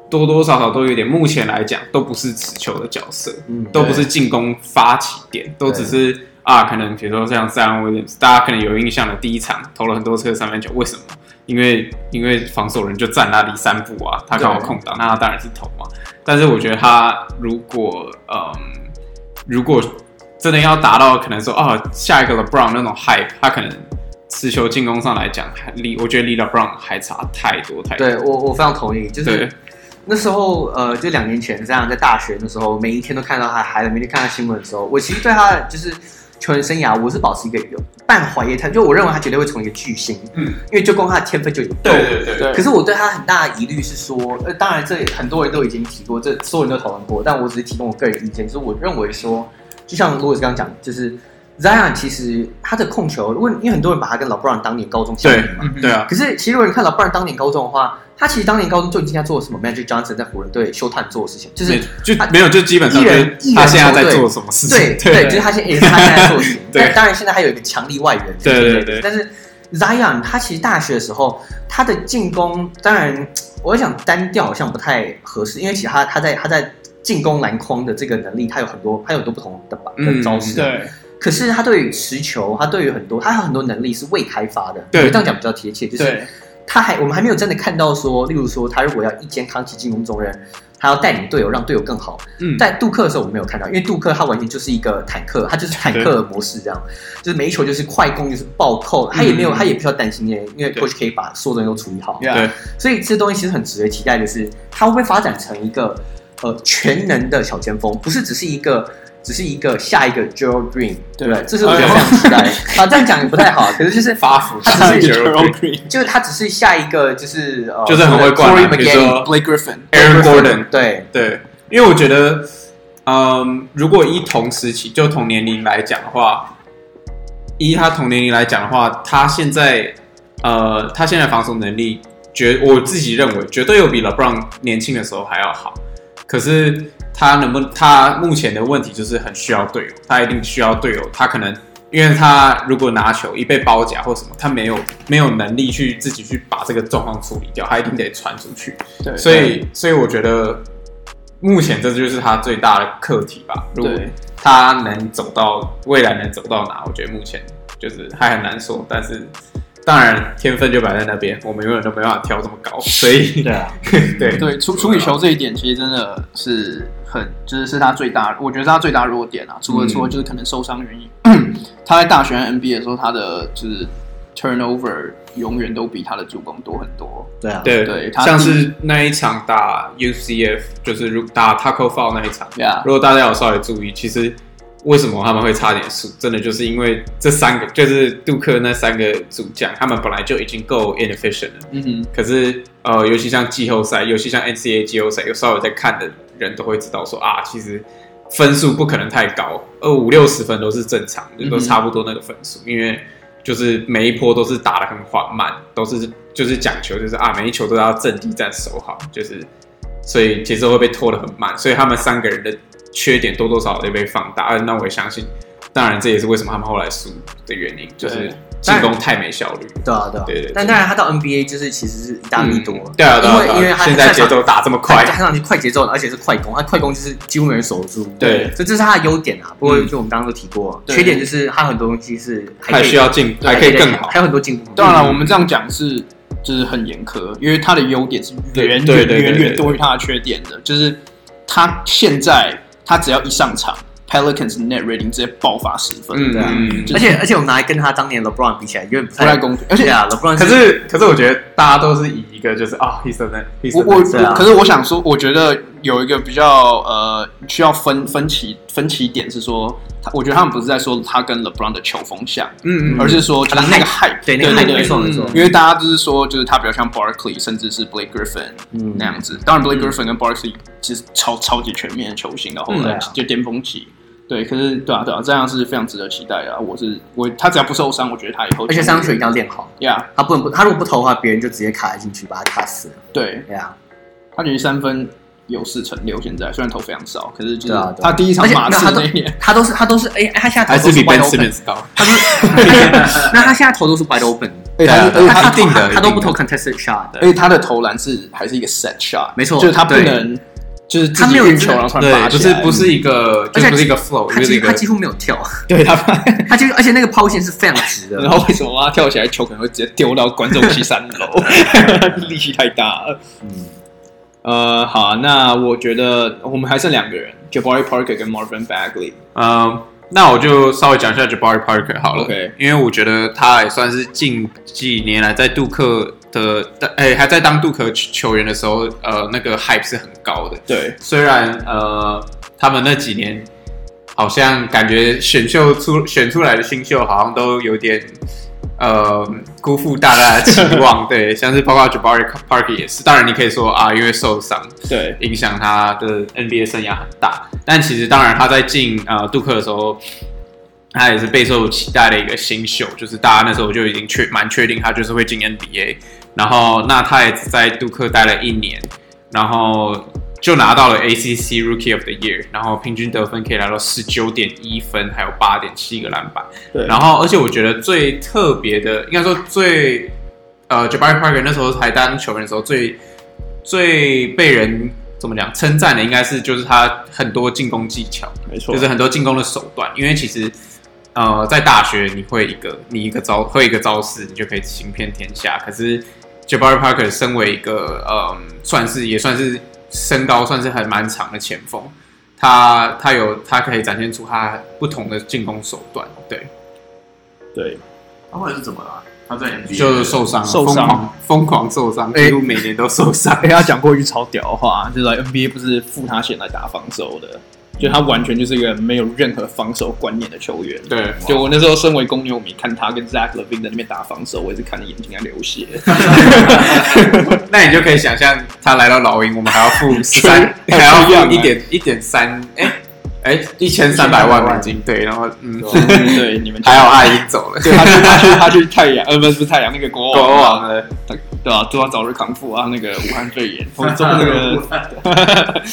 Speaker 5: 多多少少都有点，目前来讲都不是持球的角色，
Speaker 2: 嗯
Speaker 5: 都不是进攻发起点，都只是啊，可能比如说像 Zion Williams，大家可能有印象的第一场投了很多次的三分球，为什么？因为因为防守人就站那里三步啊，他刚好空档，那他当然是投嘛。但是我觉得他如果嗯，如果真的要达到可能说哦下一个 LeBron 那种 hype，他可能持球进攻上来讲，还离我觉得离 LeBron 还差太多太多。
Speaker 2: 对我我非常同意，就是
Speaker 5: 对
Speaker 2: 那时候呃，就两年前这样，在大学的时候，每一天都看到他还每天看他新闻的时候，我其实对他的就是球员生涯，我是保持一个有半怀疑态度，就我认为他绝对会成为一个巨星，
Speaker 5: 嗯，
Speaker 2: 因为就光他的天分就有。
Speaker 5: 对对对对，
Speaker 2: 可是我对他很大的疑虑是说，呃，当然这也很多人都已经提过，这所有人都讨论过，但我只是提供我个人意见，就是我认为说，就像罗斯刚刚讲，就是 Zion 其实他的控球，如果因为很多人把他跟老布朗当年高中相比嘛，
Speaker 5: 嗯对啊，
Speaker 2: 可是其实如果你看老布朗当年高中的话，他其实当年高中就已经在做什么 Magic Johnson 在湖人队休探做的事情，就是
Speaker 5: 没就
Speaker 2: 他
Speaker 5: 没有，就基本上
Speaker 2: 一
Speaker 5: 就
Speaker 2: 人
Speaker 5: 是他现在在做什么事情。
Speaker 2: 对
Speaker 5: 对
Speaker 2: 就是他现在也是他现在在做的事 情。
Speaker 5: 对
Speaker 2: 但当然现在还有一个强力外援，
Speaker 5: 对
Speaker 2: 不
Speaker 5: 对对
Speaker 2: 但是 Zion 他其实大学的时候，他的进攻当然，我想单调好像不太合适，因为其实他他在他在进攻篮筐的这个能力，他有很多他有很多不同的把的
Speaker 5: 嗯
Speaker 2: 招式。
Speaker 1: 对，
Speaker 2: 可是他对于持球，他对于很多他还有很多能力是未开发的，
Speaker 5: 对
Speaker 2: 我这样讲比较贴切，就是
Speaker 1: 对，
Speaker 2: 他还我们还没有真的看到说，例如说他如果要一肩扛起进攻中人，他要带领队友让队友更好。
Speaker 5: 嗯
Speaker 2: 在杜克的时候我们没有看到，因为杜克他完全就是一个坦克，他就是坦克的模式这样，就是每一球就是快攻就是暴扣，他也没有、他也不需要担心耶，因为
Speaker 5: 嗯对
Speaker 2: coach 可以把所有东西都处理好。
Speaker 1: Yeah
Speaker 2: 所以这东西其实很值得期待的是，他会不会发展成一个呃全能的小前锋，不是只是一个。只是一个下一个 Gerald Green，对不对？这是我觉得非常 期待啊。这样讲也不太好，可是就是
Speaker 5: 发福
Speaker 2: 他 只是
Speaker 1: Gerald Green，
Speaker 2: 就是他只是下一个，就是呃，
Speaker 5: 就是很会灌啊
Speaker 2: Corey
Speaker 5: 篮比如
Speaker 2: McGee，
Speaker 5: 说
Speaker 1: Blake Griffin，
Speaker 5: Aaron Gordon，
Speaker 2: 对
Speaker 5: 对，因为我觉得，嗯，如果一同时期就同年龄来讲的话，依他同年龄来讲的话，他现在呃，他现在防守能力绝，我自己认为绝对有比 LeBron 年轻的时候还要好。可是他能不能，他目前的问题就是很需要队友，他一定需要队友，他可能。因为他如果拿球一被包夹或什么，他没有没有能力去自己去把这个状况处理掉，他一定得传出去。
Speaker 1: 对，
Speaker 5: 所以，所以我觉得目前这就是他最大的课题吧。如果
Speaker 1: 对
Speaker 5: 他能走到未来能走到哪，我觉得目前就是还很难说。但是，当然天分就摆在那边，我们永远都没办法挑这么 高。所以，
Speaker 1: 对啊，
Speaker 5: 对
Speaker 1: 对处处理球这一点，其实真的是很，就是是他最大，我觉得是他最大弱点啊。除了
Speaker 5: 嗯
Speaker 1: 除了就是可能受伤原因，他在大学和 NBA 的时候，他的就是 turnover 永远都比他的助攻多很多。
Speaker 2: 对啊，
Speaker 5: 对
Speaker 1: 对他
Speaker 5: 像是那一场打 UCF，就是如打 Taco Fall 那一场，
Speaker 1: 对啊，
Speaker 5: 如果大家有稍微注意，其实为什么他们会差点输，真的就是因为这三个，就是杜克那三个主将，他们本来就已经够 inefficient 了。
Speaker 1: 嗯哼，
Speaker 5: 可是呃，尤其像季后赛，尤其像 NCAA 季后赛，有稍微在看的人都会知道说啊，其实分数不可能太高，二五六十分都是正常的，
Speaker 1: 嗯哼
Speaker 5: 都差不多那个分数，因为就是每一波都是打的很缓慢，都是就是讲求就是啊，每一球都要阵地战守好，就是所以节奏会被拖得很慢，所以他们三个人的缺点多多少少会被放大，呃那我也相信。当然，这也是为什么他们后来输的原因，就是进攻太没效率。
Speaker 2: 对啊，对啊。
Speaker 5: 对对对
Speaker 2: 但当然，他到 NBA 就是其实是一大利多，
Speaker 5: 嗯对啊，对啊，
Speaker 2: 因
Speaker 5: 对啊
Speaker 2: 为因为他
Speaker 5: 现在节奏打这么
Speaker 2: 快，
Speaker 5: 快
Speaker 2: 他，上去快节奏的，而且是快攻，他快攻就是几乎没人守得住。
Speaker 5: 对
Speaker 2: 所以这是他的优点啊。不过
Speaker 5: 嗯
Speaker 2: 就我们刚刚都提过，
Speaker 1: 对
Speaker 2: 缺点就是他很多东西是还
Speaker 5: 还
Speaker 2: 可以
Speaker 5: 需要进，还可以更好。啊
Speaker 2: 还有很多进步。嗯
Speaker 1: 当然
Speaker 5: 嗯
Speaker 1: 了，我们这样讲是就是很严苛，因为他的优点是
Speaker 5: 对
Speaker 1: 远
Speaker 5: 对
Speaker 1: 远
Speaker 5: 对对
Speaker 1: 远
Speaker 5: 对
Speaker 1: 远多于他的缺点的。就是他现在他只要一上场，Pelicans net rating 直接爆发十分，
Speaker 5: 嗯
Speaker 2: 对啊
Speaker 5: 嗯。
Speaker 2: 而且而且我们拿来跟他当年 LeBron 比起来，有点不
Speaker 1: 不太公平。而且
Speaker 2: 啊，LeBron
Speaker 5: 可是可是，我觉得大家都是以一个就是啊，he's a man- he's
Speaker 1: 我
Speaker 5: a
Speaker 1: 我
Speaker 5: man
Speaker 2: 是啊
Speaker 1: 可是我想说，我觉得有一个比较呃需要分分歧分歧点是说，他我觉得他们不是在说他跟 LeBron 的球风像，
Speaker 5: 嗯嗯，
Speaker 1: 而是说就是那个 hype，
Speaker 2: 对那
Speaker 1: 对
Speaker 2: 个
Speaker 1: 对
Speaker 2: hype，没错
Speaker 1: 对
Speaker 2: 没错
Speaker 1: 因为大家就是说就是他比较像 Barkley，甚至是 Blake Griffin
Speaker 2: 嗯
Speaker 1: 那样子。当然 Blake Griffin 跟 Barkley 其实超超级全面的球星，然后
Speaker 5: 嗯
Speaker 1: 后
Speaker 2: 对
Speaker 1: 来
Speaker 2: 啊
Speaker 1: 就巅峰期。对，可是对啊对啊，这样是非常值得期待的啊。我是我，他只要不受伤，我觉得他以后
Speaker 2: 而且三分球一定要练好，
Speaker 1: 呀
Speaker 2: 他不能不，他如果不投的话，别人就直接卡进去把他卡死。
Speaker 1: 对，
Speaker 2: 对啊，
Speaker 1: 他其实三分有四成六，现在虽然投非常少，可是就
Speaker 2: 对啊
Speaker 1: 是
Speaker 2: 对啊
Speaker 1: 他第一场
Speaker 2: 而且
Speaker 1: 马刺
Speaker 2: 那他都
Speaker 1: 那一年，
Speaker 2: 他都是他都是哎，他现在
Speaker 5: 还
Speaker 2: 投都
Speaker 5: 是比 Ben
Speaker 2: wide open
Speaker 5: Simmons 高，
Speaker 2: 他是， 那他现在投都是 wide open，
Speaker 1: 而且他是
Speaker 5: 对啊对啊
Speaker 1: 而且
Speaker 2: 他
Speaker 5: 一定的
Speaker 2: 他都
Speaker 5: 一定的哎
Speaker 2: 不投 contested shot，
Speaker 1: 而且他的投篮是还是一个 set shot，
Speaker 2: 没错
Speaker 1: 就是他不
Speaker 2: 对
Speaker 1: 能就是自己
Speaker 2: 他没有人
Speaker 1: 运球，然后突然拔
Speaker 5: 不
Speaker 1: 起
Speaker 5: 是
Speaker 1: 来
Speaker 5: 不是一个，就
Speaker 2: 而且
Speaker 5: 不是一个 flow，
Speaker 2: 他
Speaker 5: 就是
Speaker 2: 几
Speaker 5: 一
Speaker 2: 乎他
Speaker 5: 个
Speaker 2: 几乎没有跳，
Speaker 1: 对他拔，
Speaker 2: 他就是而且那个抛线是非常直的
Speaker 1: 然，后为什么他跳起来球可能会直接丢到观众席三 楼，力气太大了。
Speaker 2: 嗯，
Speaker 1: 呃，好、啊，那我觉得我们还剩两个人，Jabari Parker 跟 Marvin Bagley。
Speaker 5: 嗯，那我就稍微讲一下 Jabari Parker 好了
Speaker 1: OK
Speaker 5: 因为我觉得他也算是近几年来在杜克的，哎、还在当杜克球员的时候，呃，那个 hype 是很高的。
Speaker 1: 对，
Speaker 5: 虽然呃，他们那几年好像感觉选秀出选出来的新秀好像都有点呃辜负大家的期望， 对，像是包括 Jabari Parker 也是。当然，你可以说啊，因为受伤，
Speaker 1: 对，
Speaker 5: 影响他的 NBA 生涯很大。但其实，当然他在进呃杜克的时候，他也是备受期待的一个新秀，就是大家那时候就已经确蛮确定他就是会进 NBA。然后，那他也只在杜克待了一年，然后就拿到了 ACC Rookie of the Year，然后平均得分可以来到十九点一分，还有八点七个篮板。
Speaker 1: 对
Speaker 5: 然后而且我觉得最特别的，应该说最呃，Jabari Parker 那时候还当球员的时候最最被人怎么讲称赞的，应该是就是他很多进攻技巧。
Speaker 1: 没错，
Speaker 5: 就是很多进攻的手段。因为其实呃，在大学你会一个你一个招会一个招式，你就可以行遍天下。可是 Jabari Parker 身为一个嗯，算是也算是身高算是还蛮长的前锋，他他有他可以展现出他不同的进攻手段。对，
Speaker 1: 对，
Speaker 4: 他后来是怎么了？他在 NBA
Speaker 5: 就是受伤了，
Speaker 1: 受伤
Speaker 5: 疯狂疯狂受伤，
Speaker 1: 哎
Speaker 5: 几乎每年都 受伤。
Speaker 1: 给他讲过一句超屌的话，就是来 NBA 不是付他钱来打防守的，就他完全就是一个没有任何防守观念的球员。
Speaker 5: 对，
Speaker 1: 就我那时候身为公牛迷，看他跟 Zach Levine 在那边打防守，我也是看的眼睛在流 血。
Speaker 5: 那你就可以想象，他来到老鹰，我们还要 付十三，还要
Speaker 1: 不一样啊
Speaker 5: 付一点一点三，哎哎，一千三百万美金，对，然后嗯，
Speaker 1: 对，你们
Speaker 5: 还好他已经走了，
Speaker 1: 对他去他去他去太阳，呃，不是不是太阳那个国
Speaker 5: 国
Speaker 1: 王
Speaker 5: 王
Speaker 1: 嘛，
Speaker 5: 了，
Speaker 1: 他对吧、祝他早日康复啊，那个武汉肺炎， 从中那个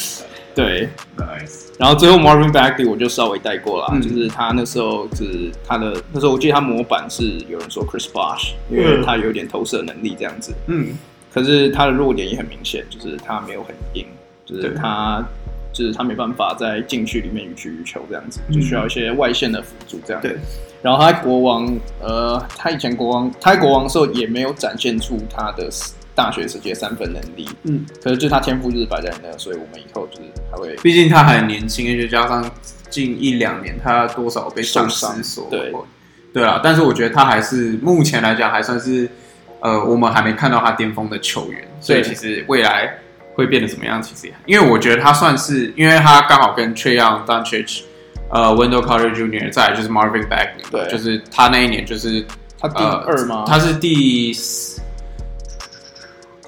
Speaker 1: 对。
Speaker 4: Nice，
Speaker 1: 然后最后 Marvin Bagley 我就稍微带过了，啊
Speaker 5: 嗯
Speaker 1: 就是他那时候就是他的那时候我记得他模板是有人说 Chris Bosh，因为他有点投射能力这样子，
Speaker 5: 嗯，
Speaker 1: 可是他的弱点也很明显，就是他没有很硬，就是
Speaker 5: 对
Speaker 1: 他就是他没办法在禁区里面予取予求这样子，就需要一些外线的辅助这样。
Speaker 5: 嗯对。
Speaker 1: 然后他在国王，呃，他以前国王，他在国王的时候也没有展现出他的大学时期的三分能力，
Speaker 5: 嗯，
Speaker 1: 可是就是他天赋就是摆在那，所以我们以后就是还会
Speaker 5: 毕竟他还很年轻，而且加上近一两年他多少被伤势所
Speaker 1: 受伤对
Speaker 5: 对啊，但是我觉得他还是目前来讲还算是呃，我们还没看到他巅峰的球员，所以
Speaker 1: 对
Speaker 5: 其实未来会变得怎么样，其实也因为我觉得他算是，因为他刚好跟 Trey Young、Doncic、呃 Wendell Carter Jr. 再来就是 Marvin Bagley，
Speaker 1: 对
Speaker 5: 就是他那一年就是
Speaker 1: 他第二吗
Speaker 5: 呃、他是第四。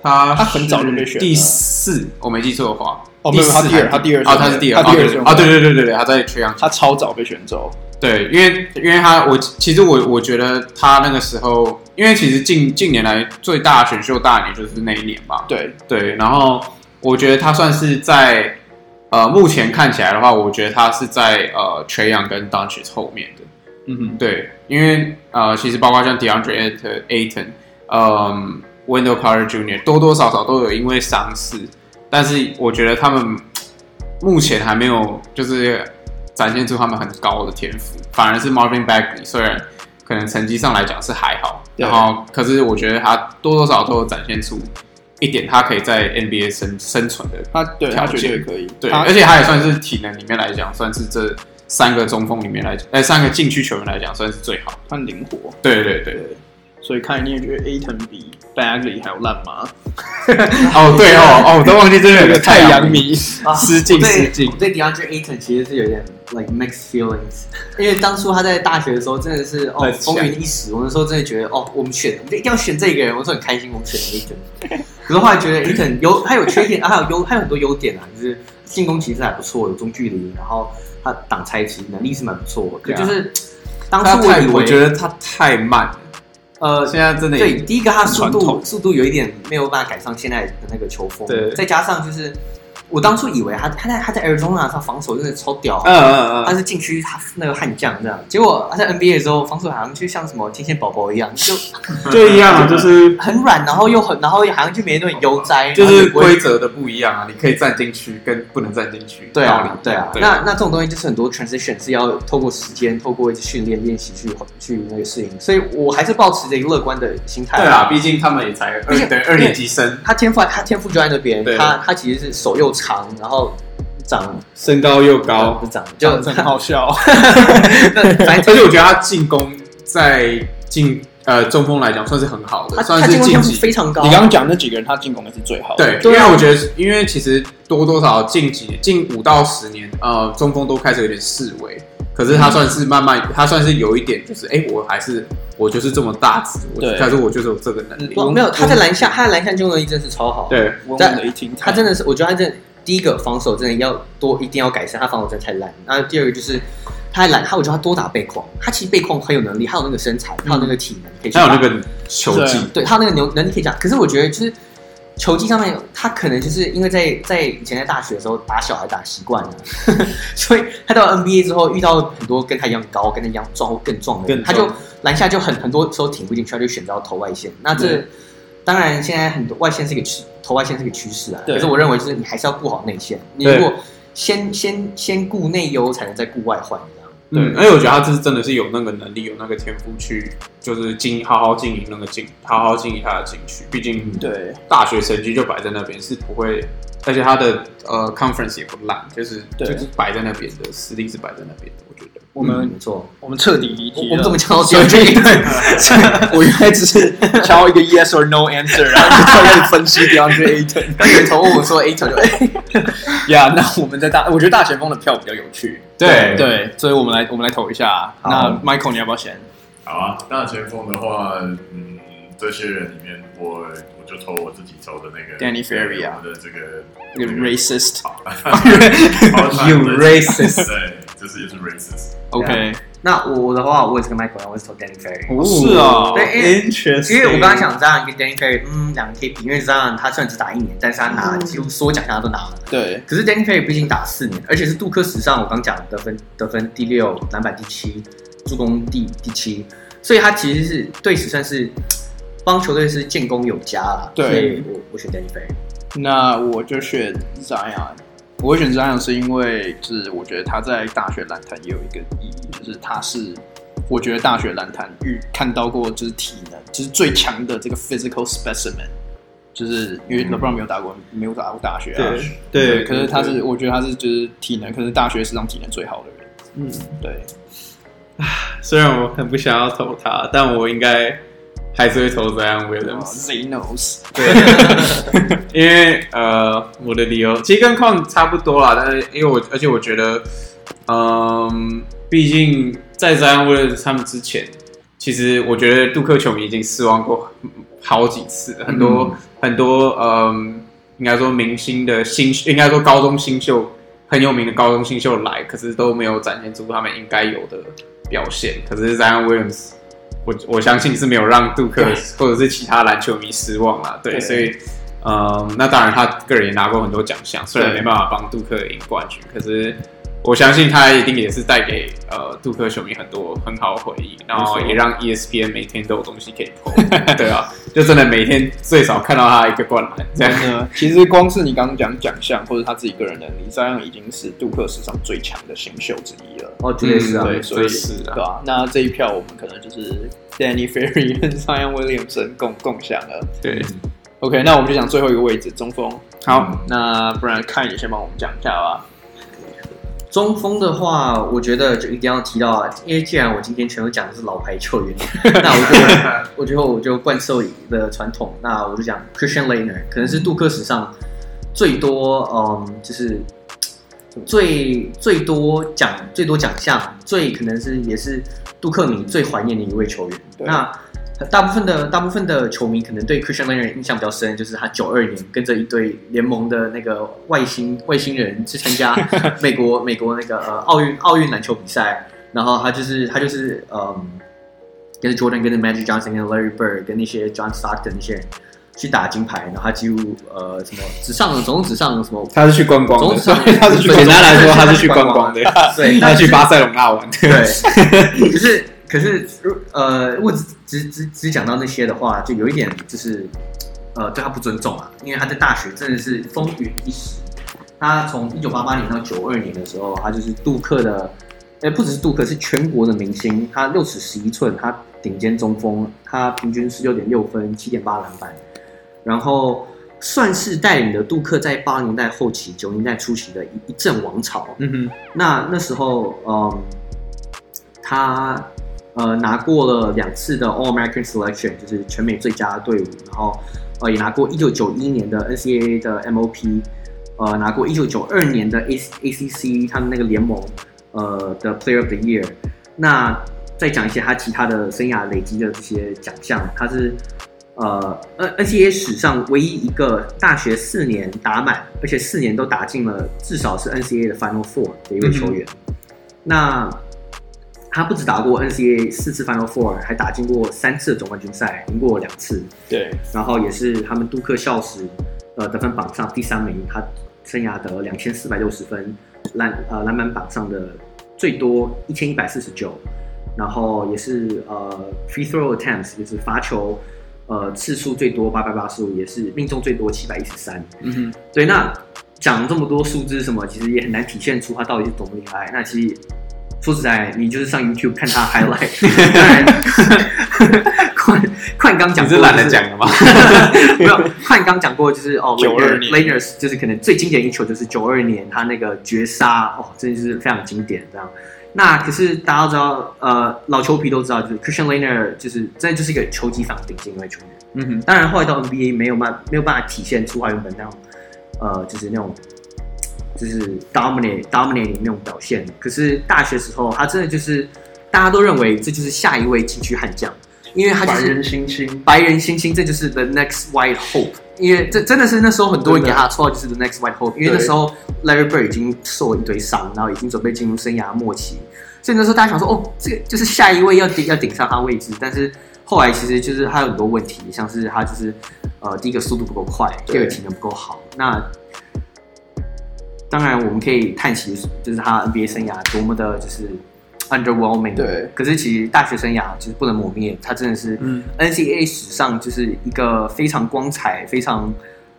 Speaker 5: 他
Speaker 1: 他很早就被选
Speaker 5: 是
Speaker 1: 了
Speaker 5: 第四，我没记错的话，
Speaker 1: 哦没有他第二他第二
Speaker 5: 哦，他是第二，
Speaker 1: 他第二
Speaker 5: 哦对
Speaker 1: 顺
Speaker 5: 对
Speaker 1: 位
Speaker 5: 哦，对对对对对，他在缺氧，
Speaker 1: 他超早被选走，
Speaker 5: 对，因为因为他我其实我我觉得他那个时候，因为其实近近年来最大的选秀大年就是那一年吧，
Speaker 1: 对
Speaker 5: 对，然后我觉得他算是在呃目前看起来的话，我觉得他是在呃缺氧跟 d u n c h 后面的，
Speaker 1: 嗯哼，
Speaker 5: 对，因为呃，其实包括像 DeAndre Ayton，嗯，Wendell Carter Jr. 多多少少都有因为伤势，但是我觉得他们目前还没有就是展现出他们很高的天赋，反而是 Marvin Bagley 虽然可能成绩上来讲是还好，
Speaker 1: 对
Speaker 5: 然后可是我觉得他多多少少都有展现出一点他可以在 NBA 生生存的，
Speaker 1: 他对他
Speaker 5: 条件
Speaker 1: 绝对可以，
Speaker 5: 对，
Speaker 1: 他
Speaker 5: 而且他也算是体能里面来讲，算是这三个中锋里面来讲，呃，三个禁区球员来讲算是最好的。
Speaker 1: 他很灵活，
Speaker 5: 对对对，
Speaker 1: 对，所以看你也觉得 Aton 比 Bagley 还要烂吗？
Speaker 5: 哦对哦哦，我都忘记这边有个
Speaker 1: 太
Speaker 5: 太
Speaker 1: 阳
Speaker 5: 阳
Speaker 1: 迷
Speaker 5: 迷，失敬
Speaker 2: 啊我对
Speaker 5: 失敬
Speaker 2: 我。对 DeAndre Ayton 其实是有点 like mixed feelings，因为当初他在大学的时候真的是哦
Speaker 1: 在抢
Speaker 2: 风云一时，我那时候真的觉得哦，我们选，我们就一定要选这个人，我说很开心，我们选了 Aiton。可是后来觉得 Aiton 有他有缺点，啊、还有优还有很多优点啊，就是进攻其实还不错，有中距离，然后他挡拆其实能力是蛮不错，可
Speaker 1: 对啊
Speaker 2: 就是当
Speaker 5: 他
Speaker 2: 初我以
Speaker 5: 太，
Speaker 2: 为
Speaker 5: 我觉得他太慢了。
Speaker 2: 呃
Speaker 5: 现在真的
Speaker 2: 对，
Speaker 5: 也
Speaker 2: 第一个他速
Speaker 5: 传
Speaker 2: 度
Speaker 5: 统
Speaker 2: 速度有一点没有办法赶上现在的那个球风，
Speaker 5: 对
Speaker 2: 再加上就是我当初以为他他在他在 Arizona 啊他防守真的超屌啊、
Speaker 5: 嗯嗯
Speaker 2: 他
Speaker 5: 嗯，
Speaker 2: 是禁区他那个悍将这样，结果他在 NBA 的时候防守好像就像什么天线宝宝一样， 就
Speaker 5: 就一样啊，就是
Speaker 2: 很软，然后又很然后好像就没那种悠哉，
Speaker 5: 就
Speaker 2: 然后
Speaker 5: 是
Speaker 2: 也不会
Speaker 5: 规则的不一样啊，你可以站进去跟不能站进去，
Speaker 2: 对
Speaker 5: 道
Speaker 2: 啊
Speaker 5: 理，
Speaker 2: 对啊，
Speaker 5: 对
Speaker 2: 那那这种东西就是很多 transition 是要透过时间、透过一直训练、练习去去那个适应，所以我还是保持着一个乐观的心态。
Speaker 5: 对啊，毕竟他们也才
Speaker 2: 毕竟
Speaker 5: 二对二年级生，
Speaker 2: 他天赋他天赋就在那边，
Speaker 5: 对
Speaker 2: 他他其实是手又长，然后长
Speaker 5: 身高又
Speaker 2: 高
Speaker 5: 高
Speaker 2: 不，是长，就
Speaker 1: 真 的好笑。
Speaker 5: 而且我觉得他进攻在进呃中锋来讲算是很好
Speaker 2: 他
Speaker 5: 的，算
Speaker 2: 他
Speaker 5: 是
Speaker 2: 进攻
Speaker 5: 晋
Speaker 2: 天赋
Speaker 5: 级
Speaker 2: 非常 高
Speaker 1: 你。刚刚讲那几个人，他进攻的是最好的。
Speaker 5: 对，因
Speaker 2: 对
Speaker 5: 为
Speaker 2: 啊
Speaker 5: 我觉得，因为其实多多少少近几年近五到十年，呃，中锋都开始有点示威，可是他算是慢
Speaker 2: 嗯
Speaker 5: 慢，他算是有一点，就是哎、诶我还是我就是这么大只，我
Speaker 1: 对
Speaker 5: 但是我就是有这个能力，
Speaker 2: 哇没有，他在篮下，他在篮下进攻能力真的是超好。，
Speaker 5: 对，
Speaker 1: 稳稳的一听，
Speaker 2: 他真的是，我觉得他真的第一个防守真的要多一定要改善，他防守真的太烂。那第二个就是他还懒，他我觉得他多打背框，他其实背框很有能力，他有那个身材，他有那个体能，可以去
Speaker 5: 还有那
Speaker 2: 打
Speaker 5: 个球技，
Speaker 2: 对他那个牛能力可以讲，可是我觉得就是球技上面，他可能就是因为在在以前在大学的时候打小孩打习惯了， 所以他到 NBA 之后遇到很多跟他一样高、跟他一样壮或更壮的人，
Speaker 5: 更
Speaker 2: 他
Speaker 5: 壮
Speaker 2: 就篮下就很很多时候挺不进去，他就选择要投外线。那这当然现在很多外线是一个趋，投外线是一个趋势啊。
Speaker 1: 对
Speaker 2: 可是我认为就是你还是要顾好内线，你如果先先先顾内忧，才能再顾外患，你知道吗？
Speaker 5: 嗯，而且我觉得他是真的是有那个能力，有那个天赋去，就是经好好经营那个进，好好经营他的禁区，毕竟
Speaker 1: 对，
Speaker 5: 大学成绩就摆在那边，是不会，而且他的呃 conference 也不烂，就是就
Speaker 1: 对
Speaker 5: 是摆在那边的，实力是摆在那边的，我觉得。
Speaker 1: 我们
Speaker 2: 嗯没错，
Speaker 1: 我们彻底离题
Speaker 2: 我
Speaker 1: 嗯了。
Speaker 2: 我们怎 么讲到这里？
Speaker 1: 我原来只是挑一个 yes or no answer，然后就开始分析 d e a n d r Ayton。
Speaker 2: 刚有人从问我说 A 球 就哎
Speaker 1: 呀那我们在大，我觉得大前锋的票比较有趣。
Speaker 5: 对
Speaker 1: 对，所以我们来我们来投一下。那 Michael 你要不要先？
Speaker 4: 好啊，大前锋的话，嗯，这些人里面我我就投我自己投的那个
Speaker 1: Danny Ferry 啊
Speaker 4: 我的这个
Speaker 1: 一个 racist。
Speaker 5: You
Speaker 4: racist，对，这是也是 racist。
Speaker 1: OK，
Speaker 2: 那我的话，我也是跟 Michael 一样，我是投 Danny Ferry，、
Speaker 1: 是啊
Speaker 2: 对因为
Speaker 1: ，interesting。
Speaker 2: 哦因为我刚刚想这样一个 Danny Ferry，嗯，两个 K 比，因为这样他虽然只打一年，但是他拿几乎所有奖项他都拿了。
Speaker 1: 对，
Speaker 2: 可是 Danny Ferry 毕竟打四年，而且是杜克史上我刚讲的得分得分第六，篮板第七，助攻第第七，所以他其实是对史算是帮球队是建功有加啦。
Speaker 1: 对
Speaker 2: 所以我我选 Danny Ferry。
Speaker 1: 那我就选 Zion。我会选 Zion 是因为，就是我觉得他在大学篮坛也有一个意义，就是他是我觉得大学篮坛遇看到过就是体能，就是最强的这个 physical specimen。就是因为 LeBron 没有打过，没有打过大学啊，
Speaker 5: 嗯对
Speaker 1: 可是他是，我觉得他是就是体能，可是大学史上体能最好的人。
Speaker 5: 嗯，
Speaker 1: 对，
Speaker 5: 虽然我很不想要投他，但我应该还是会投 Zion Williams。
Speaker 1: Z 啊 knows。
Speaker 5: 因为呃，我的理由其实跟矿差不多啦，但是因为我而且我觉得，嗯、毕竟在 Zion Williams 他们之前，其实我觉得杜克球迷已经失望过好几次了，很多、很多嗯、应该说明星的新，应该说高中新秀很有名的高中新秀来，可是都没有展现出他们应该有的表现，可是 Zion Williams。我我相信是没有让杜克或者是其他篮球迷失望啦，对，
Speaker 1: 对
Speaker 5: 所以嗯，那当然，他个人也拿过很多奖项，虽然
Speaker 1: 对
Speaker 5: 没办法帮杜克赢冠军，可是我相信他一定也是带给呃杜克球迷很多很好的回忆，然后也让 E ESPN 每天都有东西可以 po，对 啊，就真的每天最少看到他一个灌篮这样。
Speaker 1: 真的，其实光是你刚刚讲奖项或者他自己个人能力，Zion 已经是杜克史上最强的新秀之一了。
Speaker 2: 哦，绝对是啊。
Speaker 1: 嗯对，所以
Speaker 5: 这是啊
Speaker 1: 对啊。那这一票我们可能就是 Danny Ferry 跟 Zion Williamson 共共享了。
Speaker 5: 对，
Speaker 1: OK，那我们就讲最后一个位置，中锋。
Speaker 5: 好，
Speaker 1: 那不然看你先帮我们讲一下吧。
Speaker 2: 中锋的话，我觉得就一定要提到啊，因为既然我今天全都讲的是老牌球员，那我就我觉得我就贯彻我的传统，那我就讲 Christian l e i n e r 可能是杜克史上最多嗯，就是最最多奖、最多奖项、最可能是也是杜克米最怀念的一位球员。
Speaker 1: 对
Speaker 2: 那大部分的大部分的球迷可能对 Christian Leonard 印象比较深，就是他九二年跟着一队联盟的那个外星外星人去参 加美国美国那个呃奥运奥运篮球比赛，然后他就是他就是嗯，跟着 Jordan 跟着 Magic Johnson 跟着 Larry Bird 跟那些 John Stockton 那些人去打金牌，然后他几乎呃什么只上了总共只上了什么
Speaker 1: 他是去观光
Speaker 5: 哦
Speaker 2: 总
Speaker 1: 的，
Speaker 2: 之
Speaker 1: 他是去
Speaker 2: 对
Speaker 1: 简单来说，
Speaker 2: 他
Speaker 1: 他
Speaker 2: 是
Speaker 1: 是
Speaker 2: 去
Speaker 1: 去
Speaker 2: 观
Speaker 1: 观
Speaker 2: 光
Speaker 1: 光
Speaker 2: 的
Speaker 1: 的，
Speaker 2: 对
Speaker 1: 他
Speaker 2: 但是
Speaker 1: 去巴塞隆纳玩的。
Speaker 2: 对，可是可是如呃，我只只只只讲到那些的话，就有一点就是呃对他不尊重啊，因为他在大学真的是风云一时。他从一九八八年到九二年的时候，他就是杜克的，呃，不只是杜克，是全国的明星。他六尺十一寸，他顶尖中锋，他平均十六点六分，七点八篮板，然后算是带领了杜克在八零年代后期、九零年代初期的一一阵王朝。
Speaker 1: 嗯
Speaker 2: 那那时候，嗯，他呃拿过了两次的 All American Selection，就是全美最佳队伍，然后呃也拿过1991年的 NCAA 的 MOP，呃拿过1992年的 A ACC 他们那个联盟呃的 Player of the Year。那再讲一些他其他的生涯累积的这些奖项，他是呃 N NCAA 史上唯一一个大学四年打满，而且四年都打进了至少是 NCAA 的 Final Four 的一位球员。那他不止打过 NCAA 四次 Final Four，还打进过三次的总冠军赛，赢过两次。
Speaker 1: 哼，对，
Speaker 2: 然后也是他们杜克校史呃得分榜上第三名，他生涯得两千四百六十分，篮呃篮板榜上的最多一千一百四十九，然后也是呃 free throw attempts 就是罚球呃次数最多八百八十五，也是命中最多七百一十三。
Speaker 1: 嗯
Speaker 2: 对，那讲这么多数字什么，其实也很难体现出他到底是多么厉害。那其实说实在，你就是上 YouTube 看他 highlight，当然， 快快你刚讲
Speaker 5: 你是
Speaker 2: 过、就是，
Speaker 5: 懒得讲了吗？
Speaker 2: 没有，汉刚讲过，就是哦
Speaker 1: 92年
Speaker 2: l a n e r s 就是可能最经典一球就是九二年他那个绝杀，哦，真的是非常经典这样。那可是大家都知道，呃，老球皮都知道，就是 Christian l a n e r 就是真的就是一个球技非常顶尖的一位球员。
Speaker 1: 嗯哼，
Speaker 2: 当然后来到 NBA 没有办没有办法体现出他原本那种，呃，就是那种就是 dominate dominate 那种表现。可是大学时候，他真的就是大家都认为这就是下一位禁区悍将，因为他就是
Speaker 3: 星星，
Speaker 2: 白人星星，这就是 the next white hope。因为这真的是那时候很多人给他的绰号就是 the next white hope，因为那时候 Larry Bird 已经受了一堆伤，然后已经准备进入生涯末期，所以那时候大家想说，哦，这个就是下一位要顶要顶上他位置。但是后来其实就是他有很多问题，像是他就是呃第一个速度不够快，第
Speaker 1: 对
Speaker 2: 二个体能不够好。那当然我们可以叹息，就是他 NBA 生涯多么的就是 underwhelming。
Speaker 1: 对，
Speaker 2: 可是其实大学生涯就是不能磨灭，他真的是
Speaker 5: 嗯
Speaker 2: NCAA 史上就是一个非常光彩、非常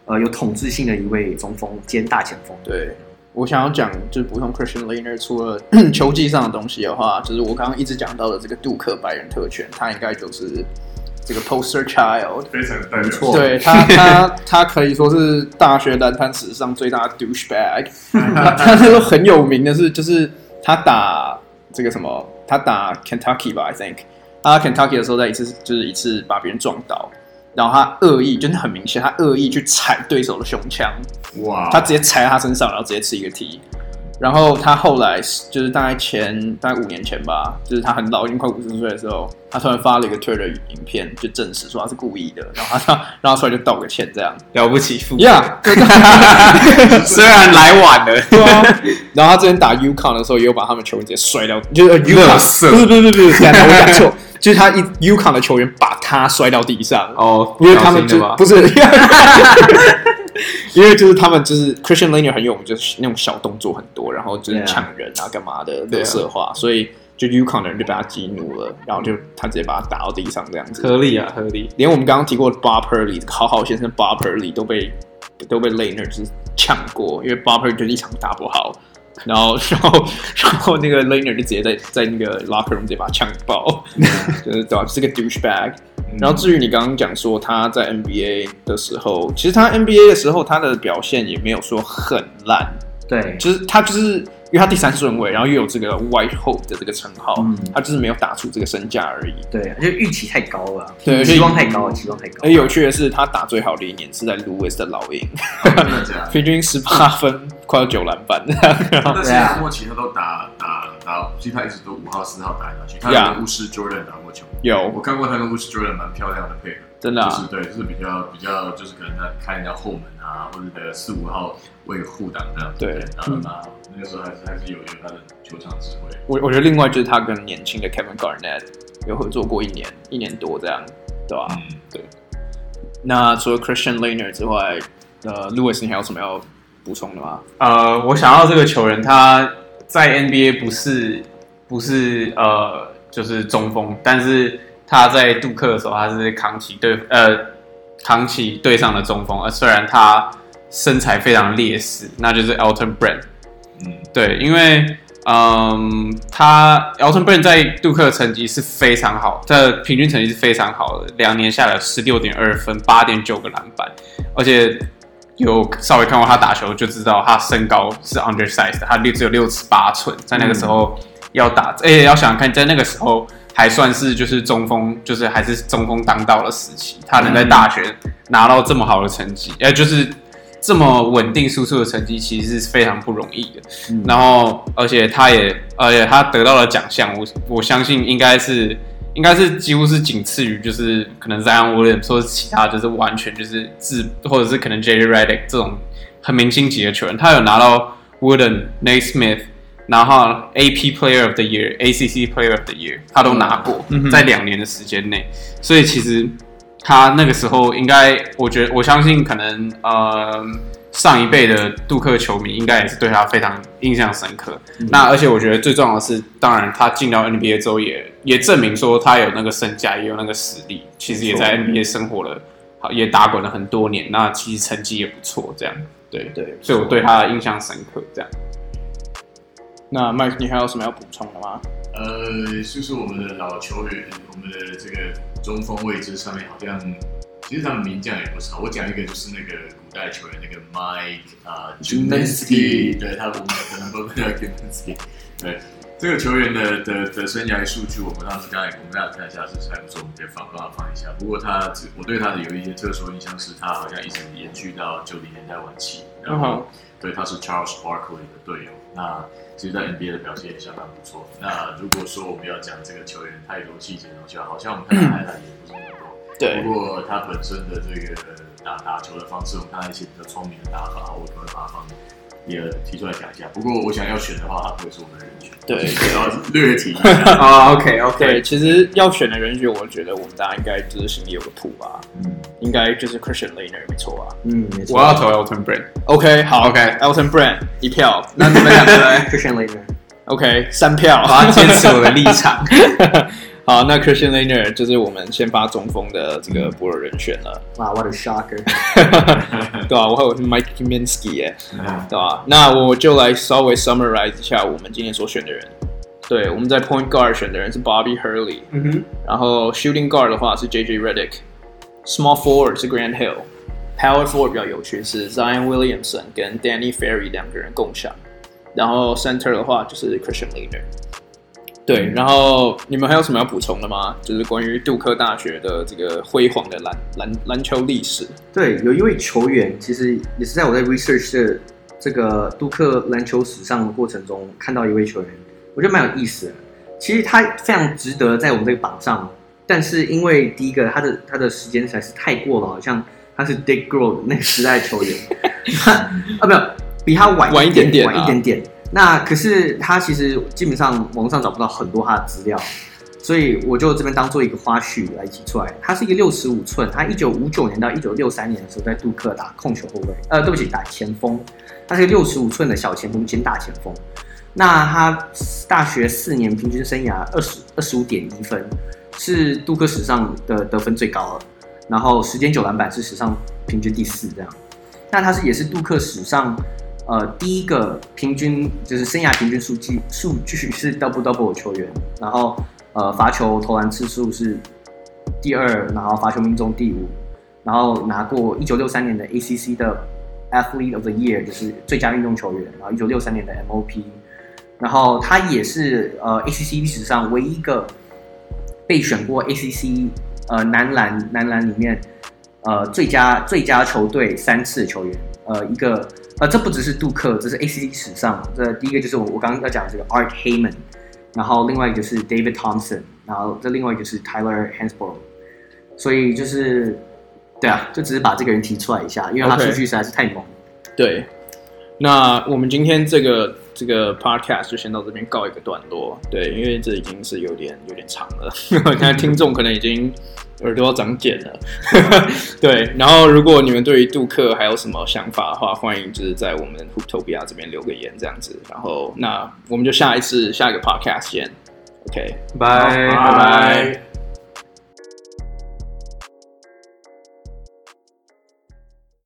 Speaker 2: 呃有统治性的一位中锋兼大前锋。
Speaker 1: 对。我想要讲，就是补充 Christian Laner 除了 球技上的东西的话，就是我刚刚一直讲到的这个杜克白人特权，他应该就是这个 poster child，
Speaker 4: 非常代表
Speaker 2: 错
Speaker 1: 对他，他他可以说是大学篮坛史上最大的 douchebag。他他那时候很有名的是，就是他打这个什么，他打 Kentucky 吧，I think。他打 Kentucky 的时候，在一次就是一次把别人撞倒，然后他恶意，就是很明显，他恶意去踩对手的胸腔，
Speaker 4: 哇，
Speaker 1: 他直接踩在他身上，然后直接吃一个 T。然后他后来就是大概前大概五年前吧，就是他很老，已经快五十岁的时候，他突然发了一个 Twitter 影片，就证实说他是故意的，然后他然后出来就道个歉这样。
Speaker 5: 了不起父母，
Speaker 1: Yeah，
Speaker 5: 虽然来晚了，
Speaker 1: 对啊。然后他之前打 UConn 的时候，也有把他们球员直接摔到，就是呃 UConn
Speaker 5: 垃圾
Speaker 1: 不是不是不是不是，等一下我讲错，就是他一 UConn 的球员把他摔到地上，
Speaker 5: 哦，
Speaker 1: 因为他们
Speaker 5: 小心
Speaker 1: 就
Speaker 5: 了吧
Speaker 1: 不是， 因为就是他们就是 Christian l a n e r 很有名，就是那种小动作很多，然后就是
Speaker 2: 对啊
Speaker 1: 抢人啊干嘛的，
Speaker 5: 对啊
Speaker 1: 乐色化，所以就 UConn 的人就被他激怒了，然后就他直接把他打到地上这样子。
Speaker 5: 合理啊，合理。
Speaker 1: 连我们刚刚提过的 Bob Hurley 好好先生 Bob Hurley 都被都被 Laner 就是呛过，因为 Bob Hurley 就是一场打不好，然后 然后然后那个 Laner 就直接在在那个 locker room 直接把他呛爆， 就是对吧、是个 douchebag。然嗯
Speaker 4: 嗯
Speaker 1: 后至于你刚刚讲说他在 NBA 的时候，其实他 NBA 的时候他的表现也没有说很烂，
Speaker 2: 对，
Speaker 1: 就是他就是因为他第三顺位，然后又有这个 White Hope 的这个称号，
Speaker 2: 嗯
Speaker 1: 他就是没有打出这个身价而已。
Speaker 2: 对，就预期太高了，啊
Speaker 1: 对哎
Speaker 2: 期望太高了，期望太高
Speaker 1: 而
Speaker 2: 了。
Speaker 1: 有趣的是，他打最好的一年是在 Lewis 的老鹰，
Speaker 4: 真的 假的？
Speaker 1: 平均十八分，快要九篮板。
Speaker 4: 但是
Speaker 1: 啊
Speaker 4: 亚莫其他都打打打，其实他一直都五号、四号打来打去。他有
Speaker 1: Yeah
Speaker 4: 跟巫师 Jordan 打过球，我
Speaker 1: 有，
Speaker 4: 看过他跟巫师 Jordan 蛮漂亮的配合，
Speaker 1: 真的、
Speaker 4: 就是
Speaker 1: 啊，
Speaker 4: 对，就是比较比较，就是可能他开人家后门啊，或者在四五号位护挡这样子。
Speaker 1: 对
Speaker 4: 然后嘛，那个时候还是还是有有他的球场智慧。
Speaker 1: 我我觉得另外就是他跟年轻的 Kevin Garnett 有合作过一年一年多这样，对吧、
Speaker 4: 嗯，
Speaker 1: 那除了 Christian l e n e r 之外，呃，Lewis 你还有什么要补充的吗？
Speaker 5: 呃，我想到这个球员，他在 NBA 不是不是呃，就是中锋，但是他在杜克的时候，他是扛起对呃扛起队上的中锋，呃，虽然他身材非常劣势，那就是 Elton Brand。
Speaker 4: 嗯，
Speaker 5: 对，因为嗯，他 Elton Brand 在杜克的成绩是非常好，他的平均成绩是非常好的，两年下来十六点二分，八点九个篮板，而且有稍微看过他打球就知道他身高是 undersized，的他只有六尺八寸，在那个时候要打，而且要想想看，在那个时候还算是就是中锋，就是还是中锋当道的时期，他能在大学拿到这么好的成绩，呃，就是这么稳定输出的成绩，其实是非常不容易的。
Speaker 2: 嗯
Speaker 5: 然后，而且他也，而且他得到了奖项，我我相信应该是。应该是几乎是仅次于就是可能 Zion Williams 或者其他就是完全就是自或者是可能 J. Redick 这种很明星级的球员，他有拿到 Wooden、Naismith，然后 AP Player of the Year、ACC Player of the Year，他都拿过，在两年的时间内，所以其实他那个时候应该，我觉得我相信可能呃上一辈的杜克球迷应该也是对他非常印象深刻。那而且我觉得最重要的是，当然他进到 NBA 之后也也证明说他有那个身价，也有那个实力，其实也在 NBA 生活了，好也打滚了很多年，那其实成绩也不错，这样对，
Speaker 2: 对，
Speaker 5: 所以我对他的印象深刻，这样。
Speaker 1: 那 Mike 你还有什么要补充的吗？
Speaker 4: 呃，就是我们的老球员，我们的这个中锋位置上面好像，其实他们名将也不少。我讲一个就是那个古代球员，那个 Mike 啊、呃、
Speaker 2: Juminski
Speaker 4: Juminski，对他我们可能都不知道 Juminski。对这个球员的的的生涯数据，我们当时刚才我们大家看一下是还不错，我们可以放帮他放一下。不过他只我对他的有一些特殊印象是，他好像一直延续到九零年代晚期，然后。
Speaker 1: 嗯哼
Speaker 4: 对，他是 Charles Barkley 的队友。那其实，在 NBA 的表现也相当不错。那如果说我们要讲这个球员太多细节的东西，好像我们看他 highlight 也不是那么多。
Speaker 1: 对
Speaker 4: 不过他本身的这个打打球的方式，我们看他一些比较聪明的打法，我可能会把它放也提出来讲一下。不过我想要选的话，他不会是我们的人选。
Speaker 1: 对
Speaker 4: 然后略提一下。
Speaker 5: 啊、o k OK，
Speaker 1: 对，其实要选的人选，我觉得我们大家应该就是心里有个谱吧，
Speaker 4: 嗯
Speaker 1: 应该就是 Christian l e n e r 没错啊。
Speaker 2: 嗯，没错。
Speaker 5: 我要投 Elton Brand。
Speaker 1: OK，好
Speaker 5: OK
Speaker 1: ，Elton Brand 一票，
Speaker 5: 那你们两个嘞？
Speaker 2: Christian l e n e r
Speaker 1: OK 三票，
Speaker 5: 我要坚持我的立场。
Speaker 1: 好，那 Christian l e n e r 就是我们先发中锋的这个波尔人选了，
Speaker 2: 哇，what a shocker！
Speaker 1: 对啊，我还有 Mike Kaminsky 耶、
Speaker 4: 嗯
Speaker 1: 对吧、那我就来稍微 summarize 一下我们今天所选的人。对，我们在 point guard 选的人是 Bobby Hurley，
Speaker 5: 嗯哼，
Speaker 1: 然后 shooting guard 的话是 JJ Redick，small forward 是 Grant Hill，power forward 比较有趣是 Zion Williamson 跟 Danny Ferry 两个人共享，然后 center 的话就是 Christian l e a d e r
Speaker 5: 嗯
Speaker 1: 对，然后你们还有什么要补充的吗？就是关于杜克大学的这个辉煌的篮篮篮球历史。
Speaker 2: 对，有一位球员，其实也是在我在 research 的这个杜克篮球史上的过程中，看到一位球员，我觉得蛮有意思的。其实他非常值得在我们这个榜上，但是因为第一个他的他的时间实在是太过了，好像他是 Dick Grove 那个时代的球员，他啊没有比他晚
Speaker 1: 晚一点点啊
Speaker 2: 晚一点点。那可是他其实基本上网上找不到很多他的资料，所以我就这边当做一个花絮来提出来。他是一个六十五寸，他一九五九年到一九六三年的时候在杜克打控球后卫，呃，对不起，打前锋。他是六十五寸的小前锋兼大前锋。那他大学四年平均生涯二十二十五点一分，是杜克史上的得分最高了。然后时间九篮板是史上平均第四这样。那他是也是杜克史上呃第一个平均就是生涯平均数据数据是 double double 的球员，然后呃罚球投篮次数是第二，然后罚球命中第五，然后拿过一九六三年的 ACC 的 Athlete of the Year，就是最佳运动球员，然后一九六三年的 MOP，然后他也是呃 ACC 历史上唯一一个被选过 ACC 呃男篮男篮里面呃最佳最佳球队三次的球员，呃一个呃这不只是杜克，这是 ACC 史上这第一个就是我我刚刚要讲的这个 Art Hayman，然后另外一个就是 David Thompson，然后这另外一个就是 Tyler Hansborough，所以就是对啊，就只是把这个人提出来一下，因为他
Speaker 1: OK
Speaker 2: 数据实在是太猛了。
Speaker 1: 对，那我们今天这个这个 podcast 就先到这边告一个段落。对，因为这已经是有点有点长了， 现在听众可能已经耳朵要长茧了。 对，然后如果你们对于杜克还有什么想法的话，欢迎就是在我们 Hooptopia 这边留个言这样子。然后那我们就下一次下一个 podcast 见。OK，
Speaker 3: 拜
Speaker 1: 拜拜。